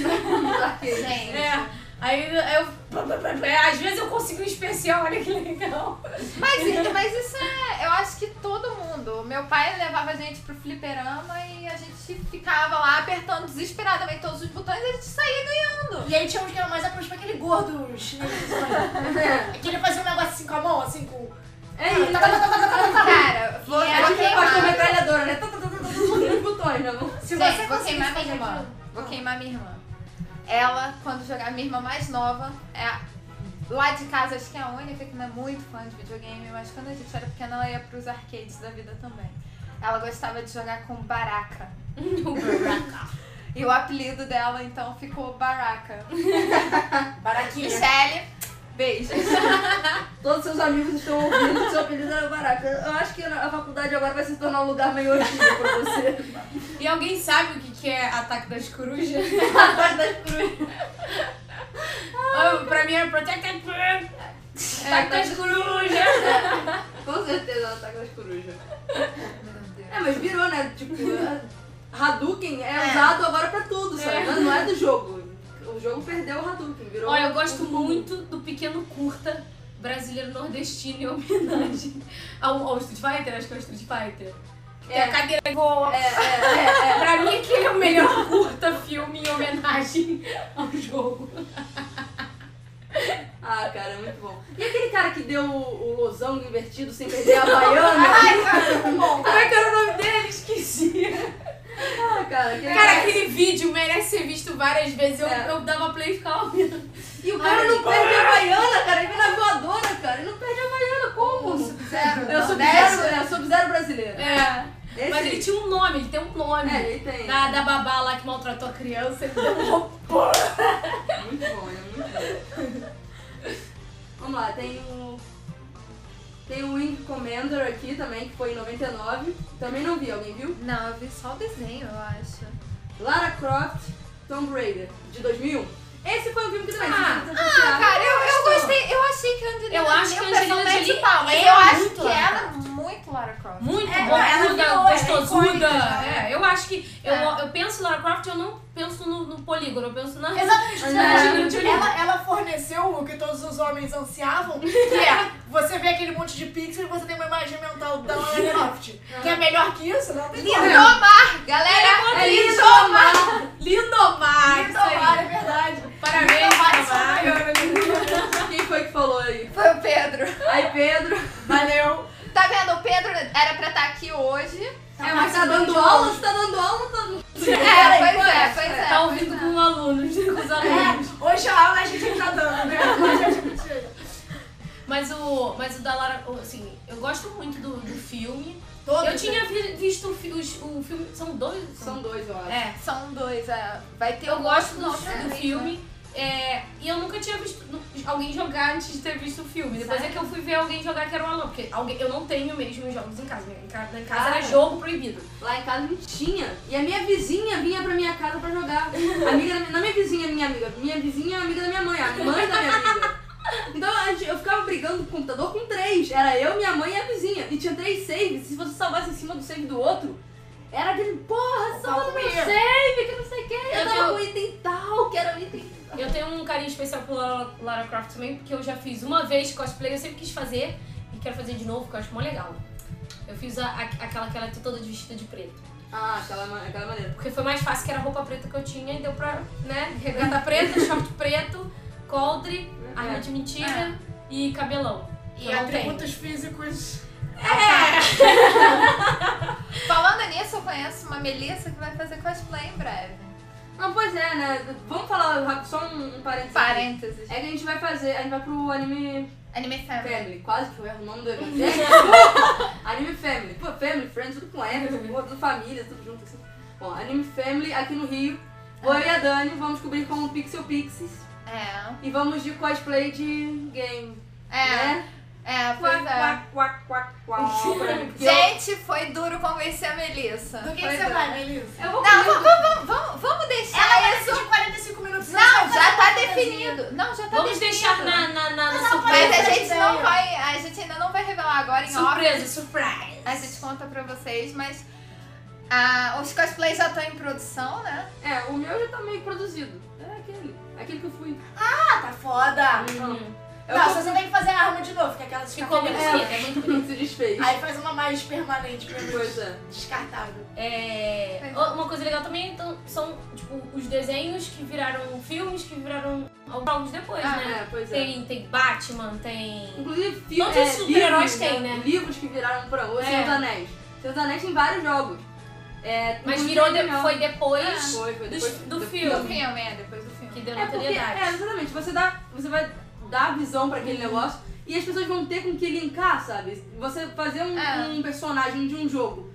Speaker 2: Gente.
Speaker 3: É. Aí eu. é, Às vezes eu consigo um especial, olha que legal.
Speaker 2: Mas, isso- mas isso é. Eu acho que todo mundo. Meu pai levava a gente pro fliperama e a gente ficava lá apertando desesperadamente todos os botões e a gente saía ganhando.
Speaker 4: E aí tinha um que era mais aproximado, aquele gordo chinês. né? Que ele fazia um negócio assim com a mão, assim, com...
Speaker 1: É isso.
Speaker 4: Tá, tá, tá, tá, tá, tá, tá.
Speaker 2: Cara, vou,
Speaker 1: É, a
Speaker 2: vou
Speaker 1: gente faz com a
Speaker 2: queimar.
Speaker 1: metralhadora, né? Tá, tá, tá, tá, tá, tá, os botões, né?
Speaker 4: Se
Speaker 2: Gente,
Speaker 4: você
Speaker 2: vou
Speaker 4: conseguir
Speaker 2: queimar
Speaker 4: fazer
Speaker 2: minha irmã.
Speaker 4: aquilo-
Speaker 2: Vou queimar minha irmã. Ela, quando jogar, minha irmã mais nova, é a- lá de casa, acho que é a única que não é muito fã de videogame, mas quando a gente era pequena, ela ia pros arcades da vida também. Ela gostava de jogar com Baraka. E o apelido dela, então, ficou Baraka.
Speaker 4: Baraquinha.
Speaker 2: Michelle, Beijos.
Speaker 1: Todos seus amigos estão ouvindo, seu apelido é Baraka. Eu acho que a faculdade agora vai se tornar um lugar meio horrível pra você.
Speaker 6: E alguém sabe o que, que é ataque das corujas?
Speaker 1: Atrás das cruzes.
Speaker 6: Oh, pra mim é Protected Bird. Ataque das corujas.
Speaker 1: Com certeza ela ataca as corujas. É, mas virou, né? Tipo, a- Hadouken é, usado agora pra tudo, sabe? Mas Não é do jogo. O jogo perdeu o Hadouken, virou.
Speaker 3: Olha, eu gosto
Speaker 1: um-
Speaker 3: muito do pequeno curta brasileiro nordestino em homenagem ao, ao Street Fighter, acho que é o Street Fighter.
Speaker 6: Tem a cadeira que voa.
Speaker 1: É, é, é, é.
Speaker 3: Pra mim, aquele é o melhor curta filme em homenagem ao jogo.
Speaker 1: Ah, cara, é muito bom. E aquele cara que deu o, o losango invertido sem perder a baiana?
Speaker 6: Como é que era o nome dele? É. Esqueci.
Speaker 1: Ah, cara, aquele
Speaker 6: Cara, aquele vídeo merece ser visto várias vezes. Eu,
Speaker 1: É.
Speaker 6: eu dava play e ficava ouvindo.
Speaker 1: E o cara não perde a baiana, cara. Ele vira voadora, cara. Ele não perde a baiana. Como?
Speaker 2: Zero.
Speaker 1: Eu sou zero, é, sub-zero brasileiro.
Speaker 6: É.
Speaker 1: Esse,
Speaker 3: Mas ele tinha um nome, ele tem um nome.
Speaker 1: É, ele tem.
Speaker 3: Da, da babá lá que maltratou a criança.
Speaker 6: *laughs*
Speaker 1: Muito bom, é muito bom. *laughs* Vamos lá, tem o. Tem o Wing Commander aqui também, que foi em 99. Também não vi, alguém viu?
Speaker 2: Não, eu vi só o desenho, eu acho.
Speaker 1: Lara Croft, Tomb Raider, de 2001. Esse foi um filme que também.
Speaker 3: Ah,
Speaker 2: Cara, eu, eu gostei, eu achei que a Angelina
Speaker 3: Eu acho que a Angelina Jolie
Speaker 2: mas
Speaker 3: é
Speaker 2: eu acho
Speaker 3: muito
Speaker 2: que
Speaker 3: Lara
Speaker 2: ela é muito Lara Croft.
Speaker 3: Muito
Speaker 4: É, ela virou,
Speaker 3: bocuda,
Speaker 4: ela é
Speaker 3: gostosuda.
Speaker 4: icônica já, né?
Speaker 3: É, eu acho que. Eu,
Speaker 2: É.
Speaker 3: eu penso em Lara Croft, eu não penso no, no polígono, eu penso na.
Speaker 4: Exatamente.
Speaker 3: na Angelina Jolie.
Speaker 4: Ela, ela forneceu o que todos os homens ansiavam, *laughs* que é você vê aquele monte de pixel e você tem uma imagem mental da Lara Croft. Que é melhor que isso, não tem como.
Speaker 2: Lindomar, galera!
Speaker 1: É isso,
Speaker 6: Lindomar. isso aí.
Speaker 4: Tomara, é verdade.
Speaker 6: Parabéns, Lindomar.
Speaker 1: *laughs* Quem foi que falou aí?
Speaker 2: Foi o Pedro.
Speaker 1: Aí, Pedro.
Speaker 4: Valeu.
Speaker 2: Tá vendo? O Pedro era pra estar aqui hoje.
Speaker 1: É, mas tá dando aula? Você tá dando aula? ou Tá...
Speaker 3: *laughs*
Speaker 2: É, pois é, pois é.
Speaker 3: Tá ouvindo com alunos, com os alunos.
Speaker 4: É, hoje a aula a gente tá dando, né? Hoje a gente chega.
Speaker 3: Mas o, mas o da Lara, assim, eu gosto muito do, do filme.
Speaker 4: Todos,
Speaker 3: eu tinha vi- visto o, fi- os- o filme. São dois?
Speaker 1: São dois, eu acho.
Speaker 3: É.
Speaker 2: São dois, é. Vai ter
Speaker 3: Eu
Speaker 2: um
Speaker 3: gosto do,
Speaker 2: outro
Speaker 3: do
Speaker 2: também, né?
Speaker 3: filme. é, e eu nunca tinha visto nu- alguém jogar antes de ter visto o filme. Depois é que eu fui ver alguém jogar que era o Alan. Porque alguém, eu não tenho mesmo jogos em casa. né? Em casa, em casa
Speaker 1: Ah.
Speaker 3: era jogo proibido.
Speaker 1: Lá em casa não tinha. E a minha vizinha vinha pra minha casa pra jogar. Amiga da minha, não é minha vizinha, minha amiga. Minha vizinha é amiga da minha mãe, a mãe da minha amiga. Então a gente- eu ficava brigando com o computador com três. Era eu, minha mãe e a vizinha. E tinha três saves. Se você salvasse em cima do save do outro, era aquele, porra, salva do meu save, que não sei o que. Eu,
Speaker 3: Eu
Speaker 1: tava
Speaker 3: tenho-
Speaker 1: com item tal, que era o item.
Speaker 3: Eu tenho um carinho especial por Lara, Lara Croft também, porque eu já fiz uma vez cosplay, eu sempre quis fazer e quero fazer de novo, porque eu acho mó legal. Eu fiz a- a- aquela que ela tá toda de vestida de preto.
Speaker 1: Ah, aquela, ma- aquela maneira.
Speaker 3: Porque foi mais fácil, que era a roupa preta que eu tinha e deu pra, né? Regata preta, *laughs* short preto, coldre, arma de mentira e cabelão. que
Speaker 4: E
Speaker 3: eu não tenho.
Speaker 4: atributos físicos.
Speaker 2: *laughs* Falando nisso, eu conheço uma Melissa que vai fazer cosplay em breve.
Speaker 1: Não, pois é, né? Vamos falar rápido, só um, um parênteses.
Speaker 2: Parênteses.
Speaker 1: É que a gente vai fazer, a gente vai pro anime
Speaker 2: Anime Family.
Speaker 1: Family, quase que eu erro o nome do
Speaker 2: *laughs*
Speaker 1: evento. anime Family. Pô, Family, Friends, tudo com F, tudo, tudo família, tudo junto assim. Bom, Anime Family aqui no Rio. Eu
Speaker 2: Ah.
Speaker 1: e a Dani vamos cobrir como Pixel Pixies
Speaker 2: É.
Speaker 1: e vamos de cosplay de game.
Speaker 2: É.
Speaker 1: Né?
Speaker 2: É,
Speaker 1: Quá,
Speaker 2: pois é.
Speaker 1: quá, quá, quá,
Speaker 2: *laughs*
Speaker 1: quá, pra mim, porque eu-
Speaker 2: Gente, foi duro convencer a Melissa.
Speaker 4: Do que, que
Speaker 1: Pois
Speaker 4: você
Speaker 1: é.
Speaker 4: vai, Melissa?
Speaker 1: Eu vou
Speaker 2: Não, vamos, vamos, vamos, vamos deixar isso.
Speaker 4: é de 45 minutos.
Speaker 2: Não, já tá definido. Não, já tá
Speaker 3: Vamos
Speaker 2: definido.
Speaker 3: deixar na, na, na, na
Speaker 2: Mas
Speaker 3: surpresa.
Speaker 2: a gente não vai. A gente ainda não vai revelar agora em off.
Speaker 3: Surpresa, surprise.
Speaker 2: A gente conta pra vocês, mas ah, os cosplays já estão em produção, né?
Speaker 1: É, o meu já tá meio produzido. É aquele. Aquele que eu fui.
Speaker 2: Hum.
Speaker 4: Ah, tá foda.
Speaker 1: Eu
Speaker 4: Não, só você tem que fazer a arma de novo, que é aquela
Speaker 3: Ficou muito
Speaker 4: descartável.
Speaker 3: bonito, é muito bonito.
Speaker 1: comprei. Se desfez.
Speaker 4: Aí faz uma mais permanente, pelo menos.
Speaker 1: Pois é.
Speaker 4: Descartável.
Speaker 3: É, uma coisa legal também então, são tipo, os desenhos que viraram filmes, que viraram jogos depois,
Speaker 2: Ah,
Speaker 3: né?
Speaker 1: É, pois é.
Speaker 3: Tem, tem Batman, tem.
Speaker 1: Inclusive, filmes.
Speaker 3: Todos os super-heróis têm, né?
Speaker 1: Livros que viraram pra. O Senhor
Speaker 3: É.
Speaker 1: dos Anéis. O Senhor dos Anéis tem vários jogos. É,
Speaker 3: Mas
Speaker 1: muito
Speaker 3: virou de-
Speaker 1: legal.
Speaker 3: foi depois
Speaker 1: Foi, foi
Speaker 3: dos-
Speaker 1: depois
Speaker 3: do
Speaker 1: depois-
Speaker 3: filme.
Speaker 2: Do filme, é, depois do filme.
Speaker 3: que deu
Speaker 1: É porque, é,
Speaker 3: notoriedade. Uhum.
Speaker 1: exatamente. Você, dá, você vai dar visão pra aquele negócio e as pessoas vão ter com que linkar, sabe? Você fazer um,
Speaker 2: É.
Speaker 1: um personagem de um jogo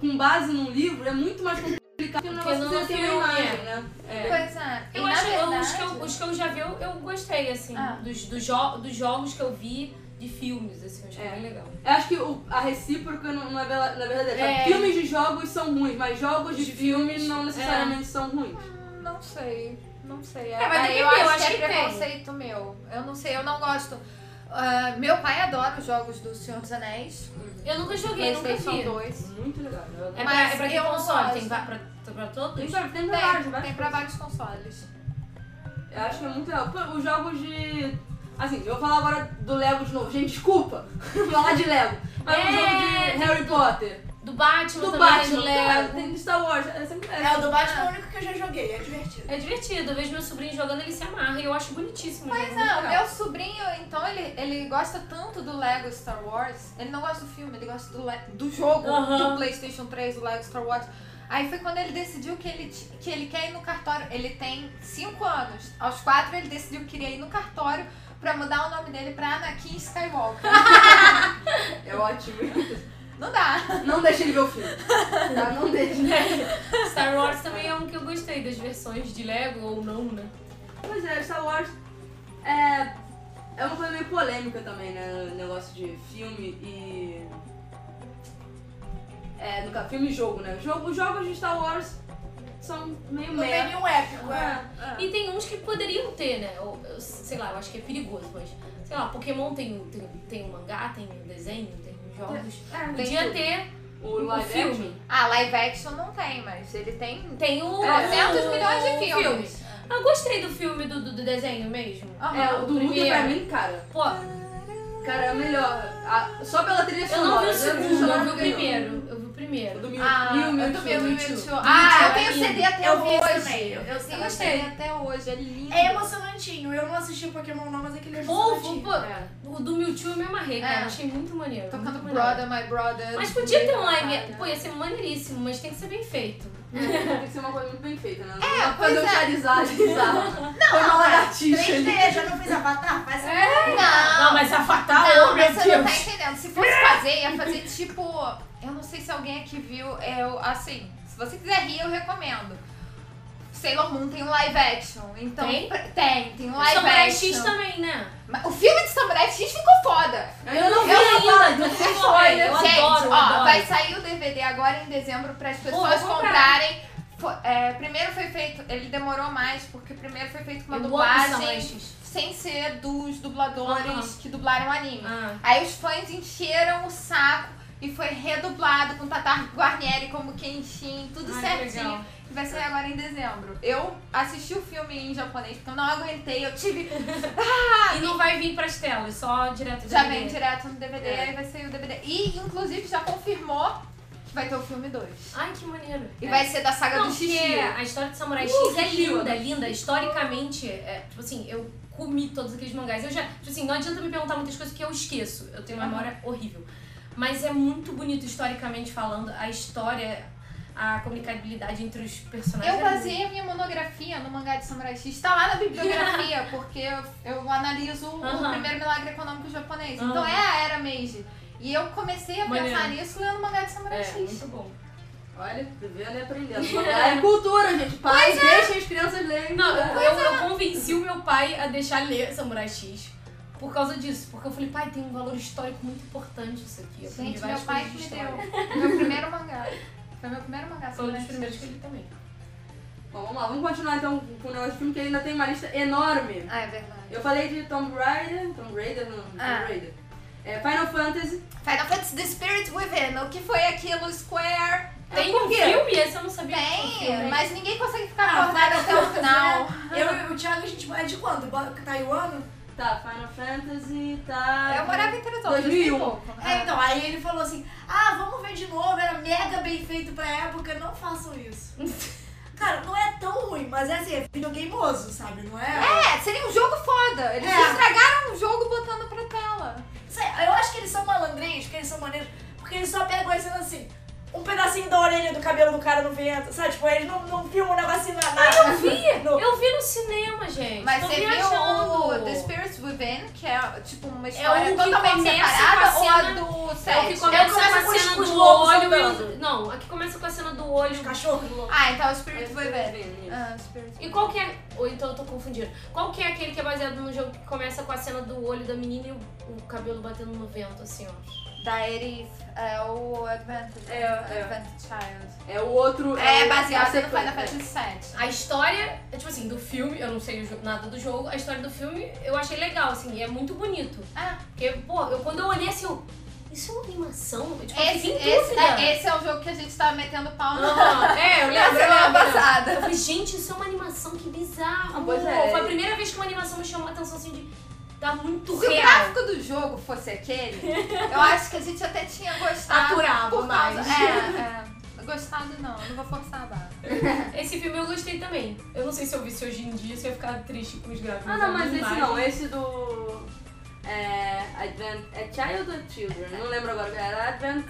Speaker 1: com base num livro é muito mais complicado justificar. Porque o
Speaker 3: Porque
Speaker 1: negócio
Speaker 3: no
Speaker 1: precisa ter uma
Speaker 3: filme,
Speaker 1: imagem, né? É.
Speaker 2: Pois é. E
Speaker 6: Eu
Speaker 2: na
Speaker 6: acho
Speaker 2: verdade,
Speaker 6: os, que eu, os que eu já vi, eu, eu gostei, assim.
Speaker 2: Ah.
Speaker 6: Dos, dos, jo dos jogos que eu vi de filmes, assim, eu achei
Speaker 1: É.
Speaker 6: bem legal.
Speaker 1: Eu acho que o- a recíproca não, não é vela- na verdade.
Speaker 6: É.
Speaker 1: Filmes de jogos são ruins, mas jogos de,
Speaker 6: De
Speaker 1: filme
Speaker 6: filmes,
Speaker 3: é.
Speaker 1: não necessariamente são ruins.
Speaker 2: Não sei, não sei.
Speaker 3: mas
Speaker 2: Aí
Speaker 3: depende,
Speaker 2: É, eu acho,
Speaker 3: eu acho
Speaker 2: que,
Speaker 3: que
Speaker 2: é
Speaker 3: tem.
Speaker 2: preconceito meu. Eu não sei, eu não gosto. Ah, meu pai adora os jogos do Senhor dos Anéis.
Speaker 3: Eu nunca joguei, nunca
Speaker 2: PlayStation
Speaker 3: vi.
Speaker 2: 2.
Speaker 1: Muito legal. né?
Speaker 3: É pra,
Speaker 2: Mas
Speaker 3: é pra que
Speaker 2: eu não
Speaker 3: console?
Speaker 2: gosto.
Speaker 3: Tem pra, pra, pra todos?
Speaker 1: Tem pra, tem pra vários,
Speaker 2: Tem, né?
Speaker 1: vários.
Speaker 2: tem pra vários consoles.
Speaker 1: Eu acho que é muito legal. Pô, Os jogos de. Assim, eu vou falar agora do Lego de novo. Gente, desculpa *laughs* falar de Lego. Mas
Speaker 3: É,
Speaker 1: o jogo de Harry Potter,
Speaker 3: Do Batman
Speaker 1: do
Speaker 3: também,
Speaker 1: Batman,
Speaker 3: do
Speaker 1: cara,
Speaker 3: Lego.
Speaker 1: tem do Star Wars. É, sempre- é,
Speaker 4: É, o do Batman é o único que eu já joguei, é divertido.
Speaker 3: É divertido, eu vejo meu sobrinho jogando, ele se amarra e eu acho bonitíssimo.
Speaker 2: Pois é, o meu sobrinho, então, ele, ele gosta tanto do Lego Star Wars. Ele não gosta do filme, ele gosta do, Le- do jogo
Speaker 3: Aham.
Speaker 2: do PlayStation 3, do Lego Star Wars. Aí foi quando ele decidiu que ele, ti- que ele quer ir no cartório. Ele tem 5 anos. Aos 4 ele decidiu que queria ir no cartório pra mudar o nome dele pra Anakin Skywalker.
Speaker 3: *laughs*
Speaker 1: é ótimo.
Speaker 2: não dá.
Speaker 1: *laughs* Não deixa ele ver o filme. Tá? Não deixa.
Speaker 3: Star Wars também é um que eu gostei das versões de Lego ou não, né?
Speaker 1: Pois é, Star Wars é, é uma coisa meio polêmica também, né? O negócio de filme e. É, no caso, filme e jogo, né? Jogo, os jogos de Star Wars são meio
Speaker 4: Não tem
Speaker 1: merda.
Speaker 4: nenhum épico, é.
Speaker 3: E tem uns que poderiam ter, né? Ou, eu- sei lá, eu acho que é perigoso, mas. Sei lá, Pokémon tem, um- tem, tem um mangá, tem um desenho, tem uns jogos.
Speaker 1: É, tem
Speaker 3: Podia
Speaker 1: tudo.
Speaker 3: ter
Speaker 1: o
Speaker 3: um
Speaker 1: live action.
Speaker 3: filme.
Speaker 2: Ah, live action não tem, mas ele tem
Speaker 3: Tem um.
Speaker 2: 300
Speaker 3: um-
Speaker 2: milhões de
Speaker 3: um
Speaker 2: filmes.
Speaker 3: filme. Eu gostei do filme do, do, do desenho mesmo.
Speaker 2: Aham.
Speaker 1: É, o do Luke pra
Speaker 3: Ah, primeiro.
Speaker 1: mim, cara.
Speaker 3: Pô,
Speaker 1: Cara, é o melhor. A- só pela trilha
Speaker 3: eu não vi
Speaker 1: sonora.
Speaker 3: o
Speaker 1: né?
Speaker 3: segundo, eu vi o
Speaker 1: ganhou.
Speaker 3: primeiro. Eu vi o
Speaker 1: O
Speaker 3: primeiro.
Speaker 1: do Mew,
Speaker 2: Ah,
Speaker 1: Mew, Mew,
Speaker 2: eu também
Speaker 1: Mew,
Speaker 2: vi o
Speaker 1: Mew.
Speaker 2: Mewtwo. Ah, eu tenho
Speaker 3: Mewtwo é
Speaker 2: CD até
Speaker 4: Eu vi esse
Speaker 2: hoje.
Speaker 4: também, eu- eu
Speaker 2: tenho
Speaker 3: gostei.
Speaker 2: CD até hoje, é lindo.
Speaker 4: É emocionantinho. Eu não assisti Pokémon não, mas aquele é
Speaker 3: Povo,
Speaker 4: emocionantinho.
Speaker 3: pô,
Speaker 1: né?
Speaker 3: o do Mewtwo eu me amarrei, cara.
Speaker 2: É.
Speaker 3: Achei muito maneiro.
Speaker 2: Tocando
Speaker 3: muito maneiro.
Speaker 2: Brother, My Brother.
Speaker 3: Mas podia ter um live.
Speaker 2: Cara.
Speaker 3: Pô, ia ser maneiríssimo, mas tem que ser bem feito.
Speaker 1: É, Tem que ser uma coisa muito bem feita, né? Não
Speaker 2: É,
Speaker 1: dá pra fazer um
Speaker 2: pois é.
Speaker 1: Charizard bizarro. Foi uma lagartixa ali.
Speaker 4: 3D, já não fez Avatar? Faz
Speaker 2: Não,
Speaker 3: mas a fatal,
Speaker 2: não, mas você não tá entendendo. Se fosse fazer, ia fazer tipo. Eu não sei se alguém aqui viu. Eu, assim, se você quiser rir, eu recomendo. Sailor Moon tem um live action. Então,
Speaker 3: Tem?
Speaker 2: pra- tem, tem um live
Speaker 3: Samurai
Speaker 2: action.
Speaker 3: X também, né?
Speaker 2: Mas O filme de Samurai X ficou foda.
Speaker 1: Eu não vi
Speaker 2: Eu
Speaker 1: ainda.
Speaker 3: Não sei qual é,
Speaker 2: Olha,
Speaker 3: eu
Speaker 2: gente,
Speaker 3: adoro, eu
Speaker 2: ó,
Speaker 3: adoro.
Speaker 2: vai sair o DVD agora em dezembro para as
Speaker 3: Pô, eu
Speaker 2: pessoas
Speaker 3: vou comprar.
Speaker 2: comprarem. Fo- é, primeiro foi feito, ele demorou mais porque primeiro foi feito com uma
Speaker 3: Eu amo Samurai
Speaker 2: dublagem
Speaker 3: X.
Speaker 2: sem ser dos dubladores
Speaker 3: Aham.
Speaker 2: que dublaram o anime.
Speaker 3: Ah,
Speaker 2: Aí os fãs encheram o saco e foi redublado com Tatar Guarnieri como Kenshin, tudo
Speaker 3: Ai, que legal.
Speaker 2: certinho. E vai sair agora em dezembro. Eu assisti o filme em japonês porque eu não aguentei, eu tive
Speaker 3: e não vai vir pras telas, só direto do
Speaker 2: Já
Speaker 3: DVD.
Speaker 2: vem direto no DVD,
Speaker 3: É.
Speaker 2: aí vai sair o DVD. E, inclusive, já confirmou que vai ter o filme 2.
Speaker 3: Ai, que maneiro.
Speaker 2: E vai ser da saga
Speaker 3: É. Não, é.
Speaker 2: do
Speaker 3: porque
Speaker 2: xixi.
Speaker 3: a história de Samurai X é linda, linda. Historicamente, é, tipo assim, eu comi todos aqueles mangás. Eu já, tipo assim, não adianta me perguntar muitas coisas que eu esqueço. Eu tenho uma memória horrível. Mas é muito bonito historicamente falando. A história, a comunicabilidade entre os personagens.
Speaker 2: Eu
Speaker 3: é
Speaker 2: baseei a minha monografia no mangá de Samurai X. Tá lá na
Speaker 3: *laughs*
Speaker 2: bibliografia, porque eu, eu analiso
Speaker 3: Aham.
Speaker 2: o primeiro milagre econômico japonês.
Speaker 3: Aham.
Speaker 2: Então é a era Meiji. E eu comecei a pensar
Speaker 3: Maneiro.
Speaker 2: nisso lendo o mangá de Samurai
Speaker 3: É,
Speaker 2: X.
Speaker 3: muito bom.
Speaker 1: Olha, vivendo e aprendendo.
Speaker 2: *laughs*
Speaker 1: É cultura, gente. Pais,
Speaker 2: é.
Speaker 1: deixem as crianças lerem.
Speaker 3: Não, eu, eu, eu convenci o meu pai a deixar ler Samurai X por causa disso. Porque eu falei, pai, tem um valor histórico muito importante isso aqui. Eu aprendi
Speaker 2: Gente, meu
Speaker 3: várias
Speaker 2: pai que
Speaker 3: coisas
Speaker 2: me
Speaker 3: de
Speaker 2: deu.
Speaker 3: história.
Speaker 2: Meu primeiro mangá. Foi meu primeiro mangá
Speaker 3: Foi um
Speaker 2: Samurai
Speaker 3: dos
Speaker 2: X.
Speaker 3: primeiros que eu li também.
Speaker 1: Bom, vamos lá. Vamos continuar então com o negócio de filme, que ainda tem uma lista enorme.
Speaker 2: Ah, é verdade.
Speaker 1: Eu falei de Tomb Raider. Tomb Raider? Não, Tomb
Speaker 2: Ah.
Speaker 1: Raider. É, Final Fantasy.
Speaker 2: Final Fantasy The Spirit Within. O que foi aquilo? Square.
Speaker 3: Tem
Speaker 2: É, Por
Speaker 3: um
Speaker 2: quê?
Speaker 3: filme? Esse eu não sabia que tinha
Speaker 2: Tem,
Speaker 3: um filme.
Speaker 2: mas ninguém consegue ficar acordado até o final.
Speaker 4: Eu e o Thiago, a gente é de quando? Bo- Taiwan?
Speaker 1: Tá, Final Fantasy tá.
Speaker 2: Eu morava em Teresópolis,
Speaker 1: 2001.
Speaker 2: tem pouco.
Speaker 4: É, então, aí ele falou assim, ah, vamos ver de novo, era mega bem feito pra época, não façam *laughs* isso. Cara, não é tão ruim, mas é assim, é videogameoso, sabe? Não é...
Speaker 2: É, seria um jogo foda. Eles
Speaker 4: É.
Speaker 2: estragaram o jogo botando pra tela.
Speaker 4: Sei, eu acho que eles são malandrinhos, que eles são maneiros, porque eles só pegam as cenas assim, um pedacinho da orelha do cabelo do cara no vento, sabe? Tipo, *laughs* eles não, não filmam um negocinho na... Mas
Speaker 3: Eu vi! Eu vi no cinema, gente.
Speaker 2: Mas
Speaker 3: Tô
Speaker 2: você viu
Speaker 3: viajando.
Speaker 2: o The Spirits Within, que é tipo uma
Speaker 3: o
Speaker 2: história
Speaker 3: que
Speaker 2: totalmente
Speaker 3: começa
Speaker 2: separada,
Speaker 3: com a
Speaker 2: ou a
Speaker 3: cena-
Speaker 2: do
Speaker 3: É o que
Speaker 2: Sete?
Speaker 3: começa
Speaker 4: Eu
Speaker 3: com
Speaker 4: começo com
Speaker 3: a
Speaker 4: os-
Speaker 3: cena
Speaker 4: com os
Speaker 3: do
Speaker 4: lobos
Speaker 3: olho e
Speaker 4: andando.
Speaker 3: o... Não, aqui começa com a cena do olho.
Speaker 4: Os cachorros loucos.
Speaker 2: Ah, então é o Spirit Within.
Speaker 1: Isso.
Speaker 2: Ah, Spirit
Speaker 3: E qual que é... Ou então eu tô confundindo. Qual que é aquele que é baseado no jogo que começa com a cena do olho da menina e o, o cabelo batendo no vento, assim, ó.
Speaker 2: Da Eris, é o Advented,
Speaker 1: É, é.
Speaker 2: Advented Child.
Speaker 1: É o outro.
Speaker 2: É
Speaker 1: o- a
Speaker 2: baseado no
Speaker 1: sequência.
Speaker 2: Final Fantasy VII.
Speaker 3: A história, é tipo assim, do filme, eu não sei o jo- nada do jogo, a história do filme eu achei legal, assim, e é muito bonito.
Speaker 2: Ah,
Speaker 3: Porque, pô, eu, quando eu olhei assim, eu... Isso é uma animação? Eu, tipo, eu
Speaker 2: esse,
Speaker 3: fiquei em
Speaker 2: esse,
Speaker 3: dúvida.
Speaker 2: é, esse é o jogo que a gente tava metendo pau *laughs* no
Speaker 3: Aham, é, eu
Speaker 2: na
Speaker 3: lembro, eu
Speaker 2: semana
Speaker 3: lembro. Eu
Speaker 2: passada.
Speaker 3: falei, gente, isso é uma animação, que bizarro.
Speaker 1: Ah, pois é.
Speaker 3: Foi a primeira vez que uma animação me chamou a atenção assim de. Tá muito
Speaker 1: é
Speaker 2: Se o
Speaker 3: real.
Speaker 2: gráfico do jogo fosse aquele, eu
Speaker 3: *laughs*
Speaker 2: acho que a gente até tinha gostado.
Speaker 3: Aturava
Speaker 2: por causa-
Speaker 3: mais.
Speaker 2: É, é. Gostado não, não vou forçar a barra.
Speaker 3: Esse filme eu gostei também. Eu não sei se eu visse hoje em dia, se eu ia ficar triste com os gráficos.
Speaker 1: Ah, não,
Speaker 3: é
Speaker 1: mas
Speaker 3: uma
Speaker 1: esse
Speaker 3: imagem.
Speaker 1: não. Esse do. É. Advent. É Child ou Children? Não lembro agora. Era Advent.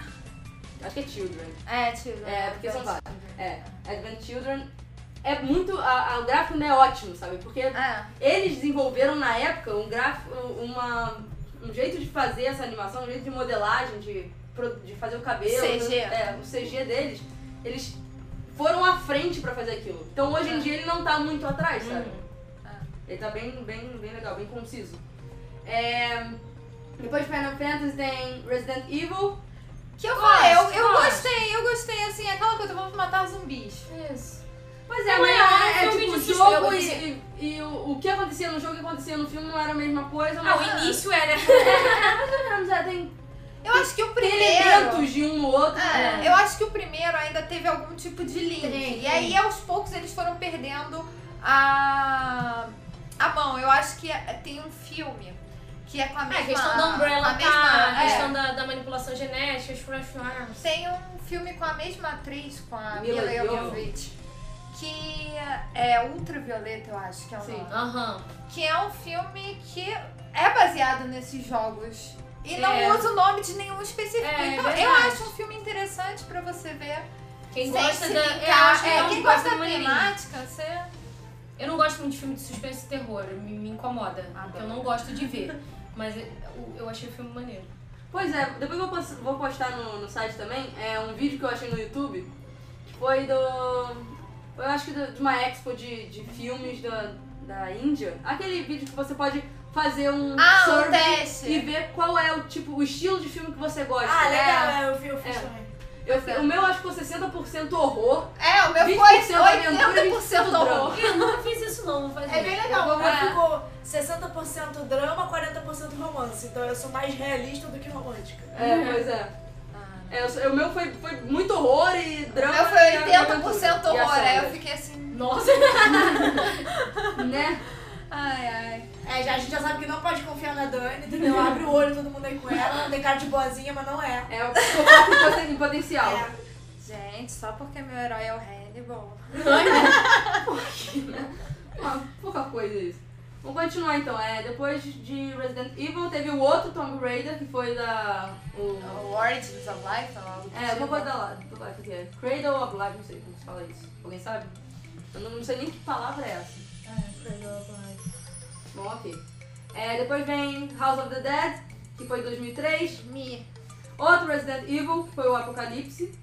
Speaker 1: Acho que é Children.
Speaker 2: É, tipo.
Speaker 1: É, porque são
Speaker 2: gostado.
Speaker 1: É. Advent Children. É muito. A, a- o gráfico não é ótimo, sabe? Porque
Speaker 2: É.
Speaker 1: eles desenvolveram na época um gráfico, uma, um jeito de fazer essa animação, um jeito de modelagem, de, pro- de fazer o cabelo,
Speaker 2: CG.
Speaker 1: é, o CG deles, eles foram à frente pra fazer aquilo. Então hoje em dia ele não tá muito atrás, sabe? Ele tá bem, bem, bem legal, bem conciso. É, depois de Final Fantasy tem Resident Evil.
Speaker 2: Que eu
Speaker 3: Gosto,
Speaker 2: falei, eu, eu
Speaker 3: gosto.
Speaker 2: gostei, eu gostei, assim, aquela coisa, vamos matar zumbis.
Speaker 3: Isso.
Speaker 1: Pois
Speaker 3: É,
Speaker 1: é, mas
Speaker 3: mas é um
Speaker 1: é, é,
Speaker 3: filme
Speaker 1: tipo
Speaker 3: de
Speaker 1: o
Speaker 3: suspense,
Speaker 1: jogo
Speaker 3: eu
Speaker 1: e, e- e o, o que acontecia no jogo e acontecia no filme não era a mesma coisa.
Speaker 3: Ah,
Speaker 1: mas-
Speaker 3: o início era.
Speaker 1: Mais ou menos, é, tem
Speaker 2: Eu acho que o
Speaker 1: tem
Speaker 2: primeiro.
Speaker 1: elementos de um no outro.
Speaker 2: É, eu acho que o primeiro ainda teve algum tipo de link.
Speaker 3: Tem,
Speaker 2: E aí, aos poucos, eles foram perdendo a. a mão. Eu acho que é- tem um filme que é com a
Speaker 3: É,
Speaker 2: mesma.
Speaker 3: a questão da Umbrella,
Speaker 2: a
Speaker 3: tá?
Speaker 2: mesma,
Speaker 3: a
Speaker 2: é.
Speaker 3: questão da, da manipulação genética, os Fresh Arms.
Speaker 2: Tem um filme com a mesma atriz, com a
Speaker 1: Mila
Speaker 2: Mila
Speaker 1: Jovovich.
Speaker 2: Jovovich, que é Ultravioleta, eu acho que é o
Speaker 1: Sim.
Speaker 2: nome.
Speaker 3: Aham.
Speaker 2: que é um filme que é baseado nesses jogos. E não
Speaker 3: É.
Speaker 2: usa o nome de nenhum específico.
Speaker 3: É,
Speaker 2: então,
Speaker 3: verdade.
Speaker 2: eu acho um filme interessante pra você ver.
Speaker 3: Quem
Speaker 2: sem
Speaker 3: gosta
Speaker 2: se
Speaker 3: da.
Speaker 2: ligar.
Speaker 3: É, acho que
Speaker 2: É,
Speaker 3: dá um
Speaker 2: quem
Speaker 3: gosto
Speaker 2: gosta
Speaker 3: do
Speaker 2: da
Speaker 3: maneirinho.
Speaker 2: temática, você...
Speaker 3: Eu não gosto muito de filme de suspense e terror, me, me incomoda. porque eu não gosto de ver. Mas eu, eu achei o filme maneiro.
Speaker 1: Pois é, depois eu vou pos- vou postar no, no site também, é um vídeo que eu achei no YouTube, que foi do. Eu acho que do- de uma expo de, de filmes da, da Índia. Aquele vídeo que você pode fazer um
Speaker 2: Ah, um
Speaker 1: survey
Speaker 2: teste.
Speaker 1: e ver qual é o tipo, o estilo de filme que você gosta.
Speaker 4: Ah, legal, é, eu vi, eu fiz
Speaker 1: É.
Speaker 4: também.
Speaker 1: Eu fi- o meu acho que foi 60% horror.
Speaker 2: É, o meu
Speaker 1: 20%
Speaker 2: foi
Speaker 1: aventura e
Speaker 2: 80%
Speaker 1: 20%
Speaker 2: horror.
Speaker 3: Eu nunca fiz isso não, vou fazer.
Speaker 4: É bem legal, o meu
Speaker 2: É.
Speaker 4: ficou 60% drama, 40% romance. Então eu sou mais realista do que romântica.
Speaker 1: É, pois é. É, eu sou- o meu foi, foi muito horror e
Speaker 2: O
Speaker 1: drama.
Speaker 2: meu foi
Speaker 1: e aventura.
Speaker 2: 80%
Speaker 1: E
Speaker 2: horror.
Speaker 1: ação,
Speaker 2: Aí eu
Speaker 1: né?
Speaker 2: fiquei assim...
Speaker 3: Nossa,
Speaker 1: Né?
Speaker 2: *laughs* Ai, ai.
Speaker 4: É, já, a gente já sabe que não pode confiar na Dani, entendeu? Abre o olho, todo mundo aí com ela. Tem cara de boazinha, mas não é.
Speaker 1: É o psicopata em poten- em potencial.
Speaker 4: É.
Speaker 2: Gente, só porque meu herói é o Hannibal.
Speaker 1: Uma pouca coisa isso. Vamos continuar então. É, depois de Resident Evil teve o outro Tomb Raider, que foi da. O,
Speaker 2: O Origins of Life, ou algo do
Speaker 1: é,
Speaker 2: tipo.
Speaker 1: vou botar lá, do Life aqui. é Cradle of Life, não sei como se fala isso. Alguém sabe? Eu não, não sei nem que palavra é essa. Bom, ok. É, depois vem House of the Dead, que foi em 2003.
Speaker 2: Me.
Speaker 1: Outro Resident Evil, que foi o Apocalipse.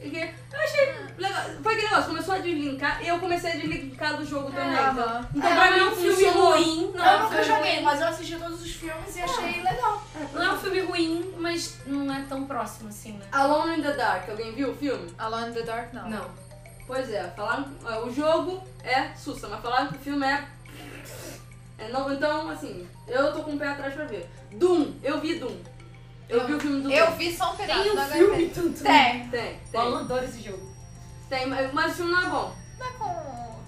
Speaker 1: E que eu achei legal. Foi aquele negócio, começou a deslinkar e eu comecei a deslinkar do jogo também. então,
Speaker 2: aham.
Speaker 1: então pra mim é um filme ruim.
Speaker 3: Não,
Speaker 4: eu
Speaker 3: é um
Speaker 4: nunca
Speaker 3: filme
Speaker 4: joguei,
Speaker 3: ruim.
Speaker 4: mas eu assisti todos os filmes e achei legal.
Speaker 3: Não é um filme ruim, mas não é tão próximo assim, né?
Speaker 1: Alone in the Dark, alguém viu o filme?
Speaker 2: Alone in the Dark, não.
Speaker 3: Não.
Speaker 1: Pois é, falaram, é, o jogo é sussa, mas falaram que o filme é. é não, então, assim, eu tô com o pé atrás pra ver. Doom, eu vi Doom. Eu, vi o filme do
Speaker 2: Eu
Speaker 1: Doom.
Speaker 2: vi só um pedaço
Speaker 3: Tem
Speaker 2: do
Speaker 3: um
Speaker 2: HP.
Speaker 3: filme tudo.
Speaker 2: Tem.
Speaker 1: Tem,
Speaker 3: Eu
Speaker 1: tem,
Speaker 3: adoro esse jogo.
Speaker 1: tem, mas- mas o filme não é bom.
Speaker 2: Mas Tá com.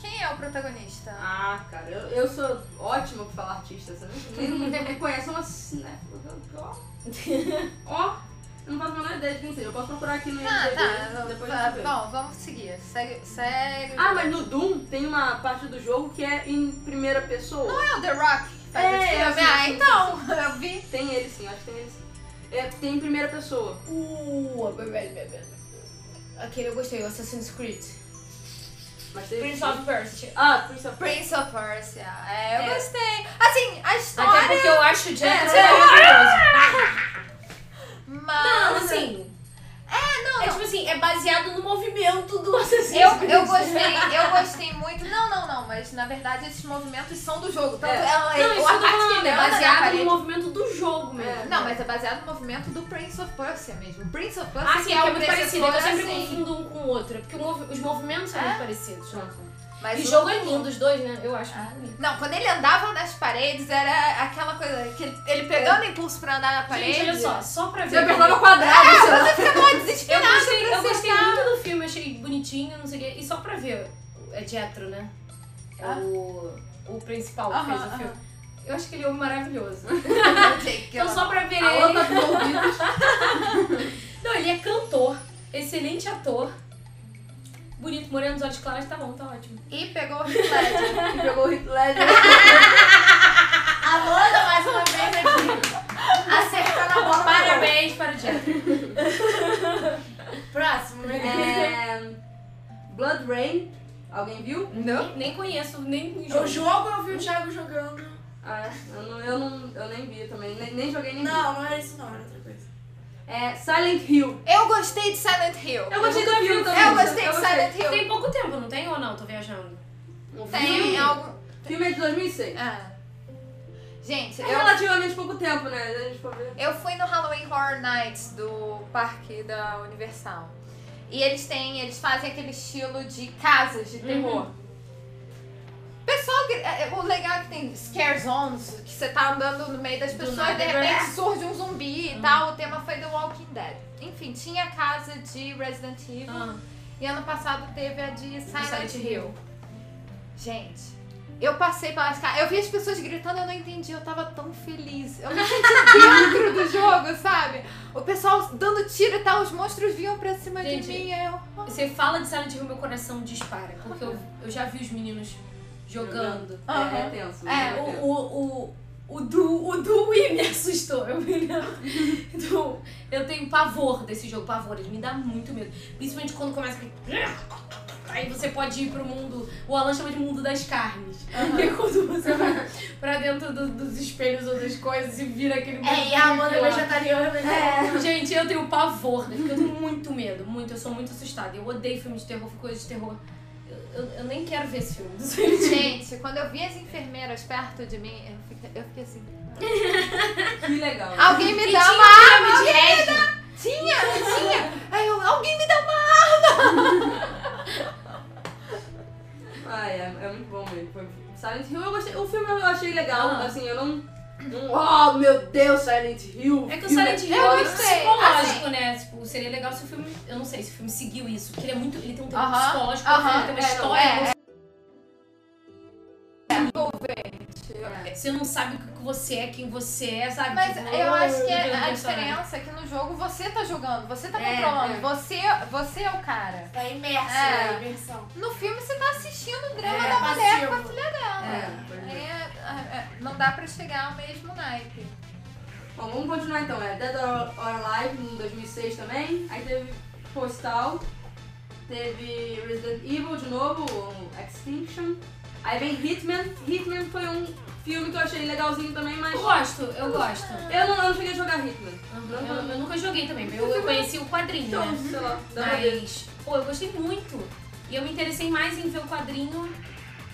Speaker 2: Quem é o protagonista?
Speaker 1: Ah, cara, eu, eu sou ótima pra falar artista, sabe? Nem me conhece uma né? Ó,
Speaker 2: *laughs*
Speaker 1: ó, eu não faço a menor ideia de quem seja. Eu posso procurar aqui no
Speaker 2: Ah,
Speaker 1: IMDb,
Speaker 2: tá.
Speaker 1: depois
Speaker 2: Tá,
Speaker 1: a gente vê.
Speaker 2: Bom, vamos seguir. Segue. segue.
Speaker 1: Ah, mas no Doom tem uma parte do jogo que é em primeira pessoa.
Speaker 2: É o The Rock que faz
Speaker 1: É,
Speaker 2: esse
Speaker 1: eu
Speaker 2: filme.
Speaker 1: vi,
Speaker 2: Ah,
Speaker 1: eu vi.
Speaker 2: então, *laughs* eu vi.
Speaker 1: Tem ele sim, acho que tem ele sim. É, tem em primeira pessoa.
Speaker 3: Uh, aquele eu gostei, o Assassin's Creed.
Speaker 1: Mas tem.
Speaker 3: Prince of Persia.
Speaker 1: Ah, Prince of
Speaker 2: Prince of Persia. É, eu
Speaker 1: É.
Speaker 2: gostei. Assim, história.
Speaker 3: Até porque eu acho o Jack
Speaker 2: É,
Speaker 3: maravilhoso.
Speaker 2: Mas.
Speaker 3: Não, assim.
Speaker 2: É, não,
Speaker 3: É
Speaker 2: não.
Speaker 3: tipo assim, é baseado no movimento do assassino.
Speaker 2: Eu, eu gostei, eu gostei muito. Não, não, não, mas na verdade esses movimentos são do jogo. Tanto
Speaker 1: É.
Speaker 2: ela
Speaker 3: Não,
Speaker 2: o
Speaker 3: isso que eu tô
Speaker 2: ataque
Speaker 3: falando, é
Speaker 2: dela na
Speaker 3: baseado
Speaker 2: parede.
Speaker 3: no movimento do jogo mesmo.
Speaker 2: Não, mas é baseado no movimento do Prince of Persia mesmo. O Prince of Persia
Speaker 3: Ah, sim,
Speaker 2: que um
Speaker 3: é,
Speaker 2: o
Speaker 3: que é muito parecido.
Speaker 2: predecessor
Speaker 3: é que Eu sempre
Speaker 2: assim.
Speaker 3: confundo um com o outro. é Porque o movi- os movimentos são
Speaker 2: É?
Speaker 3: muito parecidos. né?
Speaker 2: Mas
Speaker 3: E o
Speaker 2: o- Ah,
Speaker 3: jogo é lindo, os dois, né? Eu acho muito lindo.
Speaker 2: Não, quando ele andava nas paredes, era aquela coisa que ele, ele pegando impulso pra andar na parede.
Speaker 3: É. Gente, olha só, só pra ver.
Speaker 1: Você apertava quadrado, sei lá.
Speaker 3: Eu
Speaker 2: Desesperado
Speaker 3: gostei,
Speaker 2: pra
Speaker 3: eu gostei
Speaker 2: acertar.
Speaker 3: muito do filme, achei bonitinho, não sei o quê. E só pra ver, é Jetro, né? É
Speaker 2: Ah.
Speaker 3: o, o principal que
Speaker 2: Aham,
Speaker 3: fez o filme. Eu acho que ele é
Speaker 2: *laughs*
Speaker 3: um maravilhoso.
Speaker 2: Eu sei que
Speaker 3: Então
Speaker 2: ela-
Speaker 3: só pra ver
Speaker 1: Alô,
Speaker 3: ele.
Speaker 1: tá com ouvidos.
Speaker 3: Não, ele é cantor, excelente ator. Bonito, moreno, os olhos claros, tá bom, tá ótimo.
Speaker 2: E pegou tá o Heath
Speaker 1: *laughs*
Speaker 3: *laughs*
Speaker 2: Ledger.
Speaker 1: E pegou o Heath Ledger.
Speaker 4: Amanda, mais uma vez aqui. Acertando a bola. na
Speaker 3: Parabéns para o Jetro.
Speaker 4: mão. Próximo, né?
Speaker 1: É, Blood Rain. Alguém viu?
Speaker 2: Não?
Speaker 3: Nem conheço, nem
Speaker 4: O
Speaker 3: jogo.
Speaker 4: jogo eu vi o Thiago jogando.
Speaker 1: Ah, eu, não, eu, não, eu nem vi também. Nem, nem joguei nem
Speaker 4: Não, não era isso não, era outra coisa.
Speaker 1: vi. É Silent Hill.
Speaker 2: Eu gostei de Silent Hill.
Speaker 1: Eu gostei do filme também.
Speaker 2: Eu gostei de Silent Hill.
Speaker 3: Tem pouco tempo, não tem ou não? Tô viajando.
Speaker 1: O
Speaker 2: Tem
Speaker 1: Um filme,
Speaker 2: algo.
Speaker 1: o filme é de 2006.
Speaker 2: Ah. Gente,
Speaker 1: É
Speaker 2: eu,
Speaker 1: relativamente pouco tempo, né? A gente for ver.
Speaker 2: eu fui no Halloween Horror Nights do parque da Universal. E eles têm. Eles fazem aquele estilo de casas de terror. Pessoal, que- é, é, o legal é que tem scare zones, que você tá andando no meio das
Speaker 3: Do
Speaker 2: pessoas e
Speaker 3: nada,
Speaker 2: de repente
Speaker 3: blá.
Speaker 2: surge um zumbi e tal. O tema foi The Walking Dead. Enfim, tinha a casa de Resident Evil.
Speaker 3: Ah.
Speaker 2: E ano passado teve a de Silent,
Speaker 3: Silent
Speaker 2: Hill.
Speaker 3: Hill.
Speaker 2: Gente, eu passei pelas casas. Eu vi as pessoas gritando, eu não entendi. Eu tava tão feliz. Eu me senti um dentro
Speaker 3: *laughs*
Speaker 2: do jogo, sabe? O pessoal dando tiro e tal, os monstros vinham pra cima
Speaker 3: Gente,
Speaker 2: de mim. aí
Speaker 3: *laughs*
Speaker 2: Eu...
Speaker 3: Você fala de Silent Hill, meu coração dispara. Porque eu, eu já vi os meninos jogando.
Speaker 1: É, é
Speaker 2: Aham.
Speaker 1: tenso.
Speaker 2: É,
Speaker 1: né?
Speaker 3: O, o, o, o do, o do Wii me assustou, eu me lembro. Do- eu tenho pavor desse jogo, pavor, ele me dá muito medo. Principalmente quando começa aquele... Aí você pode ir pro mundo, o Alan chama de mundo das carnes. Que é quando você vai pra dentro do- dos espelhos ou das coisas e vira aquele...
Speaker 4: É, e a Amanda é
Speaker 3: monstro
Speaker 4: vegetariana. né?
Speaker 3: Gente, eu tenho pavor, né? Porque eu tenho muito medo, muito. Eu sou muito assustada. Eu odeio filme de terror, coisa de terror. Eu, eu- eu nem quero ver esse filme.
Speaker 2: Gente, quando eu vi as enfermeiras perto de mim, eu fiquei, eu fiquei assim.
Speaker 1: Que legal.
Speaker 2: Alguém me
Speaker 3: E
Speaker 2: dá
Speaker 3: tinha
Speaker 2: uma
Speaker 3: um
Speaker 2: arma!
Speaker 3: filme de
Speaker 2: Alguém me
Speaker 3: Ed.
Speaker 2: dá! Tinha, tinha! Aí eu, alguém me dá uma
Speaker 1: Ah, é, é muito bom mesmo. Foi Silent Hill eu gostei. O filme eu achei legal,
Speaker 3: Ah.
Speaker 1: assim, eu não. não- Oh meu Deus, Silent Hill!
Speaker 3: É que o
Speaker 1: filme
Speaker 3: Silent Hill
Speaker 2: Eu
Speaker 3: é
Speaker 2: não
Speaker 3: muito
Speaker 2: sei, Assim,
Speaker 3: psicológico, né? Tipo, seria legal se o filme. Eu não sei se o filme seguiu isso, porque ele é muito. Ele tem um tema
Speaker 2: Aham,
Speaker 3: psicológico,
Speaker 2: aham,
Speaker 3: ele tem um uma
Speaker 2: é, não,
Speaker 3: história.
Speaker 1: É.
Speaker 3: Você não sabe o que você é, quem você é, sabe?
Speaker 2: Mas
Speaker 3: Tipo,
Speaker 2: eu acho que
Speaker 3: meu Deus,
Speaker 2: a
Speaker 3: meu personagem.
Speaker 2: diferença é que no jogo você tá jogando, você tá
Speaker 1: É,
Speaker 2: controlando,
Speaker 1: é.
Speaker 2: Você, você é o cara.
Speaker 4: Tá imerso,
Speaker 2: É.
Speaker 4: né? Imersão.
Speaker 2: No filme você tá assistindo o drama
Speaker 4: É,
Speaker 2: da mulher
Speaker 4: passivo.
Speaker 2: com a filha dela.
Speaker 1: É, pois é.
Speaker 2: É, é, é, não dá pra chegar ao mesmo naipe.
Speaker 1: Bom, vamos continuar então. É Dead or or Alive um em 2006 também. Aí teve Postal. Teve Resident Evil de novo, o Extinction. Aí vem Hitman. Hitman foi um filme que eu achei legalzinho também, mas
Speaker 3: Eu
Speaker 1: eu
Speaker 3: gosto, eu gosto.
Speaker 1: não, eu não cheguei a jogar Hitman.
Speaker 3: Eu, eu nunca joguei também, eu, eu conheci o quadrinho.
Speaker 1: Então,
Speaker 3: né?
Speaker 1: sei lá, dá pra ver.
Speaker 3: Mas, pô, eu gostei muito. E eu me interessei mais em ver o quadrinho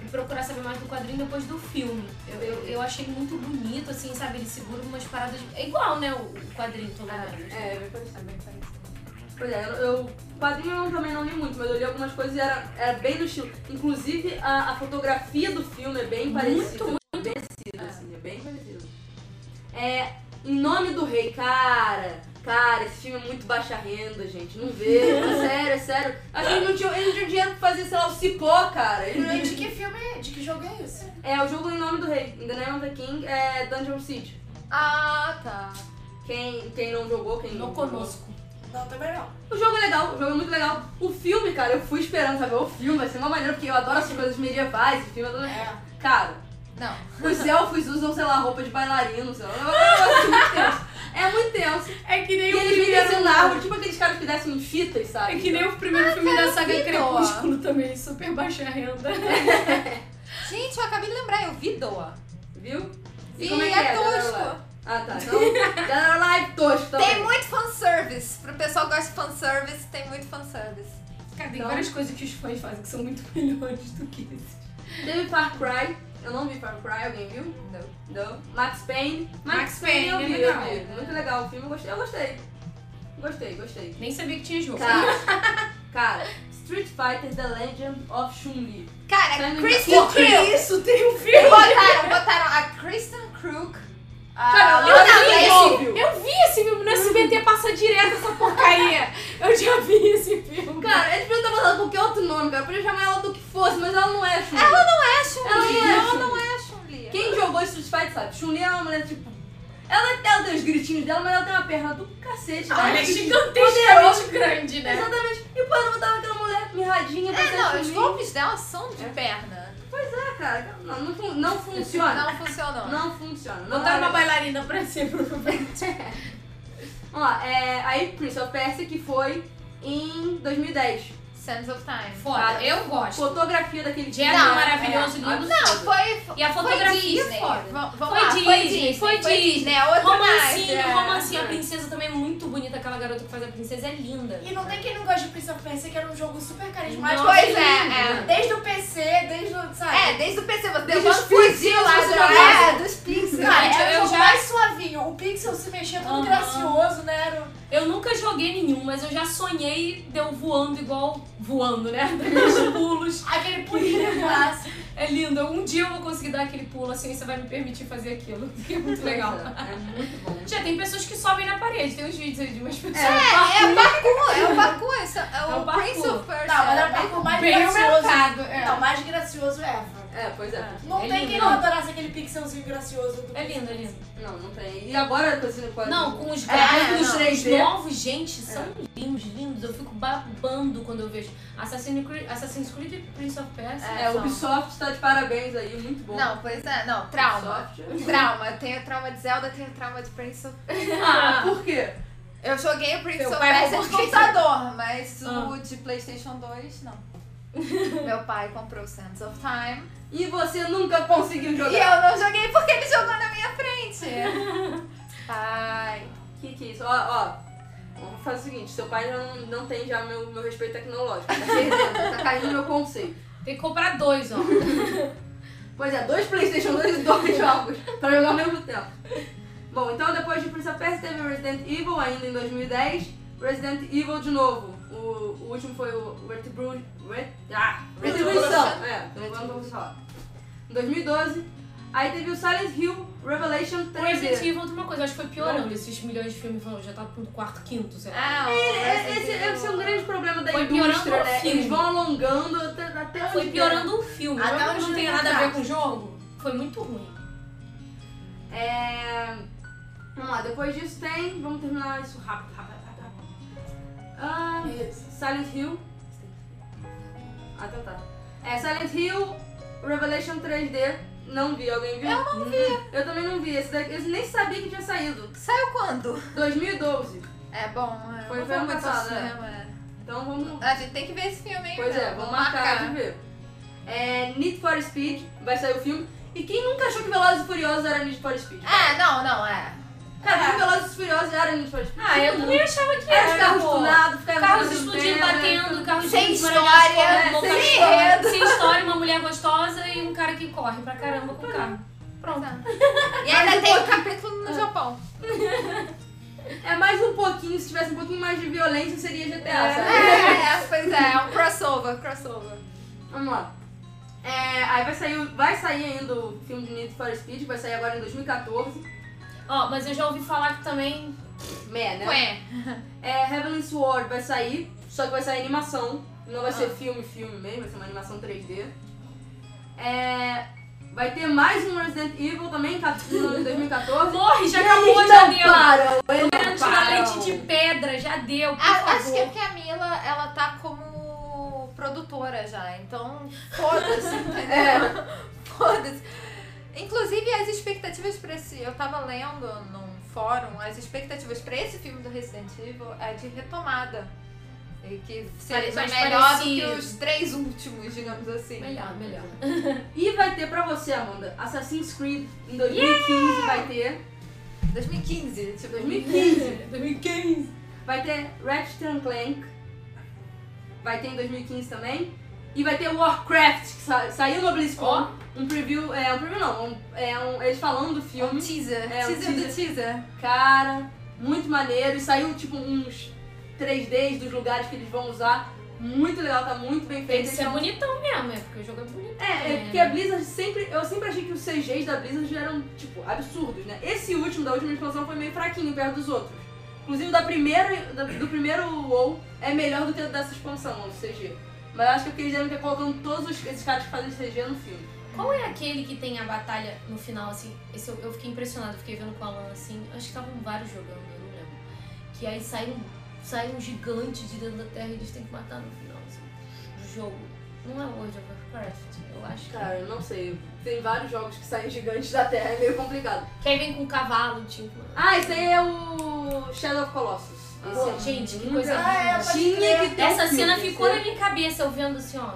Speaker 3: e procurar saber mais do quadrinho depois do filme. Eu, eu, eu achei muito bonito, assim, sabe? Ele segura umas paradas. É igual, né? O o quadrinho, pelo menos.
Speaker 1: É, bem parecido. Pois é, eu, eu quadrinho eu também não li muito, mas eu li algumas coisas e era, era bem do estilo. Inclusive a, a fotografia do filme é bem parecida. Bem parecida, assim, é bem parecido. É, em nome do rei, cara. Cara, esse filme é muito baixa renda, gente. Não vê.
Speaker 4: *laughs*
Speaker 1: É sério, é sério. Acho que eles não tinham, eles não tinham dinheiro pra fazer, sei lá, o cipó, cara. Eles não-
Speaker 4: De que filme é? De que jogo é esse?
Speaker 1: É, o jogo em nome do rei, In The Name of the King, é Dungeon Siege.
Speaker 2: Ah, tá.
Speaker 1: Quem, quem não jogou, quem
Speaker 3: Não conosco.
Speaker 4: Não, também não.
Speaker 1: O jogo é legal, o jogo é muito legal. O filme, cara, eu fui esperando, sabe? O filme vai ser uma maneira, porque eu adoro essas coisas medievais, esse filme eu adoro. Cara,
Speaker 2: Não.
Speaker 1: os elfos usam, sei lá, roupa de bailarino, sei lá. *laughs* É um negócio muito tenso. É muito tenso.
Speaker 6: É que
Speaker 1: E
Speaker 3: um
Speaker 6: nem o
Speaker 1: eles vivem
Speaker 6: primeiro.
Speaker 1: sendo
Speaker 3: é
Speaker 1: na árvore, tipo aqueles caras que descem em fitas, sabe?
Speaker 6: É que nem o
Speaker 3: Ah,
Speaker 6: primeiro filme da saga
Speaker 2: Vitor.
Speaker 6: Crepúsculo também, super baixa renda.
Speaker 2: Gente, eu acabei de lembrar, eu vi Doa.
Speaker 1: Viu? E,
Speaker 2: E
Speaker 1: como é que
Speaker 2: é
Speaker 1: é? Janela
Speaker 2: tosco.
Speaker 1: Live? Ah, tá. Então, Janela Live tosco também.
Speaker 2: Tem muito fanservice. Pro pessoal que gosta de fanservice, tem muito fanservice.
Speaker 3: Cara, tem
Speaker 1: Então-
Speaker 3: várias coisas que os fãs fazem que são muito *laughs* melhores do que esse.
Speaker 1: Teve Far Cry. Eu não vi Far Cry, alguém viu? Não. Não. Max Payne.
Speaker 3: Max Payne,
Speaker 1: eu
Speaker 3: é
Speaker 1: vi,
Speaker 3: legal.
Speaker 1: eu vi. Muito legal o filme, eu gostei. Eu gostei, gostei. gostei.
Speaker 3: Nem sabia que tinha jogo.
Speaker 1: Cara, *laughs* cara, Street Fighter The Legend of Chun-Li.
Speaker 2: Cara,
Speaker 1: Saindo
Speaker 2: Kristen
Speaker 3: é
Speaker 2: Krug.
Speaker 4: isso? Tem um filme?
Speaker 2: Botaram, botaram a Kristen Krug. a
Speaker 1: Cara, eu
Speaker 2: Lana
Speaker 1: não
Speaker 3: é
Speaker 1: vi
Speaker 2: Del-
Speaker 1: esse- óbvio.
Speaker 3: eu vi esse filme no SBT passa direto essa porcaria. Eu já vi esse filme.
Speaker 1: Cara, eles podiam ter botado qualquer outro nome, cara. Podia chamar ela do que fosse, mas ela não é Chun-Li.
Speaker 2: Ela não é Chun-Li.
Speaker 1: Ela não é
Speaker 2: Ela
Speaker 1: Chun-Li.
Speaker 2: não é Chun-Li.
Speaker 1: Quem jogou Street Fighter sabe. Chun-Li é uma mulher, tipo... Ela, ela tem os gritinhos dela, mas ela tem uma perna do cacete.
Speaker 3: Ela
Speaker 1: né?
Speaker 3: é
Speaker 1: Poderosa.
Speaker 3: gigantescamente grande, né?
Speaker 1: Exatamente. E pô, ela botava aquela mulher mirradinha pra
Speaker 2: É,
Speaker 1: ser
Speaker 2: não, os
Speaker 1: Chun-Li.
Speaker 2: golpes dela são de perna.
Speaker 1: Ah, cara, não, não, fun- não funciona.
Speaker 2: Não funcionou.
Speaker 1: Não funciona. Não é.
Speaker 3: Botaram
Speaker 1: dá
Speaker 3: uma bailarina pra ser provavelmente.
Speaker 1: Ó, é, aí Prince of Persia, que foi em 2010.
Speaker 2: Sands of Time.
Speaker 1: Cara,
Speaker 3: eu gosto.
Speaker 1: Fotografia daquele
Speaker 3: Diego
Speaker 1: filme.
Speaker 3: maravilhoso,
Speaker 1: é,
Speaker 3: lindo.
Speaker 2: Não, foi.
Speaker 3: E a fotografia é
Speaker 2: foi Disney.
Speaker 3: foda.
Speaker 2: Vamos
Speaker 3: Foi
Speaker 2: lá, foi
Speaker 3: Disney,
Speaker 2: Disney.
Speaker 3: foi Disney.
Speaker 2: É outro
Speaker 3: Romancinho,
Speaker 2: naipe, é.
Speaker 3: romancinho. A princesa também é muito bonita. Aquela garota que faz a princesa é linda.
Speaker 4: E não tem quem não gosta de Prince of Persia, que era um jogo super carismático.
Speaker 2: Pois
Speaker 4: assim,
Speaker 2: é, é.
Speaker 4: Desde o PC, desde o, sabe?
Speaker 2: É, desde o PC, você
Speaker 1: Desde
Speaker 2: levou
Speaker 1: os pixels
Speaker 2: lá
Speaker 1: que você
Speaker 2: do-
Speaker 1: jogava.
Speaker 2: É, dos pixels.
Speaker 4: Cara,
Speaker 3: Gente,
Speaker 4: era
Speaker 3: eu
Speaker 4: o jogo
Speaker 3: já-
Speaker 4: mais suavinho. O Pixel se mexia todo
Speaker 3: Aham.
Speaker 4: gracioso, né? Era o-
Speaker 3: Eu nunca joguei nenhum, mas eu já sonhei de eu voando igual... Voando, né? *laughs* Daqueles pulos.
Speaker 4: aquele
Speaker 3: *laughs*
Speaker 4: pulinho clássico.
Speaker 3: É lindo. Um dia eu vou conseguir dar aquele pulo assim e você vai me permitir fazer aquilo. *laughs* Que é muito legal.
Speaker 1: É muito bom.
Speaker 3: Já tem pessoas que sobem na parede. Tem uns vídeos aí de umas pessoas.
Speaker 2: É,
Speaker 3: *laughs*
Speaker 2: é o Baku, é o Baku, esse- é
Speaker 3: É o
Speaker 2: o
Speaker 3: Baku.
Speaker 2: Prince of Persia.
Speaker 4: Não, mas era o Pixel mais
Speaker 3: Bem
Speaker 4: gracioso.
Speaker 3: aumentado, é.
Speaker 4: Não, mais gracioso ever.
Speaker 1: É, pois é.
Speaker 4: Não
Speaker 3: É
Speaker 4: tem
Speaker 3: lindo.
Speaker 4: quem não adorasse aquele pixelzinho gracioso do
Speaker 3: É lindo, é lindo.
Speaker 1: Não, não tem. E agora, assim, com esse quadro-
Speaker 3: Não, com os
Speaker 2: É,
Speaker 3: gráficos
Speaker 2: não.
Speaker 3: os
Speaker 1: 3D.
Speaker 3: novos, gente, são lindos, lindos. Eu fico babando quando eu vejo Assassin's Creed, Assassin's Creed e Prince of Persia.
Speaker 1: É, o Ubisoft tá de parabéns aí, muito bom.
Speaker 2: Não, pois é, não, trauma.
Speaker 1: Ubisoft.
Speaker 2: Trauma. Eu tenho trauma de Zelda, eu tenho trauma de Prince of
Speaker 3: *laughs*
Speaker 1: *laughs* Ah, por quê?
Speaker 2: Eu joguei o Prince
Speaker 3: Seu
Speaker 2: of
Speaker 3: pai
Speaker 2: Persia de
Speaker 3: roubou o
Speaker 2: computador, mas
Speaker 3: Ah.
Speaker 2: o de Playstation 2, não. Meu pai comprou o Sands of Time.
Speaker 1: E você nunca conseguiu
Speaker 2: E
Speaker 1: jogar.
Speaker 2: eu não joguei porque ele jogou na minha frente. Pai.
Speaker 1: Que que é isso? Ó, ó. Vamos fazer o seguinte, seu pai já não, não tem já meu, meu respeito tecnológico. Tá perdendo, tá caindo meu conceito.
Speaker 3: Tem que comprar dois, ó.
Speaker 1: Pois é, dois Playstation 2 e dois *laughs* jogos pra jogar ao mesmo tempo. Bom, então depois de Prince of Persia teve Resident Evil ainda em 2010, Resident Evil de novo. O, o último foi o Retribution. Ret, ah, Retribuição. É, vamos falar. Em 2012, aí teve o Silent Hill Revelation
Speaker 3: O Resident
Speaker 1: 3D.
Speaker 3: Evil, outra coisa, acho que foi piorando. Esses milhões de filmes vão- já tá pro quarto, quinto, sei lá.
Speaker 2: Ah,
Speaker 1: É, Esse, esse é um grande problema da
Speaker 3: Foi piorando
Speaker 1: indústria,
Speaker 3: o
Speaker 1: né?
Speaker 3: filme.
Speaker 1: Eles vão alongando até, até onde
Speaker 3: Foi
Speaker 1: der.
Speaker 3: piorando o filme.
Speaker 4: Até
Speaker 3: Não,
Speaker 4: onde
Speaker 3: não tem
Speaker 4: chega
Speaker 3: nada a
Speaker 4: atrás.
Speaker 3: ver com o jogo. Foi muito ruim.
Speaker 1: É... Vamos lá, depois disso tem. Vamos terminar isso rápido, rápido, rápido. rápido. Ah, Silent Hill. Ah, então tá. É, Silent Hill Revelation 3D. Não vi, alguém viu? Eu não vi. Eu também não vi. Esse daqui, eu nem sabia que tinha saído.
Speaker 2: Saiu quando?
Speaker 1: 2012
Speaker 2: É bom, é.
Speaker 1: Foi
Speaker 2: eu
Speaker 1: foi ano
Speaker 2: vou muito ao
Speaker 1: passado, né?
Speaker 2: cinema, é.
Speaker 1: Então vamos.
Speaker 2: A gente tem que ver esse filme, hein?
Speaker 1: Pois é,
Speaker 2: velho?
Speaker 1: vamos marcar de ver. É, Need for Speed, vai sair o filme. E quem nunca achou que Velozes e Furiosos era Need for Speed?
Speaker 2: É, não, não, é.
Speaker 1: Cara, que Velozes e Furiosos era Need for Speed?
Speaker 3: Ah, eu também achava que
Speaker 1: Era
Speaker 3: era.
Speaker 1: os carros
Speaker 3: pô.
Speaker 1: tunados, ficava
Speaker 3: Carros
Speaker 1: jogando
Speaker 3: explodindo,
Speaker 1: pedra.
Speaker 3: batendo, carros
Speaker 2: Sem
Speaker 3: explodindo,
Speaker 2: história,
Speaker 3: maravilhosos, correndo,
Speaker 2: sem
Speaker 3: louca,
Speaker 2: enredo.
Speaker 3: Sem história, uma mulher gostosa e um cara que corre pra caramba com o carro. Pronto.
Speaker 2: E ainda tem o capítulo no Japão.
Speaker 1: É mais um pouquinho, se tivesse um pouquinho mais de violência, seria GTA, sabe?
Speaker 2: É, pois é, é um crossover, crossover.
Speaker 1: Vamos lá. É, aí vai sair, o- vai sair ainda o filme de Need for Speed, que vai sair agora em 2014.
Speaker 3: Ó, mas eu já ouvi falar que também.
Speaker 1: Meh, né?
Speaker 2: Ué.
Speaker 1: É, Heavenly Sword vai sair, só que vai sair animação. Não vai ser filme, filme mesmo, vai ser uma animação 3D. É, vai ter mais um Resident Evil também em cat- em 2014.
Speaker 3: Morre, já
Speaker 1: Eles
Speaker 3: acabou,
Speaker 1: não
Speaker 3: já deu.
Speaker 1: param, eles não
Speaker 3: Querendo tirar
Speaker 1: param.
Speaker 3: leite de pedra, já deu, por
Speaker 2: A-
Speaker 3: favor.
Speaker 2: acho que é porque a Mila, ela tá como produtora já, então foda-se, entendeu? Foda-se. Inclusive, as expectativas pra esse... Eu tava lendo num fórum, as expectativas pra esse filme do Resident Evil é de retomada. E que
Speaker 3: Pare-
Speaker 2: seja
Speaker 3: mais
Speaker 2: melhor do que
Speaker 3: parecido.
Speaker 2: os três últimos, digamos assim.
Speaker 3: Melhor, melhor.
Speaker 1: E vai ter pra você, Amanda, Assassin's Creed em 2015 vai ter.
Speaker 2: 2015, tipo,
Speaker 3: *laughs*
Speaker 1: 2015.
Speaker 3: 2015.
Speaker 1: Vai ter Ratchet and Clank. Vai ter em 2015 também. E vai ter Warcraft, que sa- saiu no BlizzCon. Um preview, é um preview não, um- é um, eles falando do
Speaker 2: É um
Speaker 1: filme.
Speaker 2: teaser.
Speaker 1: É, um
Speaker 2: teaser do teaser.
Speaker 1: Cara, muito maneiro. E saiu tipo uns 3Ds dos lugares que eles vão usar. Muito legal, tá muito bem feito.
Speaker 3: Tem que
Speaker 1: Eles
Speaker 3: ser
Speaker 1: tão-
Speaker 3: bonitão mesmo, é porque o jogo é bonito.
Speaker 1: É, é porque a Blizzard sempre. Eu sempre achei que os CGs da Blizzard eram, tipo, absurdos, né? Esse último, da última expansão, foi meio fraquinho perto dos outros. Inclusive, da primeira, da- do primeiro WoW é melhor do que o dessa expansão, o CG. Mas acho que é porque eles devem ter colocando todos os- esses caras que fazem CG no filme.
Speaker 3: Qual é aquele que tem a batalha no final, assim? Esse eu, eu fiquei impressionada, eu fiquei vendo com a Alan assim. Acho que estavam vários jogando, eu não lembro. Que aí sai um, sai um gigante de dentro da terra e eles têm que matar no final, assim, do jogo. Não é World of Warcraft, eu acho. é.
Speaker 1: Cara, eu não sei. Tem vários jogos que saem gigantes da Terra, é meio complicado.
Speaker 3: Que aí vem com um cavalo, tipo.
Speaker 1: Ah, esse aí é o Shadow of Colossus. Esse
Speaker 3: Pô,
Speaker 1: é
Speaker 3: gente, que
Speaker 1: muito
Speaker 3: coisa
Speaker 1: legal.
Speaker 4: Ah, é,
Speaker 3: linda.
Speaker 4: pode
Speaker 1: Tinha
Speaker 4: crer.
Speaker 1: que ter um
Speaker 3: Essa
Speaker 1: filme,
Speaker 3: cena ficou
Speaker 1: esse
Speaker 3: na minha cabeça, eu vendo assim, ó.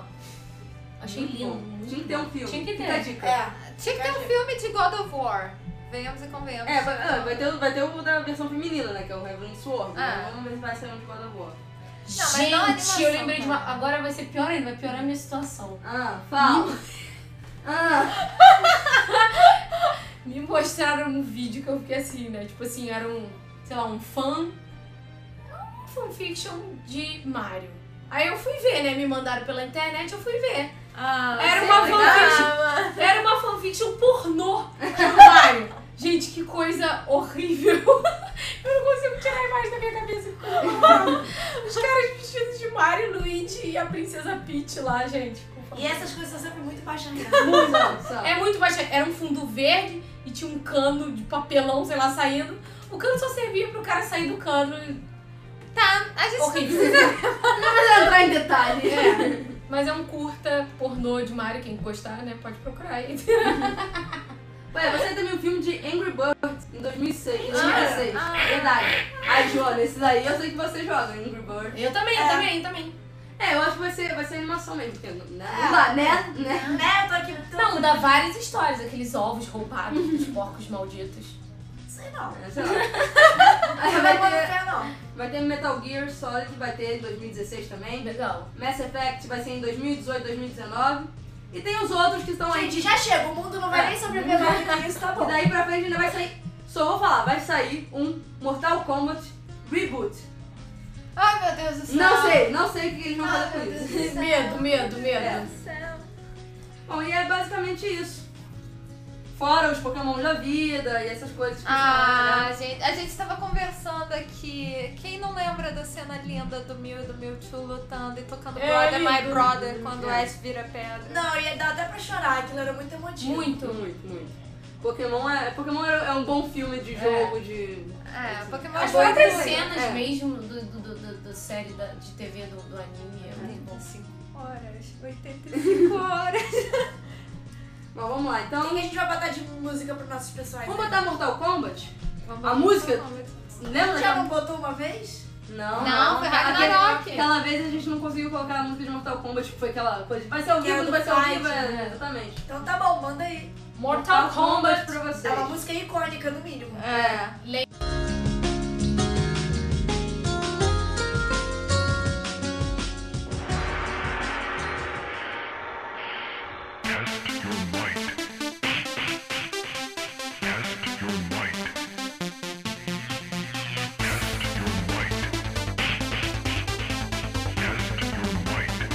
Speaker 3: Achei
Speaker 1: Muito
Speaker 3: lindo.
Speaker 1: bom.
Speaker 3: muito
Speaker 1: Tinha que ter um
Speaker 3: bom.
Speaker 1: filme.
Speaker 3: Tinha que
Speaker 1: Fica a
Speaker 3: ter.
Speaker 1: dica.
Speaker 4: É.
Speaker 2: Tinha que ter um filme de God of War. Venhamos e convenhamos.
Speaker 1: É, vai, ah, vai ter, o- vai ter o da versão feminina, né? Que é o Heavenly Sword.
Speaker 2: Ah.
Speaker 1: Não, mas vai ser um de God of War.
Speaker 3: é
Speaker 2: Não, mas não
Speaker 3: Gente, eu
Speaker 2: animação,
Speaker 3: lembrei de uma. Agora vai ser pior ainda, vai piorar a minha situação.
Speaker 1: Ah, fala. ah,
Speaker 3: Me mostraram um vídeo que eu fiquei assim, né? Tipo assim, era um, sei lá, um fã. Um fanfiction de Mario. Aí eu fui ver, né? Me mandaram pela internet, eu fui ver.
Speaker 2: Ah,
Speaker 3: Era
Speaker 2: sei
Speaker 3: uma
Speaker 1: é
Speaker 2: lá.
Speaker 3: fanfiction. *laughs* Era uma fanfiction pornô *laughs* do Mario. Gente, que coisa horrível. *laughs* Eu não consigo tirar a imagem da minha cabeça. que coisa horrorosa. Os caras vestidos de Mario, Luigi e a princesa Peach lá, gente. por favor.
Speaker 4: E essas coisas são sempre muito paixonadas.
Speaker 1: muito, sabe?
Speaker 3: É muito baixo. Era um fundo verde e tinha um cano de papelão, sei lá, saindo. O cano só servia pro cara sair do cano.
Speaker 2: Tá, a gente
Speaker 3: Horrível. *laughs*
Speaker 1: Vamos entrar em detalhe.
Speaker 3: É. Mas é um curta pornô de Mario. Quem gostar, né, pode procurar aí.
Speaker 1: Ué, você tem também um filme de Angry Birds em 2006. 2006.
Speaker 2: Ah.
Speaker 1: Verdade. Ai, Joana, esse daí eu sei que você joga, Angry Birds.
Speaker 3: Eu também, eu
Speaker 4: É.
Speaker 3: também, eu também.
Speaker 1: É, eu acho que vai ser, vai ser animação mesmo, porque não, né? não dá, né? né?
Speaker 4: *laughs* Né? Tô aqui. Tô...
Speaker 3: Não, dá várias histórias. Aqueles ovos roubados,
Speaker 1: Uhum.
Speaker 3: os porcos malditos.
Speaker 4: Sei não.
Speaker 1: É, *laughs* sei lá.
Speaker 4: Não
Speaker 1: Aí
Speaker 4: vai
Speaker 1: vai
Speaker 4: pôr no
Speaker 1: ter,
Speaker 4: pé, não.
Speaker 1: vai ter Metal Gear Solid, vai ter em 2016 também.
Speaker 3: Legal.
Speaker 1: Mass Effect vai ser em 2018, 2019. E tem os outros que estão aí. É.
Speaker 4: Gente, já chega. O mundo não vai nem sobreviver mais com isso, tá
Speaker 1: E
Speaker 4: *laughs* bom.
Speaker 1: daí pra frente ainda vai sair. Só vou falar, vai sair um Mortal Kombat Reboot.
Speaker 2: Ai, meu Deus do céu.
Speaker 1: Não sei, não sei o que eles vão
Speaker 2: Ai,
Speaker 4: Ah,
Speaker 1: fazer com
Speaker 2: meu
Speaker 1: isso.
Speaker 2: Deus.
Speaker 3: Medo, medo, medo.
Speaker 1: É. Bom, e é basicamente isso. Fora os Pokémon da vida e essas coisas que
Speaker 2: Ah, gente, a gente tava conversando aqui. Quem não lembra da cena linda do Mew e do Mewtwo lutando e tocando
Speaker 3: É
Speaker 2: Brother
Speaker 3: lindo,
Speaker 2: My Brother
Speaker 1: lindo,
Speaker 2: quando o
Speaker 1: é.
Speaker 2: Ash vira pedra?
Speaker 4: Não, ia dar até pra chorar. Aquilo era muito emotivo.
Speaker 1: são, né?
Speaker 3: Muito.
Speaker 1: Muito, muito. Pokémon é, Pokémon é é um bom filme de jogo, de.
Speaker 2: É, Pokémon
Speaker 3: As
Speaker 2: Go
Speaker 3: próprias
Speaker 2: é doido.
Speaker 3: cenas
Speaker 1: É.
Speaker 3: mesmo do, do, do, do- do série da, de TV do, do anime é muito bom.
Speaker 2: 85 horas, 85 horas.
Speaker 1: Mas vamos lá,
Speaker 4: O que
Speaker 1: então.
Speaker 4: que a gente vai botar de música pros nossos pessoais? né?
Speaker 1: Vamos botar Mortal Kombat?
Speaker 2: Vamos
Speaker 1: A música? Lembra
Speaker 4: Já
Speaker 1: daquela
Speaker 4: não botou uma vez?
Speaker 1: Não,
Speaker 2: Não, foi
Speaker 1: Aquela-
Speaker 2: Ragnarok.
Speaker 1: Aquela vez a gente não conseguiu colocar a música de Mortal Kombat, que foi aquela coisa. de Vai ser ao
Speaker 4: Que era
Speaker 1: vivo, não
Speaker 4: do
Speaker 1: vai ser ao
Speaker 4: Fight,
Speaker 1: vivo, é,
Speaker 3: né?
Speaker 1: exatamente.
Speaker 4: Então tá bom, manda aí.
Speaker 3: Mortal Kombat.
Speaker 1: pra vocês.
Speaker 4: É uma música icônica, no mínimo.
Speaker 1: É.
Speaker 7: Test your might. Test your might. Test your might. Test your might.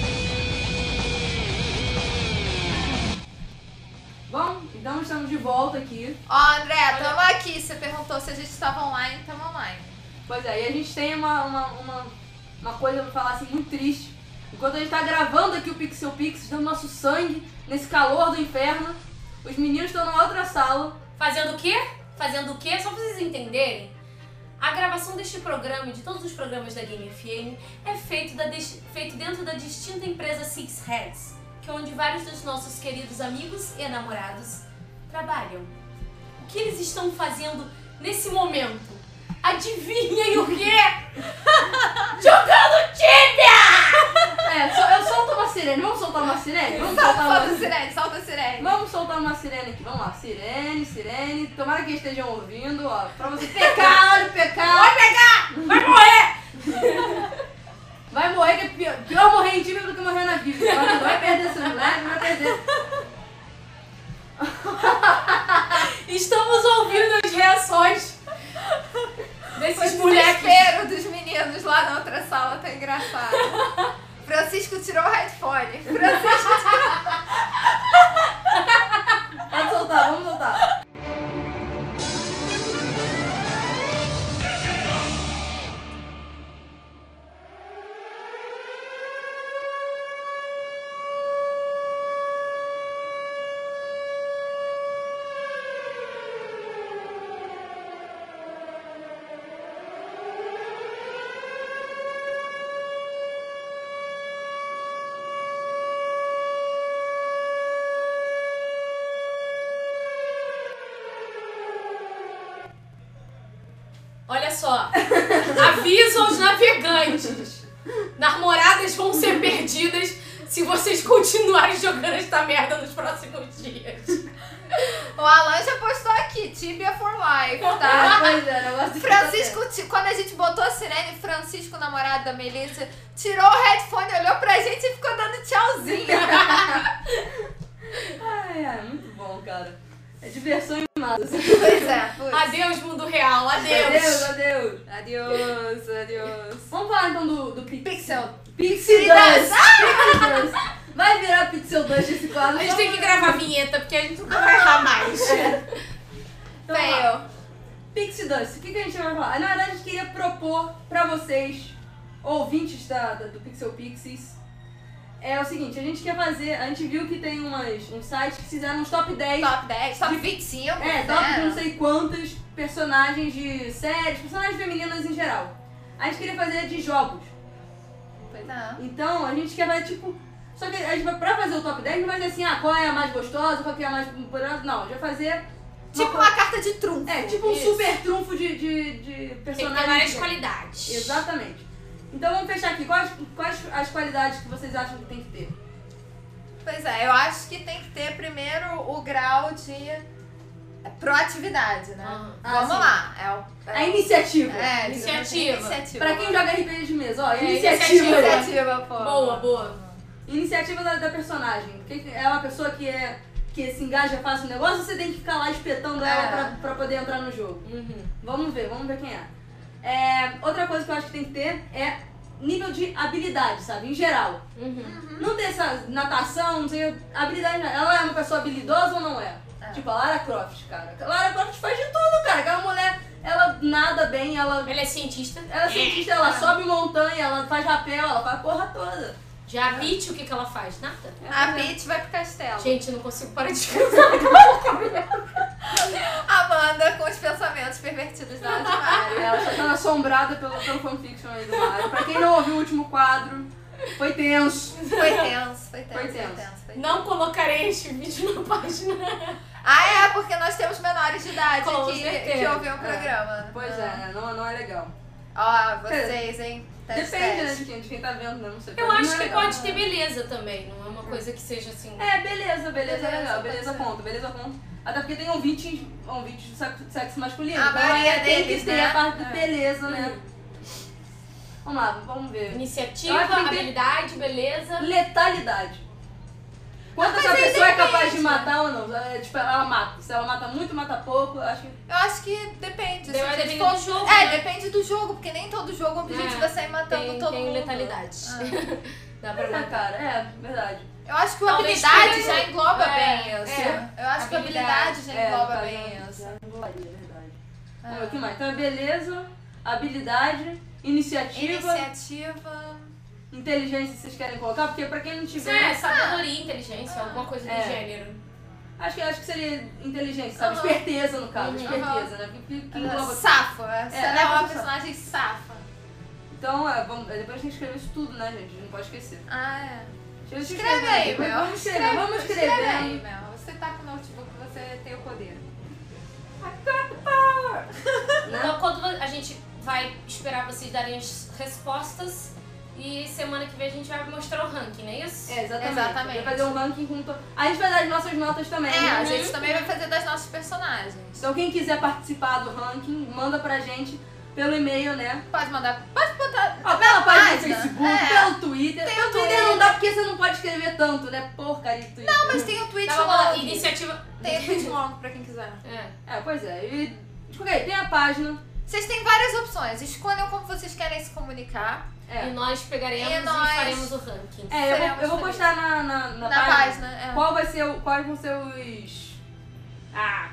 Speaker 1: então volta aqui.
Speaker 2: *laughs* Ó, André, tamo aqui. Você perguntou se a gente tava online, tamo online.
Speaker 1: Pois é, e a gente tem uma, uma, uma, uma coisa pra falar assim muito triste. Enquanto a gente tá gravando aqui o Pixel Pix, dando nosso sangue nesse calor do inferno, os meninos estão numa outra sala.
Speaker 3: Fazendo o quê? Fazendo o quê? Só pra vocês entenderem, a gravação deste programa e de todos os programas da Game FM é feito, da dis- feito dentro da distinta empresa Six Heads, que é onde vários dos nossos queridos amigos e namorados trabalham. O que eles estão fazendo nesse momento? Adivinhem o quê?
Speaker 1: É, só, eu solto uma sirene. Vamos soltar uma sirene? Vamos soltar uma
Speaker 2: Solta o sirene, solta o sirene.
Speaker 1: Vamos soltar uma sirene aqui. Vamos lá, sirene, sirene. Tomara que estejam ouvindo, ó. Pra você pecar, olha o pecado. Vai pegar! Vai morrer! Vai morrer, que é pior, pior morrer em time do que morrer na Bíblia. Vai, vai perder seus likes, vai perder.
Speaker 3: Estamos ouvindo as reações desses
Speaker 2: O
Speaker 3: moleques.
Speaker 2: desespero dos meninos lá na outra sala tá engraçado. Francisco tirou o headphone. Francisco
Speaker 1: Pode soltar, vamos soltar.
Speaker 3: Olha só, aviso aos navegantes. Namoradas vão ser perdidas se vocês continuarem jogando esta merda nos próximos dias.
Speaker 2: O Alan já postou aqui, Tibia for Life, tá?
Speaker 1: Pois é, negócio de
Speaker 2: Francisco, ti- quando a gente botou a sirene, Francisco, namorado da Melissa, tirou o headphone, olhou pra gente e ficou dando tchauzinho.
Speaker 1: *laughs* Ai, ai, muito bom, cara. É diversão em massa.
Speaker 2: pois é,
Speaker 1: Ah,
Speaker 2: putz.
Speaker 3: Adeus, mundo real,
Speaker 1: Adeus,
Speaker 3: adeus.
Speaker 1: adeus.
Speaker 2: Adeus, adeus.
Speaker 1: Vamos falar então do, do Pix.
Speaker 2: Pixel.
Speaker 1: Pixie Dance! Pixie Dance. Vai virar Pixel Dance esse quadro.
Speaker 3: A gente tem que gravar a vinheta porque a gente nunca vai errar mais.
Speaker 1: Ah. Então, vamos lá.
Speaker 2: Fail.
Speaker 1: Pixie Dust, o que, que a gente vai falar? Na verdade, a gente queria propor pra vocês, ouvintes da, da- do Pixel Pixies, é o seguinte, a gente quer fazer, a gente viu que tem umas, um site que fizeram uns top 10,
Speaker 2: Top 10, top 25.
Speaker 1: é, top de não sei quantos personagens de séries, personagens femininas em geral. A gente queria fazer de jogos.
Speaker 2: Pois é.
Speaker 1: Então, a gente quer fazer, tipo... Só que a gente vai, pra fazer o top 10, não vai dizer assim, ah, qual é a mais gostosa, qual que é a mais... Não, a gente vai fazer...
Speaker 2: Tipo uma carta de trunfo.
Speaker 1: É, tipo um
Speaker 2: Isso.
Speaker 1: super trunfo de, de, de
Speaker 3: Tem que
Speaker 1: personagens.
Speaker 3: ter várias
Speaker 1: de-
Speaker 3: qualidades.
Speaker 1: Exatamente. Então vamos fechar aqui. Quais, quais as qualidades que vocês acham que tem que ter?
Speaker 2: Pois é, eu acho que tem que ter primeiro o grau de proatividade, né?
Speaker 3: Ah,
Speaker 2: Vamos
Speaker 1: sim.
Speaker 2: lá. É o.
Speaker 1: A iniciativa.
Speaker 2: É,
Speaker 3: Iniciativa.
Speaker 2: iniciativa.
Speaker 1: Pra quem joga RPG de mesa, ó,
Speaker 3: É,
Speaker 1: iniciativa. Iniciativa,
Speaker 2: Iniciativa, pô.
Speaker 3: Boa, boa.
Speaker 1: da, da personagem. Quem- É uma pessoa que, é, que se engaja fácil no negócio, você tem que ficar lá espetando ela
Speaker 2: É.
Speaker 1: pra, pra poder entrar no jogo. Vamos ver, vamos ver quem é. É, Outra coisa que eu acho que tem que ter é nível de habilidade, sabe? Em geral. Não tem essa natação, não tem habilidade. não. Ela é uma pessoa habilidosa ou não é?
Speaker 2: É.
Speaker 1: Tipo, a Lara Croft, cara. A Lara Croft faz de tudo, cara. Aquela mulher, ela nada bem, ela,
Speaker 3: Ele é cientista.
Speaker 1: ela é cientista, ela sobe montanha, ela faz rapel, ela faz a porra toda.
Speaker 3: Já vite o que, que ela faz? Nada.
Speaker 2: A Peach vai pro castelo.
Speaker 3: Gente, eu não consigo parar de
Speaker 2: Amanda com os pensamentos pervertidos dela demais.
Speaker 1: Ela está sendo assombrada pelo, pelo fanfiction aí do Mario. Pra quem não ouviu o último quadro, foi tenso.
Speaker 2: Foi tenso, foi tenso,
Speaker 1: Foi
Speaker 2: foi
Speaker 1: tenso.
Speaker 2: tenso. foi tenso.
Speaker 3: Não colocarei este vídeo na página.
Speaker 2: Ah, é, porque nós temos menores de idade
Speaker 3: Com
Speaker 2: que,
Speaker 3: certeza.
Speaker 2: que ouviu o programa.
Speaker 1: Pois é, né? Não, não é legal.
Speaker 2: Ó, vocês, hein? Tá Teste,
Speaker 1: Depende né,
Speaker 2: teste.
Speaker 1: de, quem, de quem tá vendo, né? Não sei.
Speaker 3: Eu
Speaker 1: Não é
Speaker 3: acho que
Speaker 1: legal.
Speaker 3: pode ter beleza também, não é uma coisa que seja assim.
Speaker 1: É, beleza, beleza,
Speaker 2: Beleza,
Speaker 1: legal.
Speaker 2: pode
Speaker 1: Beleza,
Speaker 2: ser.
Speaker 1: ponto, beleza, ponto. Até porque tem ouvintes, ouvintes do sexo, do sexo masculino.
Speaker 2: A
Speaker 1: então
Speaker 2: maioria
Speaker 1: aí tem
Speaker 2: Ah, deles,
Speaker 1: que ter
Speaker 2: né?
Speaker 1: a parte do
Speaker 2: É.
Speaker 1: beleza, né? Vamos lá, vamos ver.
Speaker 3: Iniciativa,
Speaker 1: Eu acho que tem-
Speaker 3: habilidade, beleza.
Speaker 1: Letalidade. Quanto
Speaker 2: Mas
Speaker 1: essa
Speaker 2: aí
Speaker 1: pessoa é capaz
Speaker 2: depende.
Speaker 1: de matar ou não? É, tipo, ela mata. Se ela mata muito, mata pouco, eu acho que.
Speaker 2: Eu acho que depende.
Speaker 3: Vai
Speaker 2: se
Speaker 3: depender
Speaker 2: for-
Speaker 3: do jogo,
Speaker 2: É,
Speaker 3: né?
Speaker 2: depende do jogo, porque nem todo jogo o objetivo é,
Speaker 3: É,
Speaker 2: sair matando
Speaker 3: Tem,
Speaker 2: todo
Speaker 3: tem
Speaker 2: mundo.
Speaker 3: letalidade. Dá pra
Speaker 1: Ah,
Speaker 3: *laughs* matar.
Speaker 1: cara, é, verdade.
Speaker 2: Eu acho que a
Speaker 3: Talvez
Speaker 2: habilidade
Speaker 3: tenha-
Speaker 2: já engloba
Speaker 3: é,
Speaker 2: bem isso.
Speaker 3: é.
Speaker 2: Eu acho que a habilidade já
Speaker 1: É,
Speaker 2: engloba
Speaker 1: tá,
Speaker 2: bem
Speaker 1: já-
Speaker 2: isso.
Speaker 1: já englobaria, é verdade. Vamos ver, o que mais? Então é beleza, habilidade, iniciativa,
Speaker 2: Iniciativa.
Speaker 1: inteligência vocês querem colocar, porque pra quem não tiver.
Speaker 3: É, sabedoria, inteligência, alguma coisa do
Speaker 1: É.
Speaker 3: gênero.
Speaker 1: Acho que, acho que seria inteligência, sabe?
Speaker 2: Aham.
Speaker 1: Esperteza, no caso.
Speaker 3: Uhum.
Speaker 1: Esperteza, né? Porque- Porque que engloba.
Speaker 2: Ah, Safa. Essa
Speaker 1: É,
Speaker 2: ela é
Speaker 1: ela
Speaker 2: uma
Speaker 1: é
Speaker 2: personagem safa.
Speaker 1: Então, é, vamos, é, depois a gente escreveu isso tudo, né, gente? A gente não pode esquecer.
Speaker 2: Ah, é.
Speaker 1: Deixa eu
Speaker 2: Escreve
Speaker 1: escrever
Speaker 2: aí,
Speaker 1: aqui,
Speaker 2: Mel.
Speaker 1: Vamos escrever, vamos escrever.
Speaker 2: Escreve aí, Mel. Você tá com o notebook, você tem o poder.
Speaker 1: Né?
Speaker 3: Então, quando a gente vai esperar vocês darem as respostas e semana que vem a gente vai mostrar o ranking, não é isso?
Speaker 1: É, exatamente.
Speaker 2: Exatamente.
Speaker 1: Vai fazer um ranking com. to- A gente vai dar as nossas notas também.
Speaker 2: É, a
Speaker 1: Uhum.
Speaker 2: gente também vai fazer das nossas personagens.
Speaker 1: Então, quem quiser participar do ranking, manda pra gente pelo e-mail, né?
Speaker 2: Pode mandar. Pode botar.
Speaker 1: Ó, pela página do
Speaker 2: página.
Speaker 1: Facebook,
Speaker 2: É.
Speaker 1: pelo Twitter.
Speaker 2: Tem
Speaker 1: pelo
Speaker 2: o
Speaker 1: Twitter não dá porque você não pode escrever tanto, né? Porcaria de Twitter. Não,
Speaker 2: Mas tem o um tweet
Speaker 3: Dá pra falar
Speaker 2: longo.
Speaker 3: Tá
Speaker 2: *laughs*
Speaker 3: iniciativa.
Speaker 2: Tem o tweet longo pra quem quiser.
Speaker 3: É.
Speaker 1: É, pois é. E, tipo, aí, tem a página.
Speaker 2: Vocês têm várias opções. Escolham como vocês querem se comunicar.
Speaker 1: É.
Speaker 3: E nós pegaremos
Speaker 2: E
Speaker 3: e,
Speaker 2: nós-
Speaker 3: faremos o ranking.
Speaker 1: É, eu vou, eu vou
Speaker 2: Seremos
Speaker 1: postar na, na, na
Speaker 2: Na,
Speaker 1: página.
Speaker 2: página. é.
Speaker 1: Qual vai ser o, quais vão ser os. Ah,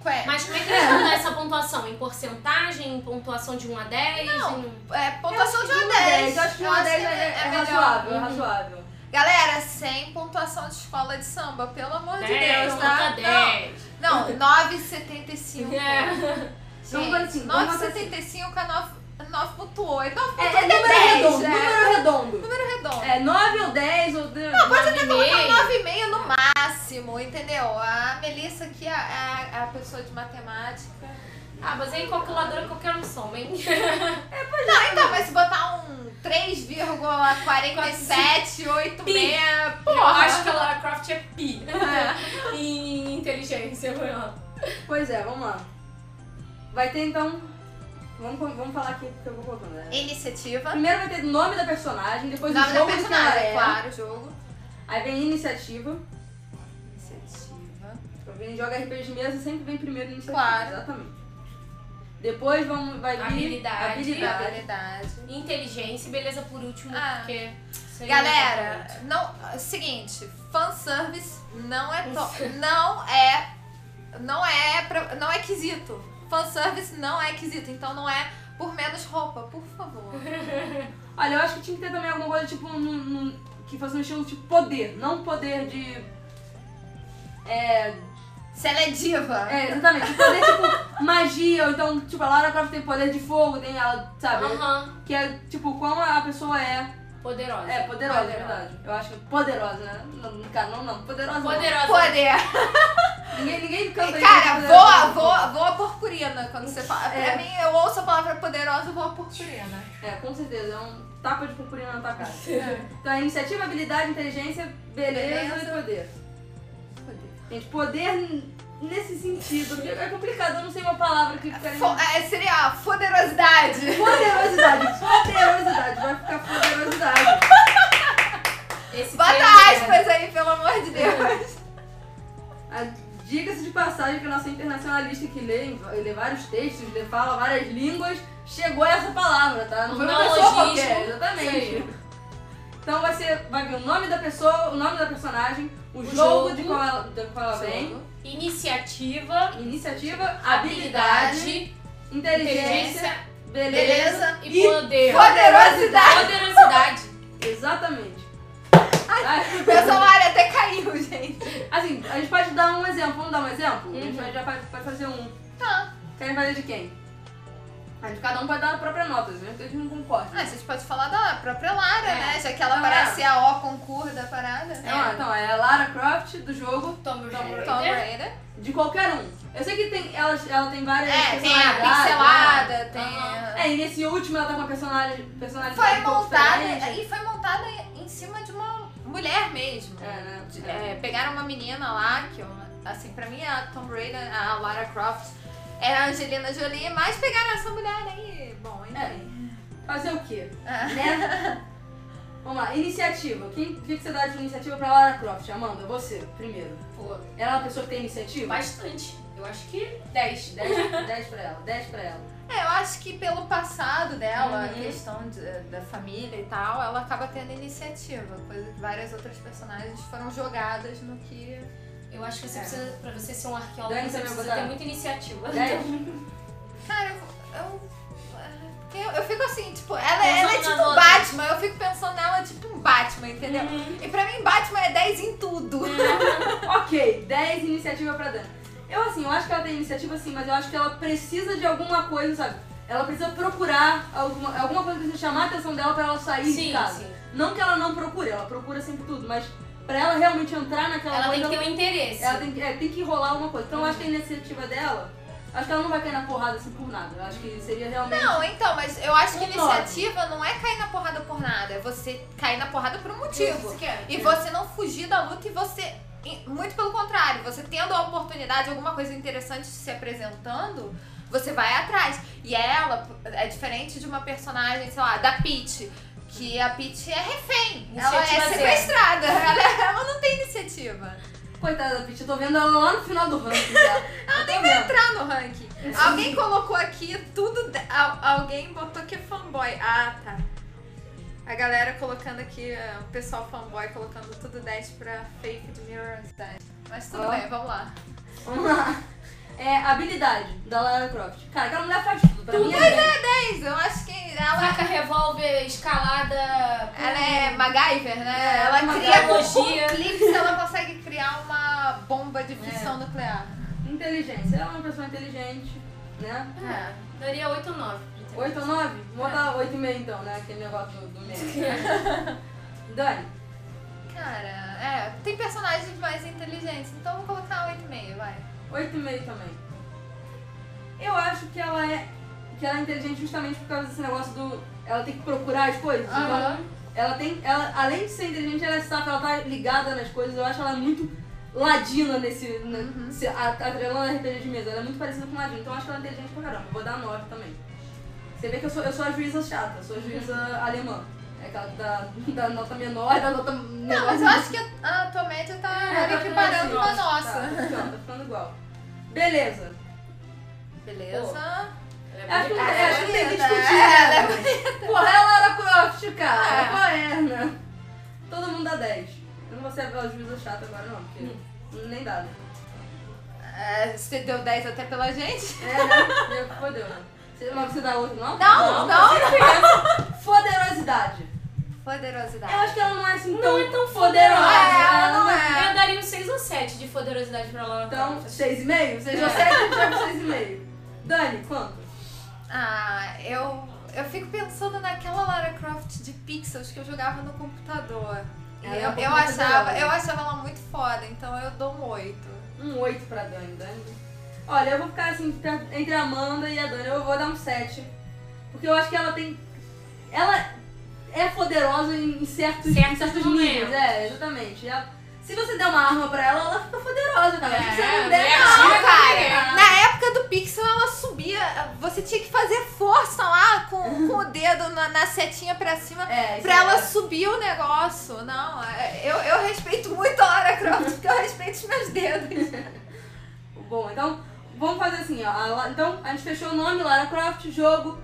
Speaker 2: Qual é?
Speaker 3: Mas como é que a gente vai dar essa pontuação? Em porcentagem? Em pontuação de 1 a 10?
Speaker 2: Não.
Speaker 3: Em-
Speaker 2: É, pontuação de
Speaker 1: de
Speaker 2: 1
Speaker 1: uma
Speaker 2: a 10.
Speaker 1: 10. Eu acho que uma 10 é, é,
Speaker 2: melhor.
Speaker 1: razoável, é razoável.
Speaker 2: Galera, sem pontuação de escola de samba, pelo amor de
Speaker 3: 10,
Speaker 2: Deus,
Speaker 3: nota
Speaker 2: tá?
Speaker 3: 10.
Speaker 2: Não, não 9,75.
Speaker 3: É.
Speaker 1: Vamos fazer assim, vamos fazer assim.
Speaker 2: 9,75 a 9 9.8. 9.8
Speaker 1: É,
Speaker 2: é,
Speaker 1: é número
Speaker 2: 10,
Speaker 1: redondo,
Speaker 2: é.
Speaker 1: número redondo.
Speaker 2: número redondo.
Speaker 1: É 9 ou 10 ou. Não,
Speaker 2: Pode até
Speaker 3: Nove e
Speaker 2: colocar 9,5
Speaker 3: meio.
Speaker 2: no máximo, entendeu? A Melissa aqui é a, é a pessoa de matemática.
Speaker 3: Ah, mas aí calculadora qualquer um soma, hein?
Speaker 2: Não, então, mas se botar um 3,4786,
Speaker 3: Eu
Speaker 2: porra.
Speaker 3: acho que a Lara Croft é pi *laughs* em inteligência. foi lá.
Speaker 1: Pois é, vamos lá. Vai ter então. Vamos, vamos falar aqui porque eu vou colocando. né?
Speaker 2: Iniciativa.
Speaker 1: Primeiro vai ter o nome da personagem, depois
Speaker 2: Nome
Speaker 1: o
Speaker 2: da
Speaker 1: jogo que ela
Speaker 2: personagem,
Speaker 1: é.
Speaker 2: claro, jogo.
Speaker 1: Aí vem iniciativa.
Speaker 2: Iniciativa.
Speaker 1: Quem joga RPG de mesa sempre vem primeiro iniciativa.
Speaker 2: Claro.
Speaker 1: Exatamente. Depois vamos, vai vir
Speaker 3: Habilidade.
Speaker 1: habilidade.
Speaker 2: Habilidade.
Speaker 3: Inteligência e beleza por último,
Speaker 2: Ah.
Speaker 3: porque... é seria importante.
Speaker 2: Galera, não, ah, seguinte, fanservice não é
Speaker 1: *laughs*
Speaker 2: to, não é não é pra, não é quesito. Fanservice não é quesito, então não é por menos roupa, por
Speaker 1: *laughs*
Speaker 2: favor.
Speaker 1: Olha, eu acho que tinha que ter também alguma coisa tipo num, num- que fosse um estilo tipo poder, não poder de. É,
Speaker 2: Se ela é diva,
Speaker 1: é, exatamente. tipo, Poder
Speaker 2: *laughs*
Speaker 1: tipo magia, ou então, tipo, a Lara Croft tem poder de fogo, tem ela, sabe?
Speaker 3: Aham,
Speaker 1: Que é tipo quão a pessoa é.
Speaker 3: poderosa.
Speaker 1: É, poderosa,
Speaker 2: Poderosa.
Speaker 1: é verdade. Eu acho que poderosa, né? Não, cara, não, não. Poderosa. não.
Speaker 3: Poderosa.
Speaker 2: poder.
Speaker 1: Ninguém, ninguém canta isso, né?
Speaker 2: Cara,
Speaker 1: poderosa.
Speaker 2: voa, voa, voa purpurina quando você fala. Pra
Speaker 1: É.
Speaker 2: mim, eu ouço a palavra poderosa, voa purpurina.
Speaker 1: É, com certeza, é um tapa de purpurina na tua cara. então é iniciativa, habilidade, inteligência, beleza,
Speaker 2: Beleza.
Speaker 1: e poder. Gente, poder n- nesse sentido, porque é complicado, eu não sei uma palavra que ficaria...
Speaker 2: Fo- é, seria a poderosidade.
Speaker 1: Poderosidade, poderosidade, vai ficar poderosidade.
Speaker 3: Esse é
Speaker 2: Bota
Speaker 1: é.
Speaker 3: trailer-
Speaker 2: aspas aí, pelo amor de Deus.
Speaker 1: A- Diga-se de passagem que a nossa internacionalista que lê, lê vários textos, lê, fala várias línguas, chegou a essa palavra, tá? Não foi uma pessoa
Speaker 3: Neologismo.
Speaker 1: qualquer, exatamente.
Speaker 3: Sim.
Speaker 1: Então vai, ser, vai vir o nome da pessoa, o nome da personagem, o, jogo,
Speaker 3: jogo.
Speaker 1: de qual ela, de qual ela vem,
Speaker 3: Iniciativa,
Speaker 1: Iniciativa, habilidade,
Speaker 3: habilidade,
Speaker 1: inteligência,
Speaker 3: inteligência,
Speaker 1: beleza.
Speaker 3: beleza e
Speaker 1: E
Speaker 3: poder.
Speaker 2: Poderosidade.
Speaker 3: Poderosidade.
Speaker 1: Exatamente. Ah,
Speaker 2: Meu salário até caiu, gente.
Speaker 1: Assim, a gente pode dar um exemplo. Vamos dar um exemplo? A gente vai- já pode, pode fazer um.
Speaker 2: Tá.
Speaker 1: Querem fazer de quem? A gente, cada um pode dar a própria nota, mesmo que a gente não concorde.
Speaker 2: Ah, a gente pode falar da própria Lara,
Speaker 3: É.
Speaker 2: né? Já que ela
Speaker 1: Ah,
Speaker 2: parece a O concur da parada.
Speaker 1: Então, então, é a Lara Croft do jogo,
Speaker 3: Tomb Raider.
Speaker 2: Tomb Raider.
Speaker 1: de qualquer um. Eu sei que tem, ela, ela tem várias
Speaker 2: É, tem a
Speaker 1: personalidades, né?
Speaker 2: pincelada, tem
Speaker 3: Aham.
Speaker 2: a... É,
Speaker 1: É, e nesse último ela tá com uma personali- personalidade
Speaker 2: Foi
Speaker 1: um pouco
Speaker 2: montada, é,
Speaker 1: diferente.
Speaker 2: e foi montada em cima de uma mulher mesmo.
Speaker 1: É, né?
Speaker 2: De- é, pegaram uma menina lá, que eu, assim, pra mim a Tomb Raider, a Lara Croft, era a Angelina Jolie, mas é.
Speaker 1: É.
Speaker 2: pegaram essa mulher aí, bom, enfim.
Speaker 1: Fazer o quê?
Speaker 2: Ah.
Speaker 1: Né? Vamos lá, iniciativa. Quem, o que que você dá de iniciativa pra Lara Croft? Amanda, você, primeiro.
Speaker 3: Pô,
Speaker 1: Ela é uma pessoa que tem iniciativa?
Speaker 3: bastante. Eu acho que
Speaker 1: 10. 10, 10 pra ela, 10 pra ela.
Speaker 2: É, eu acho que pelo passado dela, a
Speaker 3: Uhum.
Speaker 2: questão de- da família e tal, ela acaba tendo iniciativa. Coisa que várias outras personagens foram jogadas no que.
Speaker 3: Eu acho que você
Speaker 2: É.
Speaker 3: precisa, pra você ser um arqueólogo,
Speaker 1: Dani,
Speaker 3: você
Speaker 1: você vai
Speaker 3: precisa
Speaker 1: botar?
Speaker 3: ter muita iniciativa. *laughs*
Speaker 1: 10?
Speaker 2: Cara, eu. eu é, porque eu, eu fico assim, tipo, ela, ela é
Speaker 3: Pensando
Speaker 2: tipo um
Speaker 3: nas
Speaker 2: Batman, eu fico pensando nela tipo um Batman, entendeu?
Speaker 3: Uhum.
Speaker 2: E pra mim, Batman é 10 em tudo.
Speaker 1: Ok, 10 iniciativa pra Dani. Eu assim, eu acho que ela tem iniciativa sim, mas eu acho que ela precisa de alguma coisa, sabe? Ela precisa procurar alguma, alguma coisa que precisa chamar a atenção dela pra ela sair de
Speaker 3: Sim,
Speaker 1: casa.
Speaker 3: sim.
Speaker 1: Não que ela não procure, ela procura sempre tudo, mas pra ela realmente entrar naquela
Speaker 3: Ela tem
Speaker 1: coisa,
Speaker 3: que ter um interesse.
Speaker 1: ela tem que, é, tem que rolar alguma coisa. Então eu acho que a iniciativa dela, acho que ela não vai cair na porrada assim por nada. Eu acho que seria realmente.
Speaker 2: *laughs* Não, então, mas eu acho que
Speaker 1: Um nove.
Speaker 2: iniciativa não é cair na porrada por nada, é você cair na porrada por um
Speaker 4: É
Speaker 2: motivo.
Speaker 6: quer.
Speaker 2: E você não fugir da luta e você. e Muito pelo contrário, você tendo a oportunidade, alguma coisa interessante se apresentando, você vai atrás. E ela é diferente de uma personagem, sei lá, da Peach. Que a Peach é refém. ela
Speaker 3: Iniciativa
Speaker 2: é
Speaker 3: zero.
Speaker 2: sequestrada. *laughs* Ela, ela não tem iniciativa.
Speaker 1: Coitada da Peach, eu tô vendo ela lá no final do ranking já.
Speaker 3: *laughs*
Speaker 1: ela tem vendo.
Speaker 2: Entrar no ranking. Alguém colocou aqui tudo. de- al- Alguém botou que é fanboy. Ah, tá. A galera colocando aqui, eh, o pessoal fanboy colocando tudo 10 pra fake de Mirror's Edge. Mas tudo
Speaker 1: Ó.
Speaker 2: bem, vamos lá.
Speaker 1: Vamos lá. É, habilidade da Lara Croft. Cara, aquela mulher faz tudo. Pra mim é dez.
Speaker 2: Mas eu acho que ela,
Speaker 3: Faca, revólver, escalada.
Speaker 2: ela é MacGyver, né?
Speaker 1: É,
Speaker 2: ela
Speaker 1: uma
Speaker 2: cria com
Speaker 3: tecnologia.
Speaker 2: um clipe se ela consegue criar uma bomba
Speaker 1: É.
Speaker 2: de fissão nuclear.
Speaker 1: Inteligência. Ela é uma pessoa inteligente, né?
Speaker 2: É.
Speaker 3: Daria 8 ou 9.
Speaker 1: 8 ou 9? Vou botar 8,5 então, né? Aquele negócio do, do meio. Dani,
Speaker 2: Cara, é. Tem personagens mais inteligentes, então eu vou colocar 8,5, vai.
Speaker 1: 8,5 também. Eu acho que ela é. Que ela é inteligente justamente por causa desse negócio do. Ela tem que procurar as coisas. Então,
Speaker 2: Aham.
Speaker 1: ela tem. Ela, além de ser inteligente, ela é safa, ela tá ligada nas coisas. Eu acho ela muito ladina nesse.
Speaker 2: Uhum.
Speaker 1: né, se- a- Atrelando a RPG de mesa. Ela é muito parecida com ladina, então eu acho que ela é inteligente pra caramba. Vou dar 9 também. Você vê que eu sou, eu sou a juíza chata, eu sou a juíza
Speaker 2: Uhum.
Speaker 1: alemã. É aquela da, da nota menor, da nota
Speaker 2: Não, mas eu acho que a, a tua média tá
Speaker 1: tá
Speaker 2: equiparando com a
Speaker 1: igual. Tá,
Speaker 2: nossa.
Speaker 1: tá ficando- tá ficando igual. Beleza.
Speaker 2: Beleza.
Speaker 1: Acho que não tem-
Speaker 2: é
Speaker 1: acho que não tem que
Speaker 2: bonita,
Speaker 1: discutir,
Speaker 2: é,
Speaker 1: né? Porra, é Lara Croft, cara.
Speaker 2: É.
Speaker 1: Qual é, né? Todo mundo dá 10. Eu não vou ser a juíza chata agora, não, porque nem dá, né?
Speaker 2: É, você deu 10 até pela gente?
Speaker 1: É, né? Meu, Fodeu, né? Você- Mas você dá outro, não?
Speaker 2: Não, não.
Speaker 1: Foderosidade.
Speaker 2: Poderosidade.
Speaker 1: Eu acho que ela não é assim tão,
Speaker 3: é tão
Speaker 1: foderosa.
Speaker 3: foderosa.
Speaker 2: É,
Speaker 1: Ela não é.
Speaker 3: Eu daria um 6 ou 7 de poderosidade pra Laura
Speaker 1: Então,
Speaker 3: Croft.
Speaker 1: 6,5? Você já segue, já 6,5. Dani, quanto?
Speaker 2: Ah, eu, eu fico pensando naquela Lara Croft de pixels que eu jogava no computador. E
Speaker 1: Ela é
Speaker 2: eu,
Speaker 1: um pouco
Speaker 2: eu
Speaker 1: mais
Speaker 2: achava,
Speaker 1: poderosa.
Speaker 2: eu achava ela muito foda, então eu dou um 8.
Speaker 1: Um 8 pra Dani, Dani. Olha, eu vou ficar assim per- entre a Amanda e a Dani. Eu vou dar um 7. Porque eu acho que ela tem. Ela é poderosa em em certos, em
Speaker 3: Certos
Speaker 1: certos
Speaker 3: momentos.
Speaker 1: níveis. É, exatamente. E ela- se você der uma arma pra ela, ela fica poderosa, cara. se você não der,
Speaker 3: é,
Speaker 1: não,
Speaker 3: é,
Speaker 1: cara.
Speaker 2: Na época do pixel ela subia, você tinha que fazer força lá com, com o dedo na, na setinha pra cima
Speaker 1: É, isso
Speaker 2: pra
Speaker 1: é-
Speaker 2: ela subir o negócio. Não, é- eu, eu respeito muito a Lara Croft porque eu respeito os meus
Speaker 3: *laughs*
Speaker 2: dedos.
Speaker 1: Bom, então vamos fazer assim, ó. A La- então a gente fechou o nome, Lara Croft, jogo,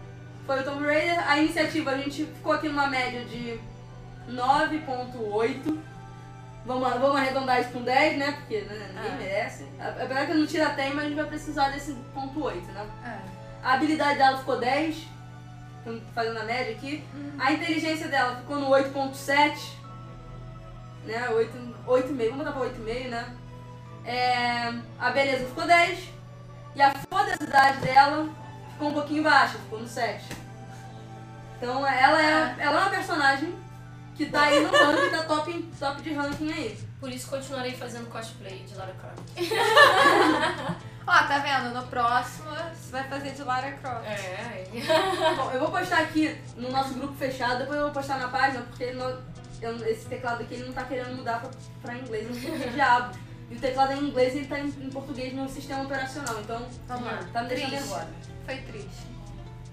Speaker 1: foi o Tomb Raider. A iniciativa a gente ficou aqui numa média de 9.8. Vamos, vamos arredondar isso com 10, né? Porque né, ninguém
Speaker 2: Ah.
Speaker 1: merece. A- Apesar que eu não tira 10, mas a gente vai precisar desse ponto 8, né?
Speaker 2: É.
Speaker 1: A habilidade dela ficou 10, então, fazendo a média aqui. A inteligência dela ficou no 8.7, né? 8, 8,5, vamos botar pra 8,5, né? É, a beleza ficou 10. E a foderosidade dela ficou um pouquinho baixa, ficou no 7. Então ela é, ela é uma personagem que tá aí no ranking, tá top, top de ranking aí.
Speaker 3: Por isso continuarei fazendo cosplay de Lara Croft.
Speaker 2: Ó, tá vendo? No próximo você vai fazer de Lara Croft.
Speaker 3: É,
Speaker 1: Bom, eu vou postar aqui no nosso grupo fechado, depois eu vou postar na página, porque ele não- eu- esse teclado aqui ele não tá querendo mudar pra, pra inglês, não sei que diabo. E o teclado é em inglês e ele tá em, em português no sistema operacional, então
Speaker 2: Vamos lá.
Speaker 1: tá me deixando
Speaker 2: Triste.
Speaker 1: agora.
Speaker 2: Foi triste.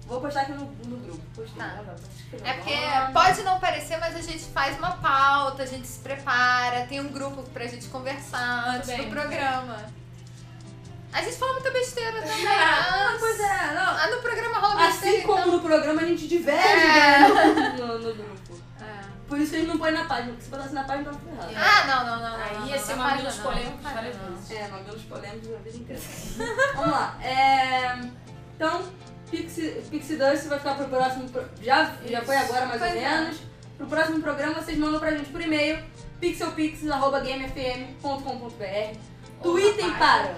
Speaker 1: Vou postar aqui no, no grupo. Postei.
Speaker 2: Tá.
Speaker 1: Não, não, não.
Speaker 2: É porque
Speaker 1: Ah,
Speaker 2: pode não parecer, mas a gente faz uma pauta, a gente se prepara, tem um grupo pra gente conversar antes
Speaker 3: bem,
Speaker 2: do
Speaker 3: muito
Speaker 2: programa. A gente fala muita
Speaker 3: *laughs*
Speaker 2: besteira também. Ah,
Speaker 1: Pois é, não.
Speaker 2: Ah, no programa rola besteira.
Speaker 1: Assim como no programa a gente diverge
Speaker 2: então É.
Speaker 1: né, *laughs* no, no grupo.
Speaker 2: então. É.
Speaker 1: Por isso que a gente não põe na página, porque se botasse na página tava ferrado.
Speaker 2: Ah, não, não, não. não,
Speaker 3: Aí
Speaker 2: não,
Speaker 3: ia ser
Speaker 2: não
Speaker 3: uma
Speaker 2: faz,
Speaker 3: mil
Speaker 2: não,
Speaker 3: escolhendo
Speaker 2: não faz,
Speaker 3: várias
Speaker 2: não.
Speaker 3: vezes.
Speaker 1: É, mamilos polêmicos da vida inteira. *laughs* Vamos lá. É... Então, Pixie, Pixie Dust vai ficar pro próximo. pro- Já, já foi agora, mais ou
Speaker 2: Pois é.
Speaker 1: menos. Pro próximo programa, vocês mandam pra gente por e-mail pixelpixels.gamefm.com.br. Tweetem para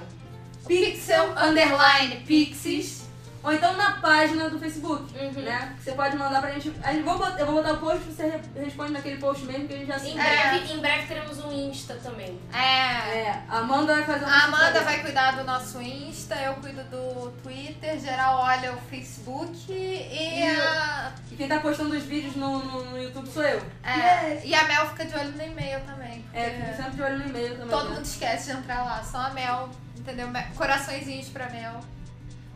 Speaker 2: Pixel
Speaker 1: Pixel Underline Pixies. Ou então na página do Facebook,
Speaker 3: Uhum.
Speaker 1: né? Você pode mandar pra gente. a gente- vou bot- Eu vou botar o post, você re- responde naquele post mesmo que a gente já se
Speaker 3: Em
Speaker 1: entende.
Speaker 3: breve, em breve teremos um Insta também.
Speaker 2: É.
Speaker 1: É, a Amanda vai fazer um
Speaker 2: A Amanda
Speaker 1: post
Speaker 2: vai cuidar do nosso Insta, eu cuido do Twitter, geral olha o Facebook e,
Speaker 1: E-
Speaker 2: a,
Speaker 1: E quem tá postando os vídeos no, no- no YouTube sou eu.
Speaker 2: é, e a Mel fica de olho no e-mail também. porque
Speaker 1: É, fico sempre de olho no e-mail também.
Speaker 2: todo
Speaker 1: né?
Speaker 2: mundo esquece de entrar lá, só a Mel, entendeu? Me- Coraçõezinhos pra Mel.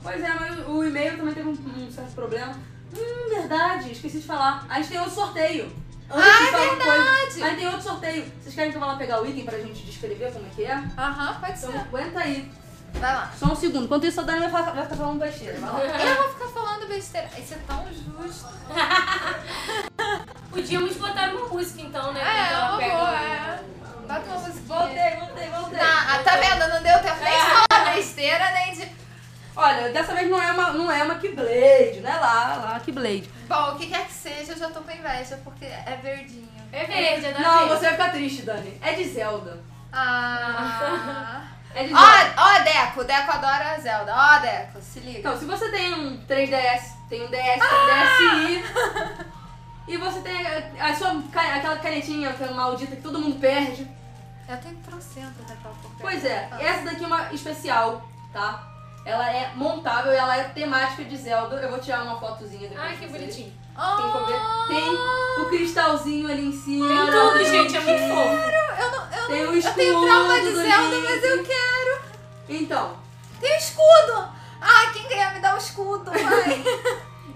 Speaker 1: Pois é, mas o e-mail também teve um, um certo problema. Hum, verdade, esqueci de falar. A gente tem outro sorteio. Antes
Speaker 2: é
Speaker 1: ah, de falar coisa, aí tem outro sorteio. Vocês querem que eu vá lá pegar o item pra gente descrever como é que é?
Speaker 2: Aham, pode
Speaker 1: Então
Speaker 2: ser.
Speaker 1: aguenta aí.
Speaker 2: Vai *laughs* lá.
Speaker 1: Só um segundo. Enquanto isso, a Dani vai, fa- vai ficar falando besteira. Vai lá.
Speaker 2: Eu vou ficar falando besteira. Isso é tão justo.
Speaker 3: Podíamos botar uma música então, né?
Speaker 2: É,
Speaker 3: Quando ela
Speaker 2: uma
Speaker 3: pega
Speaker 2: boa,
Speaker 3: o-
Speaker 2: é. Bota uma música.
Speaker 1: Voltei, voltei, voltei.
Speaker 2: Tá, tá vendo? Não deu tempo nem de falar besteira, nem de.
Speaker 1: Olha, dessa vez não é uma, não é uma Keyblade, né? Lá, lá, Keyblade.
Speaker 2: Bom, o que quer que seja, eu já tô com inveja, porque é verdinho.
Speaker 3: É verde, é da
Speaker 1: Não,
Speaker 3: verde.
Speaker 1: você vai ficar triste, Dani. É de Zelda.
Speaker 2: Ah.
Speaker 1: É de
Speaker 2: Ó,
Speaker 1: Zelda.
Speaker 2: ó, Deco, Deco adora a Zelda. Ó, Deco, se liga.
Speaker 1: Então, se você tem um 3DS, tem um DS,
Speaker 2: Ah!
Speaker 1: tem um DSi, e você tem a, a sua, ca- aquela canetinha aquela maldita que todo mundo perde,
Speaker 2: Eu tenho trocento
Speaker 1: né,
Speaker 2: daquela porcaria.
Speaker 1: pois é,
Speaker 2: Ah.
Speaker 1: essa daqui é uma especial, tá? Ela é montável e ela é temática de Zelda. Eu vou tirar uma fotozinha depois.
Speaker 3: Ai, que
Speaker 1: pra vocês.
Speaker 3: bonitinho.
Speaker 1: Tem,
Speaker 2: ah,
Speaker 1: como ver. tem o cristalzinho ali em cima.
Speaker 3: Tem tudo, gente, é muito fofo.
Speaker 2: Eu, não, eu,
Speaker 1: Tem
Speaker 2: não,
Speaker 1: o
Speaker 2: eu tenho trauma de
Speaker 1: escudo
Speaker 2: Zelda,
Speaker 1: lindo.
Speaker 2: mas eu quero.
Speaker 1: Então,
Speaker 2: Tem o escudo. Ah, quem ganhar me dá
Speaker 1: *laughs*
Speaker 2: o escudo, vai.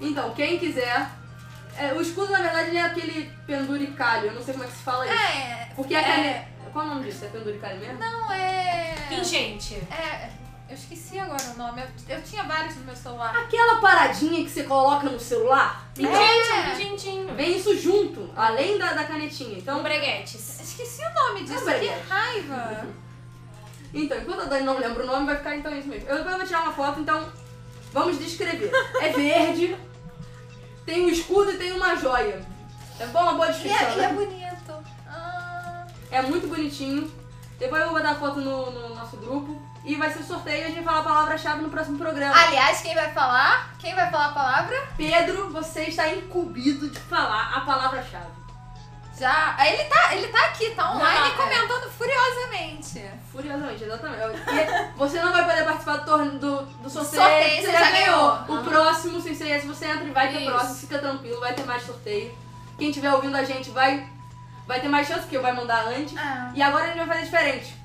Speaker 1: então, quem quiser. é, o escudo, na verdade, ele é aquele penduricalho. Eu não sei como é que se fala isso.
Speaker 2: é.
Speaker 1: Porque a caneta. Qual é o nome disso? É penduricalho mesmo?
Speaker 2: Não, é...
Speaker 3: Pingente.
Speaker 2: É... Eu esqueci agora o nome. Eu, eu tinha vários no meu celular.
Speaker 1: Aquela paradinha que você coloca no celular, Então,
Speaker 3: Pingente, é um pingentinho.
Speaker 1: vem isso junto, além da, da canetinha.
Speaker 3: São
Speaker 1: Então,
Speaker 3: um breguetes.
Speaker 2: Esqueci o nome disso.
Speaker 1: Ah,
Speaker 2: que
Speaker 1: mas-
Speaker 2: raiva.
Speaker 1: Uhum. então, enquanto a Dani não lembra o nome, vai ficar então isso mesmo. Eu depois vou tirar uma foto, então vamos descrever. É
Speaker 2: *laughs*
Speaker 1: verde, tem um escudo e tem uma joia. É bom, uma boa
Speaker 2: E
Speaker 1: descrição,
Speaker 2: é, e é
Speaker 1: né?
Speaker 2: bonito. Ah,
Speaker 1: É muito bonitinho. Depois eu vou botar a foto no, no nosso grupo. E vai ser sorteio e a gente vai falar a palavra-chave no próximo programa.
Speaker 2: Aliás, quem vai falar? Quem vai falar a palavra?
Speaker 1: Pedro, você está incumbido de falar a palavra-chave.
Speaker 2: Já. Ah, Ele tá, ele tá aqui, tá online
Speaker 3: Não, é.
Speaker 2: comentando furiosamente.
Speaker 1: Furiosamente, exatamente. E você não vai poder participar do, torne- do, do sorteio.
Speaker 2: Sorteio,
Speaker 1: que
Speaker 2: você já ganhou.
Speaker 1: O próximo, sem ser esse, você entra e vai ter o
Speaker 3: Isso.
Speaker 1: próximo. Fica tranquilo, vai ter mais sorteio. Quem estiver ouvindo a gente vai, vai ter mais chance, porque vai mandar antes.
Speaker 2: Ah.
Speaker 1: E agora a gente vai fazer diferente.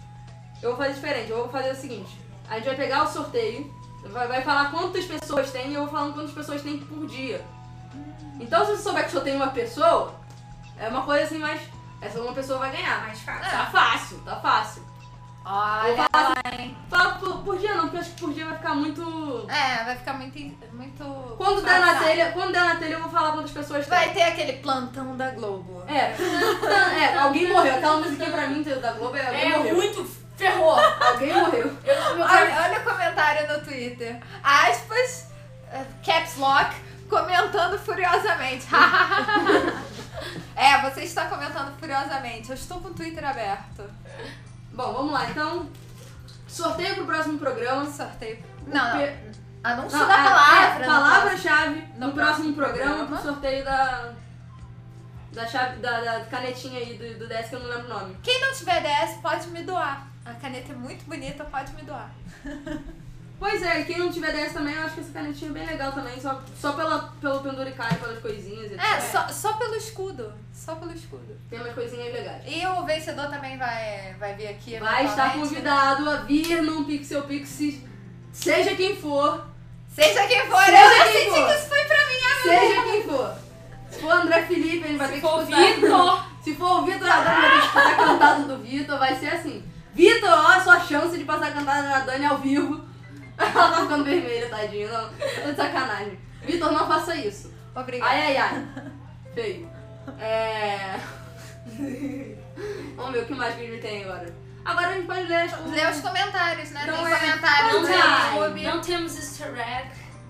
Speaker 1: Eu vou fazer diferente, eu vou fazer o seguinte. A gente vai pegar o sorteio, vai, vai falar quantas pessoas tem e eu vou falando quantas pessoas tem por dia. Então se você souber que só tem uma pessoa, é uma coisa assim, mas essa uma pessoa vai ganhar.
Speaker 3: Mais fácil.
Speaker 1: Tá fácil, tá fácil.
Speaker 2: Olha.
Speaker 1: Fala por, por dia não, porque acho que por dia vai ficar muito.
Speaker 2: É, vai ficar muito. muito
Speaker 1: Quando der na
Speaker 2: passado.
Speaker 1: telha, quando der na telha eu vou falar quantas pessoas tem.
Speaker 2: Vai ter aquele plantão da Globo.
Speaker 1: É. *laughs* é, alguém morreu. Aquela musiquinha pra mim da Globo é alguém
Speaker 3: É
Speaker 1: morreu.
Speaker 3: muito ferrou.
Speaker 1: Alguém morreu.
Speaker 2: Olha, olha o comentário no Twitter. Aspas, eh, caps lock, comentando furiosamente. *laughs* é, você está comentando furiosamente. Eu estou com o Twitter aberto.
Speaker 1: Bom, vamos lá, então. Sorteio pro próximo programa.
Speaker 2: Sorteio. Não, não.
Speaker 1: Pe-
Speaker 2: Anúncio
Speaker 1: Não,
Speaker 2: da
Speaker 1: a-
Speaker 2: palavra.
Speaker 1: é,
Speaker 2: não
Speaker 1: Palavra-chave
Speaker 2: No
Speaker 1: no próximo
Speaker 2: próximo
Speaker 1: programa pro
Speaker 2: programa.
Speaker 1: sorteio da. Da chave. Da, da canetinha aí do, do DS que eu não lembro o nome.
Speaker 2: posso. Quem não tiver DS pode me doar. A caneta é muito bonita, pode me doar.
Speaker 1: Pois é, e quem não tiver DS também, eu acho que essa canetinha é bem legal também, só, só pela, pelo penduricário, pelas coisinhas, etc.
Speaker 2: É, só, só pelo escudo. Só pelo escudo.
Speaker 1: Tem umas coisinhas legais.
Speaker 2: E o vencedor também vai, vai vir aqui.
Speaker 1: Vai estar
Speaker 2: eventualmente.
Speaker 1: convidado a vir num Pixel Pixie, seja quem for.
Speaker 2: Seja quem for,
Speaker 1: Seja
Speaker 2: eu já
Speaker 1: quem
Speaker 2: senti
Speaker 1: for.
Speaker 2: que isso foi
Speaker 1: Seja quem for. Se for André Felipe, ele vai
Speaker 3: Se
Speaker 1: ter que
Speaker 3: for
Speaker 1: escutar.
Speaker 3: Vitor.
Speaker 1: Se for o Vitor Adani, vai ter que escutar a cantada do Vitor. Vai ser assim. Vitor, ó, a sua chance de passar a cantada da Dani ao vivo. *laughs* Ela tá ficando vermelha, tadinho. Não, tô de sacanagem. Vitor, não faça isso.
Speaker 2: Obrigada.
Speaker 1: Ai, ai, ai. Feio. É... Vamos ver o que mais que a gente tem agora. Agora a gente pode ler as coisas.
Speaker 2: Lê os comentários, né?
Speaker 1: Não
Speaker 2: Tem
Speaker 1: é-
Speaker 2: comentários
Speaker 3: Não,
Speaker 2: no
Speaker 1: Ai.
Speaker 3: tem,
Speaker 2: YouTube.
Speaker 3: não temos easter egg.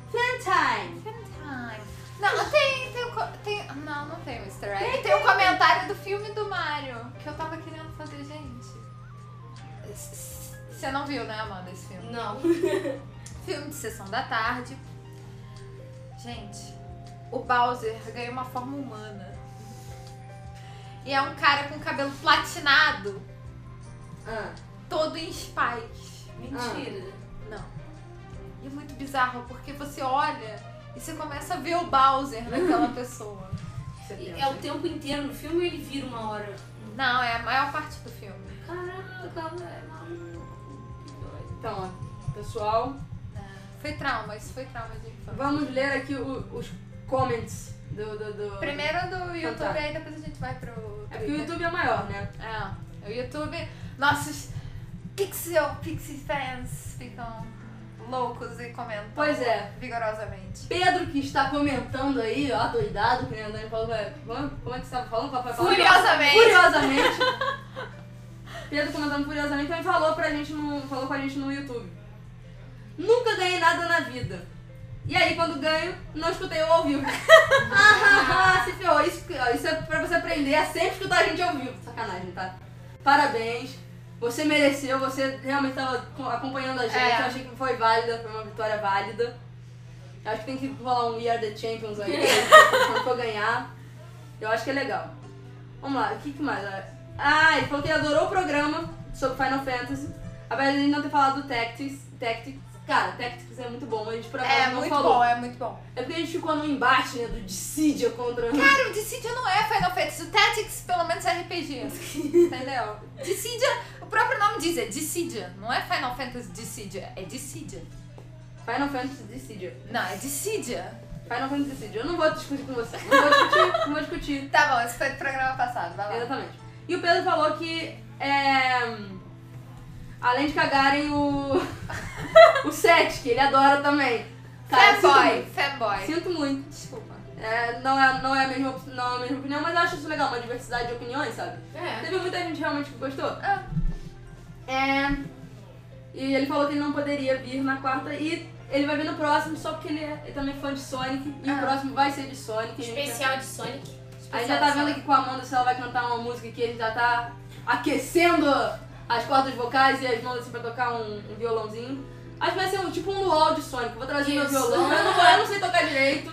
Speaker 1: Fan time.
Speaker 2: Ai. Não, tem, tem, o co- tem. Não, não tem o Easter egg. Tem, o comentário do filme do Mario, que eu tava querendo fazer, gente. Você não viu, né, Amanda, esse filme?
Speaker 3: Não.
Speaker 2: *laughs* Filme de sessão da tarde. Gente, o Bowser ganhou uma forma humana. E é um cara com cabelo platinado,
Speaker 1: Ah,
Speaker 2: todo em spikes.
Speaker 3: Mentira.
Speaker 2: Não. E é muito bizarro, porque você olha e você começa a ver o Bowser naquela pessoa.
Speaker 1: você
Speaker 3: E
Speaker 1: pensa.
Speaker 3: É o tempo inteiro no filme ou ele vira uma hora?
Speaker 2: Não, é a maior parte do filme.
Speaker 3: Caraca, velho. Que doido.
Speaker 1: Então, ó, pessoal,
Speaker 2: Foi trauma, isso foi trauma de infância.
Speaker 1: vamos ler aqui o- os comments do. do, do...
Speaker 2: Primeiro do YouTube,
Speaker 1: Fantástico.
Speaker 2: aí depois a gente vai pro
Speaker 1: Então tá. É porque o
Speaker 2: Twitter.
Speaker 1: YouTube é maior, né?
Speaker 2: É, o YouTube... Nossos pixel, pixie fans ficam loucos e comentam
Speaker 1: Pois é.
Speaker 2: vigorosamente.
Speaker 1: Pedro que está comentando aí, ó, doidado, que nem a Dani falou, ué, como como é que você estava falando? Papai falou.
Speaker 2: Curiosamente,
Speaker 1: Curiosamente. *laughs* Pedro comentando curiosamente, também falou pra gente no. falou com a gente no YouTube. Nunca ganhei nada na vida. E aí, quando ganho, não escutei ou
Speaker 2: *laughs*
Speaker 1: ouvi. ah, se ferrou. Isso, ó, isso é pra você aprender a sempre escutar a gente ao vivo. Sacanagem, tá? Parabéns. Você mereceu, você realmente tava co- acompanhando a gente.
Speaker 2: É.
Speaker 1: Eu achei que foi válida, foi uma vitória válida. Eu acho que tem que rolar um We Are The Champions
Speaker 2: *laughs*
Speaker 1: aí, quando for ganhar. Eu acho que é legal. Vamos lá, o que, que mais? Ah, ele falou que ele adorou o programa sobre Final Fantasy. Apesar de ele não ter falado do Tactics. Tactics. Cara, Tactics é muito bom, a gente por acaso
Speaker 2: é
Speaker 1: não
Speaker 2: muito
Speaker 1: falou.
Speaker 2: bom, é muito bom.
Speaker 1: É porque a gente ficou no embate, né, do Dissidia contra...
Speaker 2: Cara, o Dissidia não é Final Fantasy. O Tactics, pelo menos, é RPG. entendeu? Dissidia, o próprio nome diz, é Dissidia. Não é Final Fantasy Dissidia, é Dissidia.
Speaker 1: Final Fantasy Dissidia.
Speaker 2: Não, é Dissidia.
Speaker 1: Final Fantasy Dissidia. Eu não vou discutir com você. Não vou discutir, não vou discutir.
Speaker 2: *laughs* Tá bom, esse foi do programa passado, vai lá.
Speaker 1: Exatamente. E o Pedro falou que é, Além de cagarem o. *laughs* o set, que ele adora também. Cara,
Speaker 2: Fanboy,
Speaker 1: sinto
Speaker 2: fanboy.
Speaker 1: muito. Sinto muito.
Speaker 2: Desculpa.
Speaker 1: É, não, é, não, é a mesma, op- não é a mesma opinião, mas eu acho isso legal, uma diversidade de opiniões, sabe?
Speaker 3: É.
Speaker 1: Teve muita gente realmente que gostou.
Speaker 2: Ah.
Speaker 1: É. E ele falou que ele não poderia vir na quarta e ele vai vir no próximo, só porque ele é, ele também é fã de Sonic. E o
Speaker 2: Ah.
Speaker 1: próximo vai ser de Sonic. a gente-
Speaker 3: Especial de Sonic.
Speaker 1: a gente já tá vendo aqui com a Amanda se ela vai cantar uma música que a gente já tá aquecendo as cordas vocais e as mãos assim pra tocar um, um violãozinho. Acho que vai ser um, tipo um luau de Sonic. Vou trazer meu
Speaker 3: Isso.
Speaker 1: violão. Eu não, vou- eu não sei tocar direito.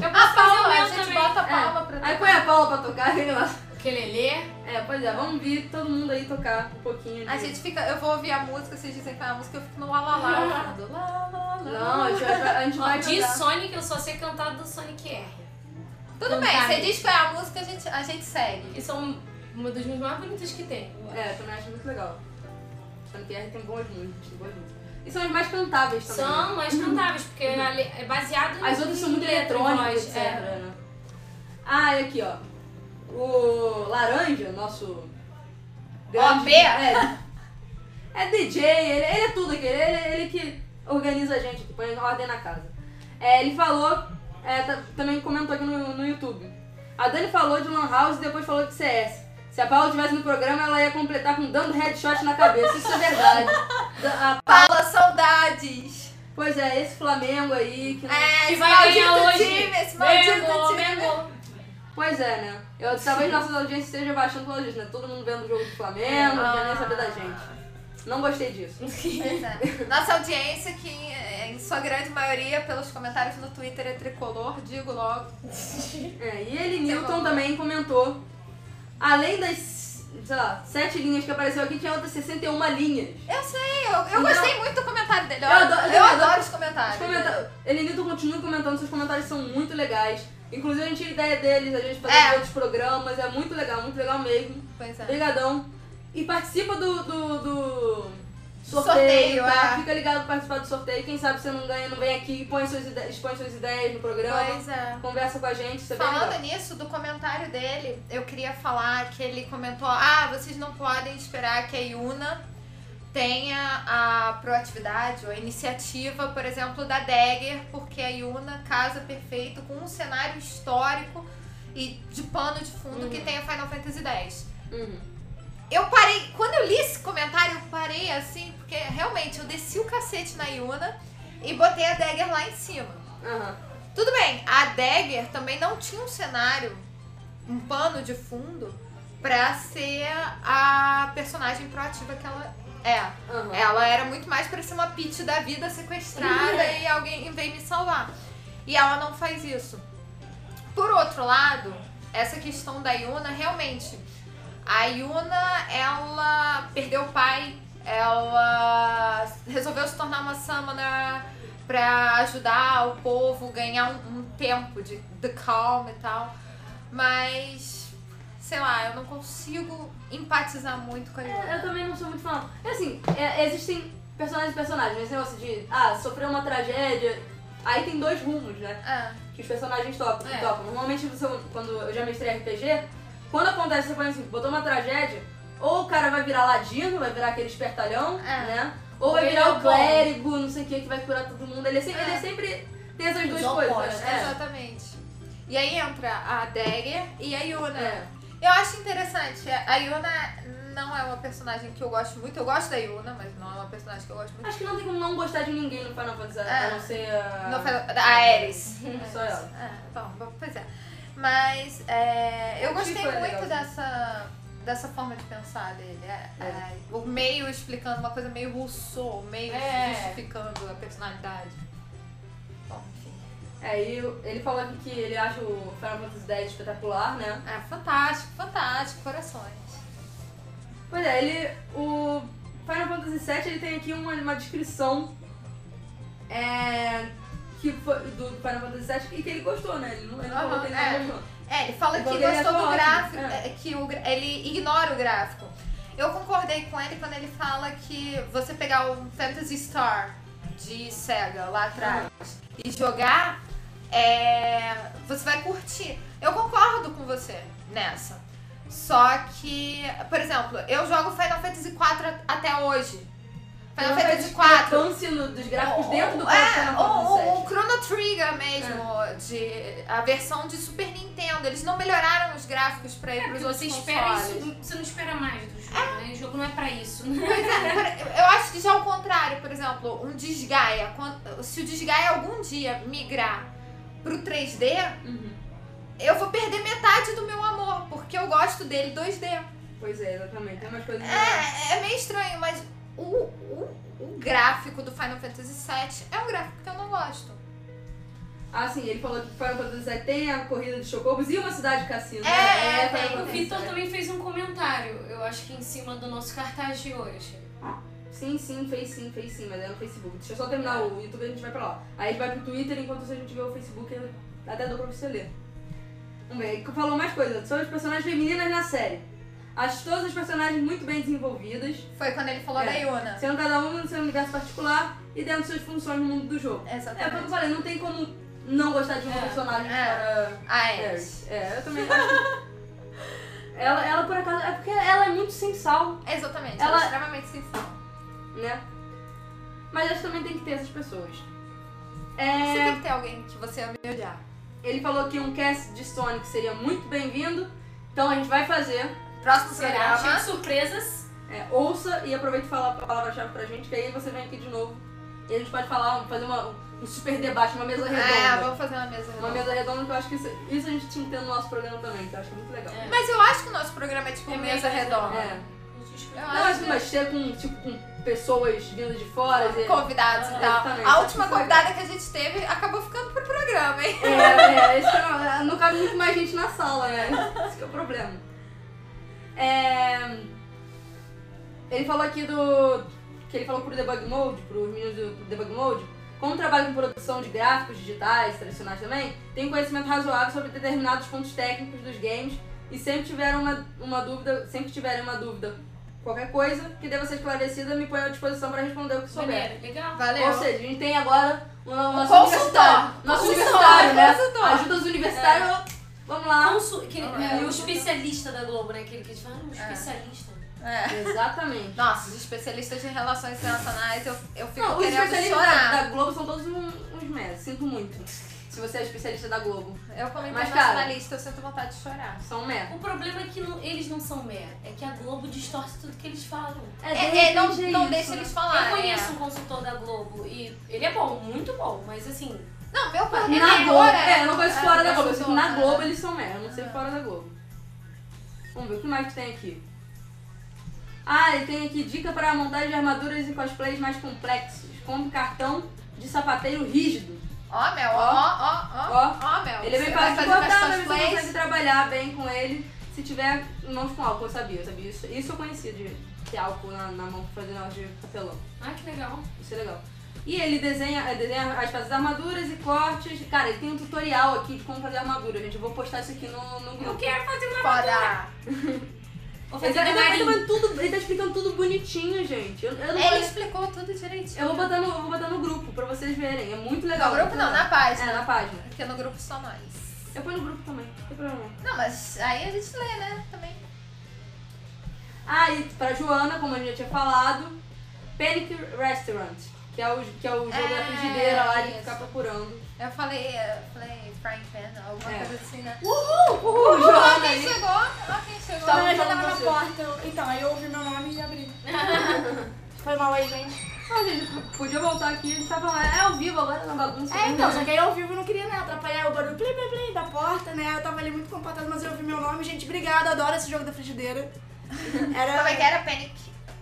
Speaker 3: Eu
Speaker 2: A
Speaker 3: posso fazer o
Speaker 2: palma,
Speaker 3: meu
Speaker 2: a gente
Speaker 3: também.
Speaker 2: bota *laughs* a
Speaker 1: É.
Speaker 2: palma pra
Speaker 1: Aí põe a Paula pra tocar. sei lá.
Speaker 3: Quelelê.
Speaker 1: É, pois é, vamos vir todo mundo aí tocar um pouquinho. De...
Speaker 2: A gente fica, eu vou ouvir a música, vocês dizem que é a música, eu fico no lalalá. ouvindo. Lá, lá, lá.
Speaker 1: Não, a gente vai, a gente vai
Speaker 3: De
Speaker 1: cantar.
Speaker 3: Sonic, eu só sei cantar do Sonic R.
Speaker 2: Tudo bem,
Speaker 3: Cantar
Speaker 2: você
Speaker 3: isso.
Speaker 2: diz qual é a música, a gente, a gente segue.
Speaker 3: Isso é um- uma das músicas mais bonitas que tem. eu acho.
Speaker 1: É, eu também acho muito legal. Sonic R tem boas músicas, tem boas músicas. E são as mais cantáveis também. né?
Speaker 3: São mais cantáveis, porque é le- é baseado
Speaker 1: As outras são muito
Speaker 3: letra e
Speaker 1: eletrônicas,
Speaker 3: voz,
Speaker 1: etc.
Speaker 3: é.
Speaker 1: né? Ah, e aqui, ó. O Laranja, nosso.
Speaker 2: OB?
Speaker 1: É, é DJ, ele, ele é tudo aqui. Ele, ele que organiza a gente aqui, põe ordem na casa. É, ele falou, é, ta- também comentou aqui no, no YouTube. A Dani falou de Lan House e depois falou de CS. Se a Paula estivesse no programa, ela ia completar com dando headshot na cabeça. Isso é verdade. Da- a-
Speaker 2: Fala, saudades!
Speaker 1: pois é, esse Flamengo aí. Que não-
Speaker 2: É,
Speaker 3: Que
Speaker 2: esse
Speaker 3: vai ganhar
Speaker 2: maldito
Speaker 3: hoje.
Speaker 2: time, esse maldito
Speaker 3: Mengão,
Speaker 2: time.
Speaker 3: Mengão.
Speaker 1: Pois é, né? Eu, talvez nossa audiência esteja baixando pela gente, né? Todo mundo vendo o jogo do Flamengo, não quer nem saber da gente. Não gostei disso.
Speaker 2: *laughs* Pois é. Nossa audiência, que eh, em sua grande maioria, pelos comentários no Twitter, é tricolor, digo logo.
Speaker 1: É, e ele, Newton, também comentou. Além das, sei lá, sete linhas que apareceu aqui, tinha outras 61 linhas.
Speaker 2: Eu sei, eu, eu
Speaker 1: Então-
Speaker 2: gostei muito do comentário dele. Eu,
Speaker 1: Eu
Speaker 2: adoro,
Speaker 1: adoro-
Speaker 2: eu
Speaker 1: eu
Speaker 2: adoro
Speaker 1: adoro
Speaker 2: os comentários.
Speaker 1: Os comenta- Ele, Newton, continua comentando, seus comentários são muito legais. Inclusive, a gente tira ideia deles, a gente faz
Speaker 2: É.
Speaker 1: outros programas, é muito legal, muito legal mesmo.
Speaker 2: Pois é.
Speaker 1: Obrigadão. E participa do, do, do, sorteio,
Speaker 2: Sorteio,
Speaker 1: tá?
Speaker 2: é.
Speaker 1: Fica ligado pra participar do sorteio. Quem sabe você não ganha, não vem aqui e põe suas ideias, expõe suas ideias no programa.
Speaker 2: Pois é.
Speaker 1: Conversa com a gente, isso é bem
Speaker 2: Falando
Speaker 1: legal.
Speaker 2: nisso, do comentário dele, eu queria falar que ele comentou: ah, vocês não podem esperar que a Yuna tenha a proatividade ou a iniciativa, por exemplo, da Dagger, porque a Yuna casa perfeito com um cenário histórico e de pano de fundo que tem a Final Fantasy X.
Speaker 1: Uhum.
Speaker 2: Eu parei, quando eu li esse comentário, eu parei assim, porque realmente eu desci o cacete na Yuna e botei a Dagger lá em cima.
Speaker 1: Aham.
Speaker 2: Tudo bem, a Dagger também não tinha um cenário, um pano de fundo pra ser a personagem proativa que ela é.
Speaker 1: Aham.
Speaker 2: Ela era muito mais pra ser uma Peach da vida sequestrada e alguém veio me salvar. E ela não faz isso. Por outro lado, essa questão da Yuna, realmente, a Yuna, ela perdeu o pai, ela resolveu se tornar uma Samana pra ajudar o povo, ganhar um, um tempo de, de calma e tal. Mas, sei lá, eu não consigo empatizar muito com a Yuna.
Speaker 1: É, Eu também não sou muito fã. É assim, é- existem personagens e personagens. Esse negócio de, ah, sofreu uma tragédia. Aí tem dois rumos, né?
Speaker 2: Ah,
Speaker 1: que os personagens topam.
Speaker 2: É.
Speaker 1: topam. Normalmente, você- quando eu já mestrei RPG, quando acontece, você põe assim, botou uma tragédia, ou o cara vai virar ladino, vai virar aquele espertalhão,
Speaker 2: É.
Speaker 1: né? Ou
Speaker 3: Ou
Speaker 1: vai
Speaker 3: ele é
Speaker 1: virar
Speaker 3: o
Speaker 1: o clérigo, não sei o que, que vai curar todo mundo. Ele é sempre,
Speaker 2: É.
Speaker 1: ele é sempre tem essas duas
Speaker 3: Os
Speaker 1: coisas.
Speaker 3: opostos,
Speaker 1: né?
Speaker 2: Exatamente. E aí entra a Dagger e a Yuna.
Speaker 1: É. É.
Speaker 2: Eu acho interessante. A Yuna não é uma personagem que eu gosto muito. Eu gosto da Yuna, mas não é uma personagem que eu gosto muito.
Speaker 1: Acho que não tem como não gostar de ninguém no Final Fantasy,
Speaker 2: É.
Speaker 1: a não ser a... Uhum,
Speaker 2: Não fala- da Ares.
Speaker 1: Ah. é. Só ela.
Speaker 2: É, bom, pois é. Mas é, eu
Speaker 1: Tipo,
Speaker 2: gostei
Speaker 1: é
Speaker 2: muito
Speaker 1: legal.
Speaker 2: dessa, dessa forma de pensar dele. É, é, o meio explicando uma coisa meio Rousseau, meio
Speaker 3: É.
Speaker 2: justificando a personalidade. Bom, enfim.
Speaker 1: Aí É, ele falou aqui que ele acha o Final Fantasy X espetacular, né?
Speaker 2: É fantástico, fantástico, corações.
Speaker 1: Pois é, ele. O Final Fantasy VII ele tem aqui uma, uma descrição é, que foi do Final Fantasy VII e que ele gostou, né? Ele não, ele não
Speaker 2: Aham,
Speaker 1: falou que ele
Speaker 2: é.
Speaker 1: não gostou.
Speaker 2: É, ele fala que
Speaker 1: Igual
Speaker 2: gostou
Speaker 1: ele achou
Speaker 2: do
Speaker 1: ótimo,
Speaker 2: gráfico,
Speaker 1: é.
Speaker 2: é, que o gra- ele ignora o gráfico. Eu concordei com ele quando ele fala que você pegar o Fantasy Star de Sega lá atrás e jogar, é, você vai curtir. Eu concordo com você nessa. Só que, por exemplo, eu jogo Final Fantasy IV a- até hoje. Final
Speaker 1: Então,
Speaker 2: Fantasy
Speaker 1: foi a
Speaker 2: IV
Speaker 1: discrepância no- dos gráficos dentro do próprio
Speaker 2: é,
Speaker 1: Final
Speaker 2: o, o, o
Speaker 1: Fantasy VII.
Speaker 2: Chrono Trigger mesmo, de, a versão de Super Nintendo. Eles não melhoraram É, os gráficos pra ir
Speaker 3: É, Porque
Speaker 2: pros
Speaker 3: você
Speaker 2: outros
Speaker 3: espera
Speaker 2: consoles. Ah.
Speaker 3: isso, você não espera mais do jogo, né? O jogo não é pra isso.
Speaker 2: Pois é, por- eu acho que já ao contrário, por exemplo, um Desgaia. quando- Se o Desgaia algum dia migrar pro 3D,
Speaker 1: Uhum.
Speaker 2: eu vou perder metade do meu amor, porque eu gosto dele 2D.
Speaker 1: Pois é, exatamente. Tem umas coisas.
Speaker 2: É, é meio estranho, mas o, o, o gráfico do Final Fantasy VII é um gráfico que eu não gosto.
Speaker 1: Ah, sim, ele falou que Final Fantasy VII tem a corrida de chocobos e uma cidade de cassino.
Speaker 2: É,
Speaker 1: né?
Speaker 2: é,
Speaker 1: Final
Speaker 2: tem.
Speaker 3: *laughs* O
Speaker 1: Fantasy
Speaker 3: Vitor
Speaker 1: VII.
Speaker 3: também fez um comentário, eu acho que em cima do nosso cartaz de hoje.
Speaker 1: Sim, sim, fez sim, fez sim, mas é no Facebook. Deixa eu só terminar o YouTube e a gente vai pra lá. Aí a gente vai pro Twitter, enquanto a gente vê o Facebook, eu até dou pra você ler. Vamos ver, aí falou mais coisa sobre os personagens femininas na série. Acho todas as personagens muito bem desenvolvidas,
Speaker 2: Foi quando ele falou
Speaker 1: É.
Speaker 2: da Yuna.
Speaker 1: sendo cada uma no seu universo particular e dentro de suas funções no mundo do jogo. É, como eu
Speaker 2: Exatamente.
Speaker 1: falei, não tem como não gostar de um
Speaker 3: É.
Speaker 1: personagem
Speaker 2: É.
Speaker 1: para...
Speaker 3: Ah.
Speaker 2: A
Speaker 1: É,
Speaker 2: Ares.
Speaker 1: é, eu também acho. *laughs* ela, ela, por acaso, é porque ela é muito sem sal,
Speaker 2: Exatamente,
Speaker 1: Ela-
Speaker 2: ela é extremamente sincera.
Speaker 1: né? Mas acho que também tem que ter essas pessoas.
Speaker 2: Você tem que ter alguém que você ame odiar.
Speaker 1: Ele falou que um cast de Sonic seria muito bem-vindo. Então a gente vai fazer.
Speaker 2: Próximo
Speaker 3: Será? Cheio de
Speaker 2: programa.
Speaker 3: surpresas.
Speaker 1: É, ouça e aproveita e fala a palavra-chave pra gente, que aí você vem aqui de novo. E a gente pode falar, fazer uma- um super debate, uma mesa
Speaker 2: É,
Speaker 1: redonda.
Speaker 2: vamos fazer uma mesa
Speaker 1: uma
Speaker 2: redonda.
Speaker 1: mesa redonda que eu acho que isso, isso a gente tinha que ter no nosso programa também, que eu acho que é muito legal.
Speaker 3: É.
Speaker 2: Mas eu acho que o nosso programa é tipo
Speaker 3: É
Speaker 2: mesa
Speaker 3: mesa
Speaker 2: redonda.
Speaker 1: É.
Speaker 2: Eu
Speaker 1: Não, acho
Speaker 2: acho é
Speaker 1: que vai ser com, tipo, com pessoas vindas de fora. e-
Speaker 2: que convidados e
Speaker 1: Ah,
Speaker 2: tal.
Speaker 1: exatamente,
Speaker 2: A
Speaker 1: acho
Speaker 2: última
Speaker 1: que foi.
Speaker 2: convidada que a gente teve acabou ficando pro programa, hein?
Speaker 1: É, é, isso que não, não cabe muito mais gente na sala, né? Esse que é o problema. É, ele falou aqui do. que ele falou pro Debug Mode, pros meninos do Debug Mode. Como trabalho com produção de gráficos digitais, tradicionais também, tem conhecimento razoável sobre determinados pontos técnicos dos games e sempre tiveram uma, uma dúvida, sempre que tiverem uma dúvida Qualquer coisa que deva ser esclarecida, me põe à disposição para responder o que souber.
Speaker 3: Maneiro, legal.
Speaker 2: Valeu.
Speaker 1: Ou seja, a gente tem agora o nosso
Speaker 2: Consultório.
Speaker 1: universitário. Nosso
Speaker 2: Consultório,
Speaker 1: universitário, né?
Speaker 2: consultório.
Speaker 1: Ajuda os universitários. Vamos lá.
Speaker 3: Consul- aquele- e é, o especialista da Globo, né? Aquele que a gente fala, ah, um especialista.
Speaker 2: É.
Speaker 1: Exatamente.
Speaker 2: Nossa, os especialistas de relações internacionais, eu, eu fico
Speaker 1: Não, os
Speaker 2: querendo
Speaker 1: especialistas da,
Speaker 2: chorar.
Speaker 1: da Globo são todos um- uns merda. Sinto muito. Se você é especialista da Globo,
Speaker 2: Eu, como
Speaker 1: Mas,
Speaker 2: internacionalista, eu sinto vontade de chorar.
Speaker 1: são merda.
Speaker 3: O problema é que não- eles não são merda, é que a Globo distorce tudo que eles falam.
Speaker 2: É, é, não,
Speaker 1: de repente
Speaker 2: não
Speaker 1: isso,
Speaker 2: deixa
Speaker 1: né?
Speaker 2: eles falarem.
Speaker 3: Eu conheço
Speaker 2: é.
Speaker 3: um consultor da Globo e ele é bom, muito bom, mas assim,
Speaker 2: Não, meu problema
Speaker 1: Na
Speaker 2: é
Speaker 1: Globo.
Speaker 2: agora-
Speaker 1: É, eu não conheço fora
Speaker 2: é,
Speaker 1: da Globo. Eu sei que na
Speaker 2: é.
Speaker 1: Globo eles são merda. Eu não sei fora da Globo. Vamos ver o que mais que tem aqui. Ah, e tem aqui dica para montagem de armaduras e cosplays mais complexos. Compre cartão de sapateiro rígido.
Speaker 2: Ó, Mel, ó,
Speaker 1: Ó.
Speaker 2: ó, ó, ó, Mel.
Speaker 1: Ele é bem
Speaker 2: Você
Speaker 1: fácil
Speaker 2: vai
Speaker 1: de
Speaker 2: fazer
Speaker 1: cortar, mas
Speaker 2: mais
Speaker 1: você
Speaker 2: cosplays?
Speaker 1: consegue trabalhar bem com ele se tiver mãos com álcool, eu sabia, eu sabia. Isso, isso eu conhecia de ter álcool na, na mão pra fazer negócio de papelão.
Speaker 3: ah, que legal.
Speaker 1: Isso é lelegal. E ele desenha, eh, desenha as fases das armaduras e cortes. Cara, ele tem um tutorial aqui de como fazer armadura, gente. Eu vou postar isso aqui no, no grupo.
Speaker 3: Eu quero fazer uma
Speaker 2: Foda.
Speaker 3: Vou
Speaker 1: Ele
Speaker 3: fazer
Speaker 1: tá, ele, tá, ele,
Speaker 3: uma
Speaker 1: tá tudo, ele tá explicando tudo bonitinho, gente. Eu, eu não
Speaker 2: Ele
Speaker 1: vou-
Speaker 2: explicou tudo direitinho.
Speaker 1: eu vou botar no, eu vou botar no grupo pra vocês verem. É muito
Speaker 2: No
Speaker 1: legal.
Speaker 2: grupo
Speaker 1: muito
Speaker 2: não,
Speaker 1: legal.
Speaker 2: na página.
Speaker 1: É, na página.
Speaker 2: Porque no grupo só nós.
Speaker 1: Eu ponho no grupo também, não tem problema. não.
Speaker 2: Não, mas aí a gente lê, né? Também.
Speaker 1: Ah, e pra Joana, como a gente já tinha falado, Panic Restaurant, que é o, que é o jogo da
Speaker 2: É,
Speaker 1: frigideira lá de
Speaker 2: isso.
Speaker 1: ficar procurando.
Speaker 2: Eu falei, eu falei frying pan, alguma
Speaker 1: É.
Speaker 2: coisa assim, né?
Speaker 1: Uhul! Uhul,
Speaker 2: Ó,
Speaker 1: Joana!
Speaker 2: quem
Speaker 1: aí.
Speaker 2: chegou? Ó, quem chegou?
Speaker 1: Tá.
Speaker 4: Não, eu já
Speaker 1: falando
Speaker 4: tava na
Speaker 1: você.
Speaker 4: porta. eu- Então, aí eu ouvi meu nome e já *laughs* abri. Foi mal aí, gente.
Speaker 1: Ah, gente, podia voltar aqui, a gente tava lá, é ao vivo agora na bagunça.
Speaker 4: É, então, só que aí ao vivo eu não queria né, atrapalhar o barulho plim, plim, plim da porta, né? Eu tava ali muito comportada, mas eu ouvi meu nome. Gente, obrigada, adoro esse jogo da frigideira. *laughs*
Speaker 2: Como é que
Speaker 4: Era,
Speaker 2: era? Panic,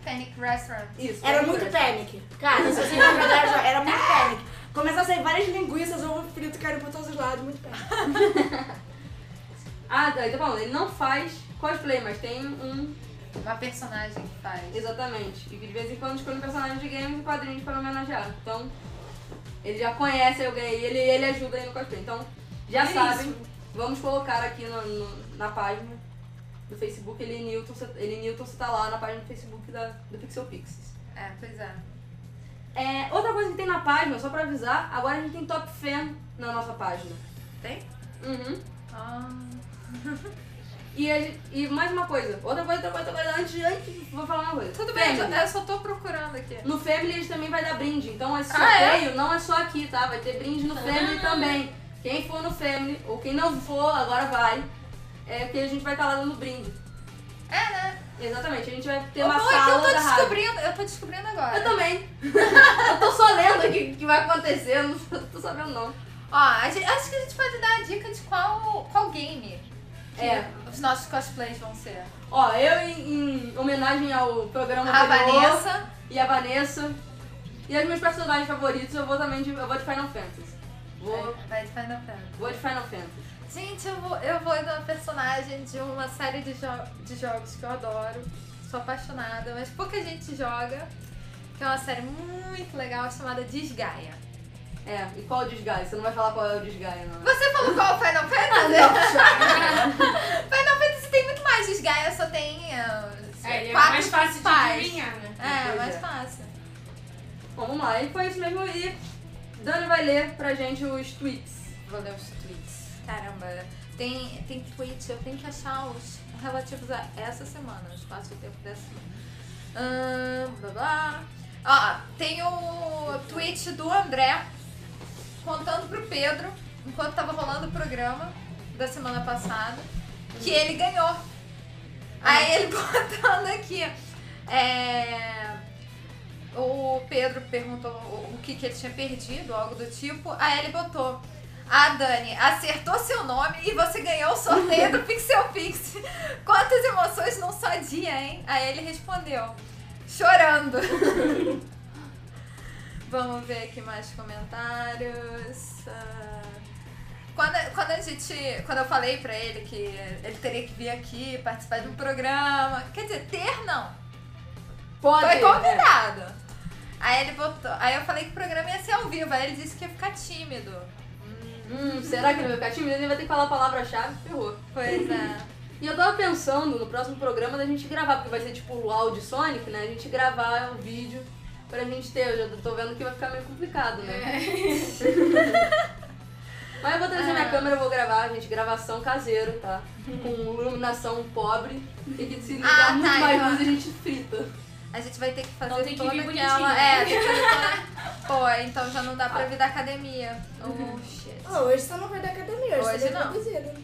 Speaker 2: Panic Restaurant.
Speaker 1: Isso. é
Speaker 4: era muito panic. Cara, se você não jogar, já- era muito panic. Começou a sair várias linguiças, ovo frito caindo por todos os lados, muito panic.
Speaker 1: Ah, tá, então falando, ele não faz cosplay, mas tem um.
Speaker 2: Uma personagem que faz.
Speaker 1: Exatamente. E de vez em quando escolhe um personagem de games e quadrinhos para homenagear. Então, ele já conhece alguém e ele, ele ajuda aí no cosplay. Então, já sabem, vamos colocar aqui no- no- na página do Facebook. Ele e Newton, você- ele e Newton, você tá lá na página do Facebook da, do Pixel Pixies.
Speaker 2: É, pois é.
Speaker 1: É, outra coisa que tem na página, só pra avisar, agora a gente tem top fan na nossa página.
Speaker 2: Tem?
Speaker 1: Uhum.
Speaker 2: Ah,
Speaker 1: E, a gente- e mais uma coisa, outra coisa, outra coisa, outra coisa, antes, antes vou falar uma coisa.
Speaker 2: tudo bem,
Speaker 1: Family.
Speaker 2: eu só tô procurando aqui.
Speaker 1: No Family a gente também vai dar brinde, então esse
Speaker 2: Ah, é? Ah.
Speaker 1: sorteio não é só aqui, tá? Vai ter brinde no Family também. Quem for no Family, ou quem não for, agora vai, é porque a gente vai estar lá dando brinde.
Speaker 2: É, né?
Speaker 1: Exatamente, a gente vai ter
Speaker 2: O
Speaker 1: uma
Speaker 2: bom é que
Speaker 1: sala
Speaker 2: eu tô
Speaker 1: da rádio.
Speaker 2: descobrindo, eu tô descobrindo agora.
Speaker 1: Eu também. eu tô só lendo aqui o que vai acontecer, eu não tô sabendo não.
Speaker 2: Ó, a gente- acho que a gente pode dar a dica de qual, qual game que
Speaker 1: É.
Speaker 2: os nossos cosplays vão ser.
Speaker 1: Ó, eu em, em homenagem ao programa
Speaker 2: A
Speaker 1: anterior,
Speaker 2: Vanessa.
Speaker 1: e a Vanessa. E os meus personagens favoritos, eu vou também de, eu vou de Final Fantasy. Vou,
Speaker 2: Vai de Final Fantasy.
Speaker 1: vou de Final Fantasy.
Speaker 2: Gente, eu vou, eu vou dar uma personagem de uma série de, jo- de jogos que eu adoro. Sou apaixonada, mas pouca gente joga. Que é uma série muito legal chamada Desgaia.
Speaker 1: É, e qual o desgaio? Você não vai falar qual é o desgaio, não. né?
Speaker 2: Você falou qual Final
Speaker 1: Ah,
Speaker 2: Fantasy? Final Fantasy tem muito mais. Desgaia só tem ah,
Speaker 3: É, ele é
Speaker 2: quatro
Speaker 3: mais fácil de
Speaker 2: principais.
Speaker 3: adivinhar, né?
Speaker 2: É,
Speaker 1: Pois
Speaker 2: mais
Speaker 1: é.
Speaker 2: fácil.
Speaker 1: Bom, vamos lá. E foi isso mesmo. E Dani vai ler pra gente os tweets.
Speaker 2: Vou ler os tweets. Caramba, tem, tem tweet, eu tenho que achar os relativos a essa semana, o espaço e o tempo dessa semana. Ahn, blá blá. Ó, tem o tweet do André contando pro Pedro, enquanto tava rolando o programa da semana passada, que ele ganhou. Aí ele *laughs* contando aqui. É. O Pedro perguntou o o que, que ele tinha perdido, algo do tipo. Aí ele botou. A Dani acertou seu nome e você ganhou o sorteio do Pixel Pix. Quantas emoções num só dia, hein? Aí ele respondeu, chorando. *laughs* Vamos ver aqui mais comentários. Ah, Quando, quando a gente. Quando eu falei pra ele que ele teria que vir aqui participar de um programa. Quer dizer, ter não.
Speaker 1: Pode.
Speaker 2: Foi
Speaker 1: né?
Speaker 2: convidado. Aí ele botou. Aí eu falei que o programa ia ser ao vivo. Aí ele disse que ia ficar tímido.
Speaker 1: Hum, será que ele vai ficar tímido? Ele vai ter que falar a palavra-chave. Ferrou.
Speaker 2: Pois é.
Speaker 1: E eu tava pensando no próximo programa da gente gravar, porque vai ser tipo o áudio Sonic, né? A gente gravar um vídeo pra gente ter. Eu já tô vendo que vai ficar meio complicado, né?
Speaker 2: É.
Speaker 1: *laughs* Mas eu vou trazer minha câmera, eu vou gravar, gente, gravação caseiro, tá? Com iluminação pobre. E que se ligar
Speaker 2: Ah,
Speaker 1: muito
Speaker 2: tá,
Speaker 1: mais
Speaker 2: então-
Speaker 1: luz, a gente frita.
Speaker 2: A gente vai ter que fazer
Speaker 3: Então tem que
Speaker 2: toda
Speaker 3: vir bonitinho.
Speaker 2: aquela... É, tem que fazer toda... Pô, então já não dá pra vir da academia. Oh, shit.
Speaker 4: Ah, hoje você não vai da academia, hoje,
Speaker 2: Hoje
Speaker 4: você tá vai
Speaker 2: não.
Speaker 4: produzida.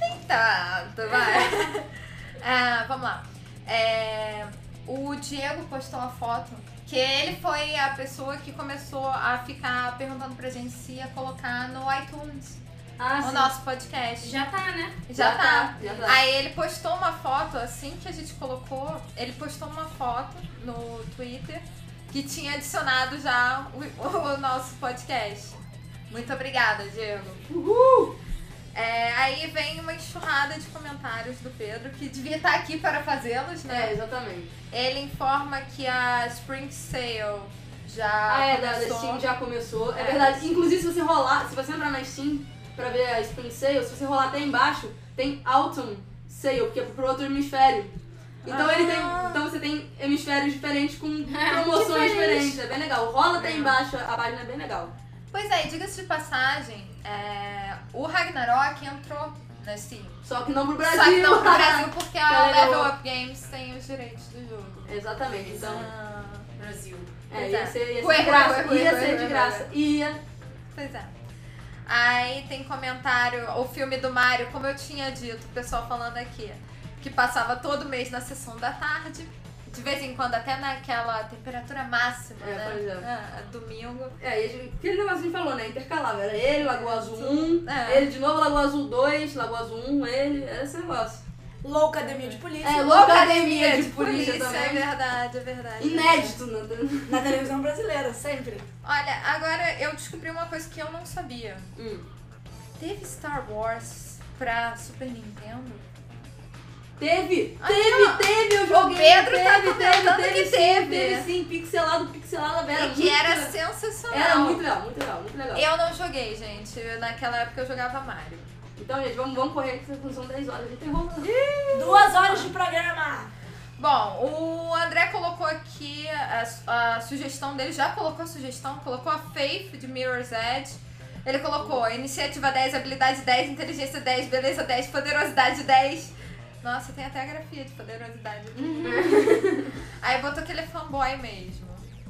Speaker 2: Tanto, Tá, então vai. *laughs* Ah, vamos lá. É, o Diego postou uma foto que ele foi a pessoa que começou a ficar perguntando pra gente se ia colocar no iTunes
Speaker 3: Ah,
Speaker 2: o
Speaker 3: sim.
Speaker 2: nosso podcast.
Speaker 3: Já tá, né?
Speaker 2: Já tá.
Speaker 1: Já tá.
Speaker 2: Aí ele postou uma foto assim que a gente colocou. Ele postou uma foto no Twitter que tinha adicionado já o, o nosso podcast. Muito obrigada, Diego. Uhul! aí vem uma enxurrada de comentários do Pedro, que devia estar aqui para fazê-los, né?
Speaker 1: É, exatamente.
Speaker 2: Ele informa que a Spring Sale já
Speaker 1: Ah, é, da, da
Speaker 2: começou.
Speaker 1: Steam já começou. É,
Speaker 2: É.
Speaker 1: verdade. Inclusive, se você rolar, se você entrar na Steam pra ver a Spring Sale, se você rolar até embaixo, tem Autumn Sale, porque é pro outro hemisfério. Então ele tem.
Speaker 2: Ah.
Speaker 1: Então você tem hemisférios diferentes
Speaker 2: *laughs*
Speaker 1: com promoções diferentes. É bem legal. Rola até embaixo, a página é bem legal.
Speaker 2: Pois é, e diga-se de passagem, é, o Ragnarok entrou na Steam.
Speaker 1: Só que não pro Brasil.
Speaker 2: Só que não pro Brasil, porque a
Speaker 1: Galera,
Speaker 2: Level
Speaker 1: eu-
Speaker 2: Up Games tem os direitos do jogo.
Speaker 1: *laughs* Exatamente. Então,
Speaker 2: Ah,
Speaker 3: Brasil.
Speaker 1: é,
Speaker 2: pois é.
Speaker 1: ia ser, ia
Speaker 2: Ué,
Speaker 1: ser de graça.
Speaker 2: ué, ué,
Speaker 1: Ia
Speaker 2: ué,
Speaker 1: ser
Speaker 2: ué,
Speaker 1: de
Speaker 2: ué.
Speaker 1: graça. Ia.
Speaker 2: pois é. Aí tem comentário, o filme do Mario, como eu tinha dito, o pessoal falando aqui, que passava todo mês na sessão da tarde, de vez em quando até naquela temperatura máxima,
Speaker 1: É,
Speaker 2: né?
Speaker 1: pois é.
Speaker 2: Ah, domingo.
Speaker 1: É, e a gente- aquele negócio que a gente falou, né? Intercalava. Era ele, Lagoa Azul 1,
Speaker 2: É.
Speaker 1: ele de novo, Lagoa Azul 2, Lagoa Azul 1, ele. Era esse negócio.
Speaker 4: Louca Academia de Polícia.
Speaker 1: É,
Speaker 2: Ou
Speaker 1: louca academia de polícia
Speaker 2: é
Speaker 1: também.
Speaker 2: verdade, é verdade.
Speaker 1: Inédito, né?
Speaker 4: Na televisão brasileira, sempre.
Speaker 2: Olha, agora eu descobri uma coisa que eu não sabia.
Speaker 1: Hum.
Speaker 2: Teve Star Wars pra Super Nintendo?
Speaker 1: Teve!
Speaker 2: Ah,
Speaker 1: teve,
Speaker 2: não.
Speaker 1: teve, eu
Speaker 2: O
Speaker 1: joguei!
Speaker 2: Pedro
Speaker 1: teve,
Speaker 2: tá
Speaker 1: teve,
Speaker 2: comentando
Speaker 1: teve,
Speaker 2: que
Speaker 1: sim,
Speaker 2: teve.
Speaker 1: teve sim, pixelado, pixelada, era
Speaker 2: E que
Speaker 1: muito
Speaker 2: era
Speaker 1: legal.
Speaker 2: sensacional.
Speaker 1: Era muito legal, muito legal, muito legal.
Speaker 2: Eu não joguei, gente. Naquela época eu jogava Mario.
Speaker 1: Então, gente, vamos, vamos correr, que são 10 horas, a gente tem rolando.
Speaker 4: Duas horas de programa.
Speaker 2: Bom, o André colocou aqui a, su- a sugestão dele, já colocou a sugestão, colocou a Faith de Mirror's Edge. Ele colocou iniciativa 10, habilidade 10, inteligência 10, beleza 10, poderosidade 10. Nossa, tem até a grafia de poderosidade.
Speaker 1: Uhum.
Speaker 2: *laughs* Aí botou que ele é fanboy mesmo.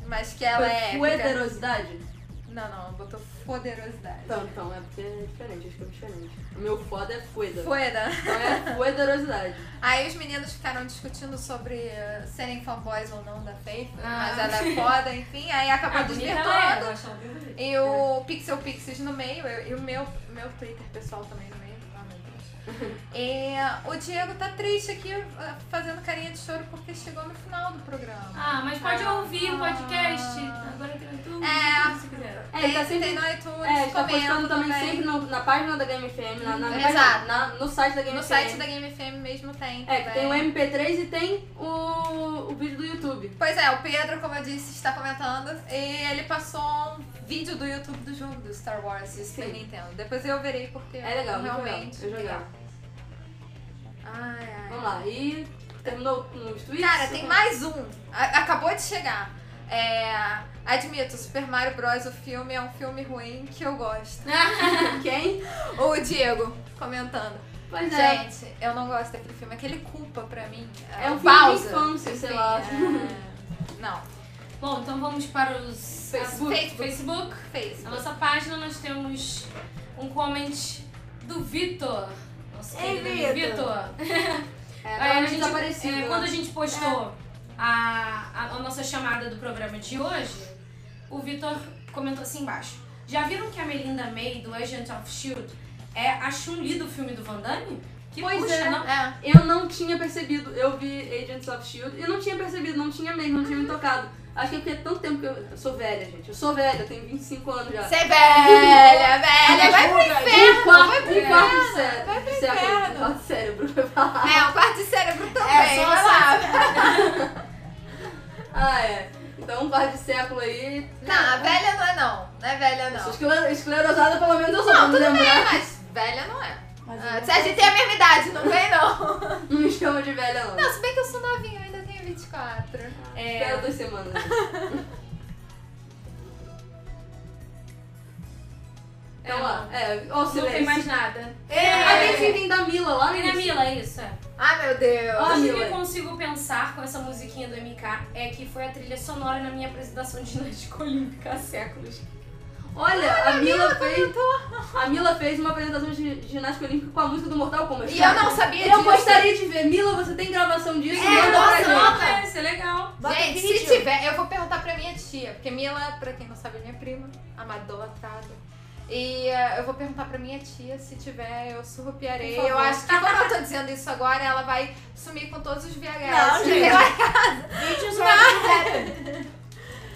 Speaker 2: Mas que ela é.
Speaker 1: Foi
Speaker 2: épica.
Speaker 1: heterosidade?
Speaker 2: Não, não, botou poderosidade.
Speaker 1: Então, então, é porque é diferente, acho que é diferente. O meu foda é fueda.
Speaker 2: Foda.
Speaker 1: Então é fuederosidade.
Speaker 2: Aí os meninos ficaram discutindo sobre eh, serem fanboys ou não da Faith,
Speaker 3: Ah.
Speaker 2: mas ela é foda, enfim, aí acabou
Speaker 3: Ah, bonita ela é, eu
Speaker 2: desvirtuando.
Speaker 3: acho ela bem bonita.
Speaker 2: E o Pixel Pixies no meio, eu- e o meu, meu Twitter pessoal também no meio. Ah, meu
Speaker 1: *laughs*
Speaker 2: Deus. E eh, o Diego tá triste aqui, eh, fazendo carinha de choro, porque chegou no final do programa.
Speaker 3: Ah, mas pode
Speaker 2: Ah.
Speaker 3: ouvir o podcast. Agora tem no tudo.
Speaker 2: É.
Speaker 3: tudo que você quiser.
Speaker 1: É, ele tá sempre
Speaker 2: tem no iTunes,
Speaker 1: É, a gente tá postando
Speaker 2: comenta
Speaker 1: também
Speaker 2: também.
Speaker 1: sempre no- na página da Game FM, na, na- na
Speaker 2: Exato.
Speaker 1: página- na- no site da Game
Speaker 2: No
Speaker 1: FM.
Speaker 2: site da Game FM mesmo tem. né?
Speaker 1: É, que tem o
Speaker 2: também.
Speaker 1: MP3 e tem o, o vídeo do YouTube.
Speaker 2: Pois é, o Pedro, como eu disse, está comentando. E ele passou um vídeo do YouTube do jogo do Star Wars e Super
Speaker 1: Sim.
Speaker 2: Nintendo. Depois eu verei porque
Speaker 1: É legal, muito
Speaker 2: realmente.
Speaker 1: legal. Eu jogava.
Speaker 2: Ai, ai.
Speaker 1: Vamos lá, e terminou nos tweets?
Speaker 2: Cara, tem mais um. A- acabou de chegar. É, admito, Super Mario Bros. o filme é um filme ruim que eu
Speaker 1: *laughs*
Speaker 2: gosto.
Speaker 1: Quem?
Speaker 2: Ou o Diego comentando.
Speaker 1: Pois é.
Speaker 2: Gente, eu não gosto daquele filme. Aquele culpa pra mim.
Speaker 1: É um filme de
Speaker 2: Bowser,
Speaker 1: infância, sei
Speaker 2: enfim,
Speaker 1: lá. *laughs*
Speaker 2: é, Não,
Speaker 3: Bom, então vamos para os
Speaker 1: Facebook.
Speaker 3: Facebook. Facebook.
Speaker 2: fez.
Speaker 3: Na nossa página nós temos um comment do Vitor. Nosso
Speaker 4: Ei,
Speaker 3: querido
Speaker 4: Vitor.
Speaker 3: Vitor.
Speaker 1: É,
Speaker 3: Aí
Speaker 1: tá
Speaker 3: a
Speaker 1: muito
Speaker 3: gente-
Speaker 1: desaparecido.
Speaker 3: é,
Speaker 1: né?
Speaker 3: quando a gente postou a, a, a nossa chamada do programa de hoje, o Vitor comentou assim embaixo. Já viram que a Melinda May, do Agent of S.H.I.E.L.D., é a Chun-Li do filme do Van Damme? Que
Speaker 1: Pois
Speaker 3: puxa,
Speaker 1: é.
Speaker 3: não?
Speaker 2: É.
Speaker 1: Eu não tinha percebido, eu vi Agents of S.H.I.E.L.D. e não tinha percebido, não tinha mesmo, não tinha
Speaker 2: Uhum.
Speaker 1: me tocado. Acho que é porque é tanto tempo que eu... eu sou velha, gente. Eu sou velha, eu tenho 25 anos já.
Speaker 2: Você é velha, velha, vai pro inferno.
Speaker 1: Um quarto, um quarto de cérebro. de cérebro, um quarto de cérebro, *laughs* vai falar.
Speaker 2: É, assim. um quarto de cérebro também,
Speaker 3: É, só
Speaker 2: vai lá.
Speaker 1: Ah, é. Então, um quarto de século aí.
Speaker 2: Não, a velha não é não. Não é velha
Speaker 1: Eu sou
Speaker 2: não.
Speaker 1: esclero- esclerosada, pelo menos eu sou,
Speaker 2: Não,
Speaker 1: pra me
Speaker 2: tudo bem,
Speaker 1: lembrar.
Speaker 2: mas velha não é.
Speaker 4: É
Speaker 1: Quase
Speaker 2: Ah,
Speaker 1: nada.
Speaker 2: se a gente tem a mesma idade, não vem não.
Speaker 1: Não me chama de velha, não.
Speaker 2: *laughs* Não, é. se bem que eu sou novinha, eu ainda tenho 24.
Speaker 1: Espera duas
Speaker 2: *laughs*
Speaker 1: semanas. Então, ó, é, ó, o
Speaker 6: Não tem
Speaker 1: silêncio.
Speaker 6: mais nada.
Speaker 1: Ah, tem Fintem da Mila lá no
Speaker 3: Ana
Speaker 1: início.
Speaker 3: Mila, é isso, é.
Speaker 2: Ai, meu Deus.
Speaker 1: Ah,
Speaker 3: Tudo que
Speaker 1: Mila.
Speaker 3: eu consigo pensar com essa musiquinha do MK é que foi a trilha sonora na minha apresentação de ginástica olímpica há séculos.
Speaker 1: Olha, a Mila,
Speaker 2: tá
Speaker 1: fez. A Mila fez uma apresentação de ginástica olímpica com a música do Mortal Kombat.
Speaker 2: E eu não sabia disso.
Speaker 1: Eu gostaria de ver. Mila, você tem gravação disso?
Speaker 2: É,
Speaker 1: Manda pra
Speaker 2: nossa,
Speaker 1: gente.
Speaker 2: nossa.
Speaker 3: Ah, isso é legal.
Speaker 4: Bota
Speaker 2: Gente, se
Speaker 4: vídeo.
Speaker 2: tiver, eu vou perguntar pra minha tia, porque Mila, pra quem não sabe, é minha prima, amadolatrada. E eh, eu vou perguntar pra minha tia, se tiver, eu surrupiarei.
Speaker 3: Por favor.
Speaker 2: Eu acho que como eu tô dizendo isso agora, ela vai sumir com todos os VHS.
Speaker 4: Não, gente.
Speaker 2: Eu acho
Speaker 4: Vídeos are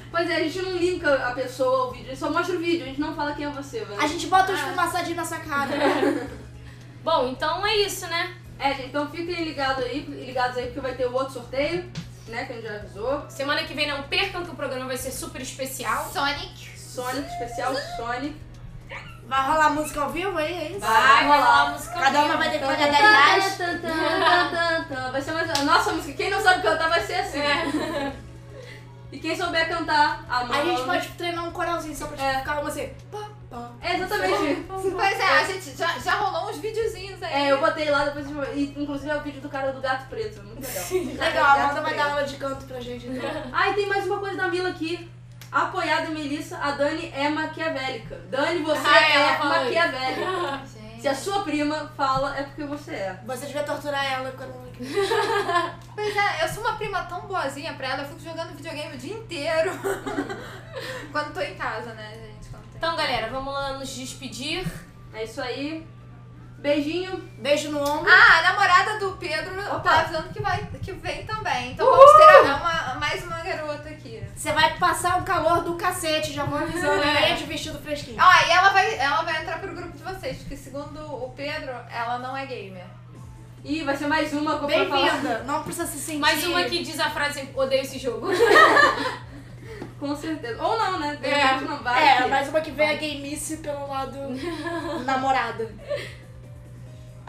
Speaker 1: Pois é, a gente não linka a pessoa ao vídeo, a gente só mostra o vídeo, a gente não fala quem é você, velho.
Speaker 4: A gente bota os fumaçadinhos na sua cara.
Speaker 3: Bom, então é isso, né?
Speaker 1: É, gente, então fiquem ligados aí, ligados aí porque vai ter o outro sorteio, né? Que a gente já avisou.
Speaker 3: Semana que vem não percam que o programa vai ser super especial.
Speaker 2: que Sonic.
Speaker 1: Sonic, especial Sonic.
Speaker 4: Vai rolar música ao vivo aí, é isso?
Speaker 3: Vai rolar a música
Speaker 4: Cada uma
Speaker 3: ao
Speaker 4: vai
Speaker 3: vivo.
Speaker 4: ter que pagar 10 reais.
Speaker 1: Tan, tan, tan, tan, tan. Vai ser mais. a Nossa música, quem não sabe cantar vai ser assim.
Speaker 4: É.
Speaker 3: É.
Speaker 1: E quem souber cantar, a mão.
Speaker 4: A gente pode treinar um coralzinho só pra
Speaker 1: É.
Speaker 4: ficar assim. com você. Pá, pá.
Speaker 1: É, exatamente.
Speaker 2: Pois é, a gente já, já rolou uns videozinhos aí.
Speaker 1: É, eu botei lá depois. E, inclusive é o vídeo do cara do gato preto. Muito legal.
Speaker 4: Legal, a Amanda vai dar aula de canto pra gente. Então.
Speaker 1: Ah, e tem mais uma coisa da Mila aqui. Apoiada Melissa, a Dani é maquiavélica. Dani, você
Speaker 3: Ah, ela
Speaker 1: é
Speaker 3: falou isso.
Speaker 1: maquiavélica.
Speaker 2: Gente.
Speaker 1: Se a sua prima fala, é porque você é.
Speaker 4: Você devia torturar ela quando ela
Speaker 2: Pois é, eu sou uma prima tão boazinha pra ela, eu fico jogando videogame o
Speaker 1: *laughs*
Speaker 2: dia inteiro. Quando tô em casa, né, gente? Quando tem-
Speaker 3: Então, galera, vamos lá nos despedir.
Speaker 1: É isso aí. Beijinho.
Speaker 4: Beijo no ombro.
Speaker 2: Ah, a namorada do Pedro
Speaker 1: Opa.
Speaker 2: tá avisando que, vai, que vem também. Então vamos ter uma, mais uma garota aqui.
Speaker 4: Você vai passar um calor do cacete, já vou avisando.
Speaker 3: É.
Speaker 4: Venha de vestido fresquinho.
Speaker 2: Ó, e ela vai, ela vai entrar pro grupo de vocês, porque segundo o Pedro, ela não é gamer.
Speaker 1: E vai ser mais uma como eu falar.
Speaker 4: Bem-vinda. Não precisa se sentir.
Speaker 3: Ah, Mais uma que diz a frase odeio esse jogo.
Speaker 1: Com certeza. Ou não, né? De
Speaker 3: É.
Speaker 1: repente não vai.
Speaker 4: É,
Speaker 1: que-
Speaker 4: mais uma que vem a gamice pelo lado namorada.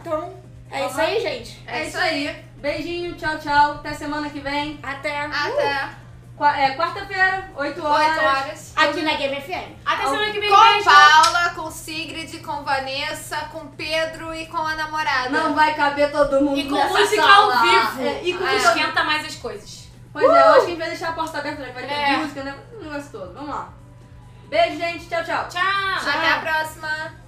Speaker 4: Então, é isso aí, gente.
Speaker 1: É isso aí. Beijinho, tchau, tchau. Até semana que vem.
Speaker 4: Até
Speaker 2: Até
Speaker 1: Qua- é, quarta-feira, 8 horas.
Speaker 2: 8 horas.
Speaker 4: aqui na Game FM.
Speaker 3: Até semana que vem,
Speaker 2: Com
Speaker 3: beijo.
Speaker 2: Paula, com Sigrid, com Vanessa, com Pedro e com a namorada.
Speaker 1: Não vai caber todo mundo
Speaker 3: E com
Speaker 1: nessa
Speaker 3: música
Speaker 1: sala.
Speaker 3: ao vivo.
Speaker 1: É, e com
Speaker 3: Ah,
Speaker 1: música-
Speaker 3: Esquenta mais as coisas.
Speaker 1: Pois é, eu acho que a gente vai deixar a porta aberta, né? Vai ter
Speaker 3: É.
Speaker 1: música, né? O negócio todo. Vamos lá. Beijo, gente. Tchau, tchau.
Speaker 3: Tchau.
Speaker 2: Até a próxima.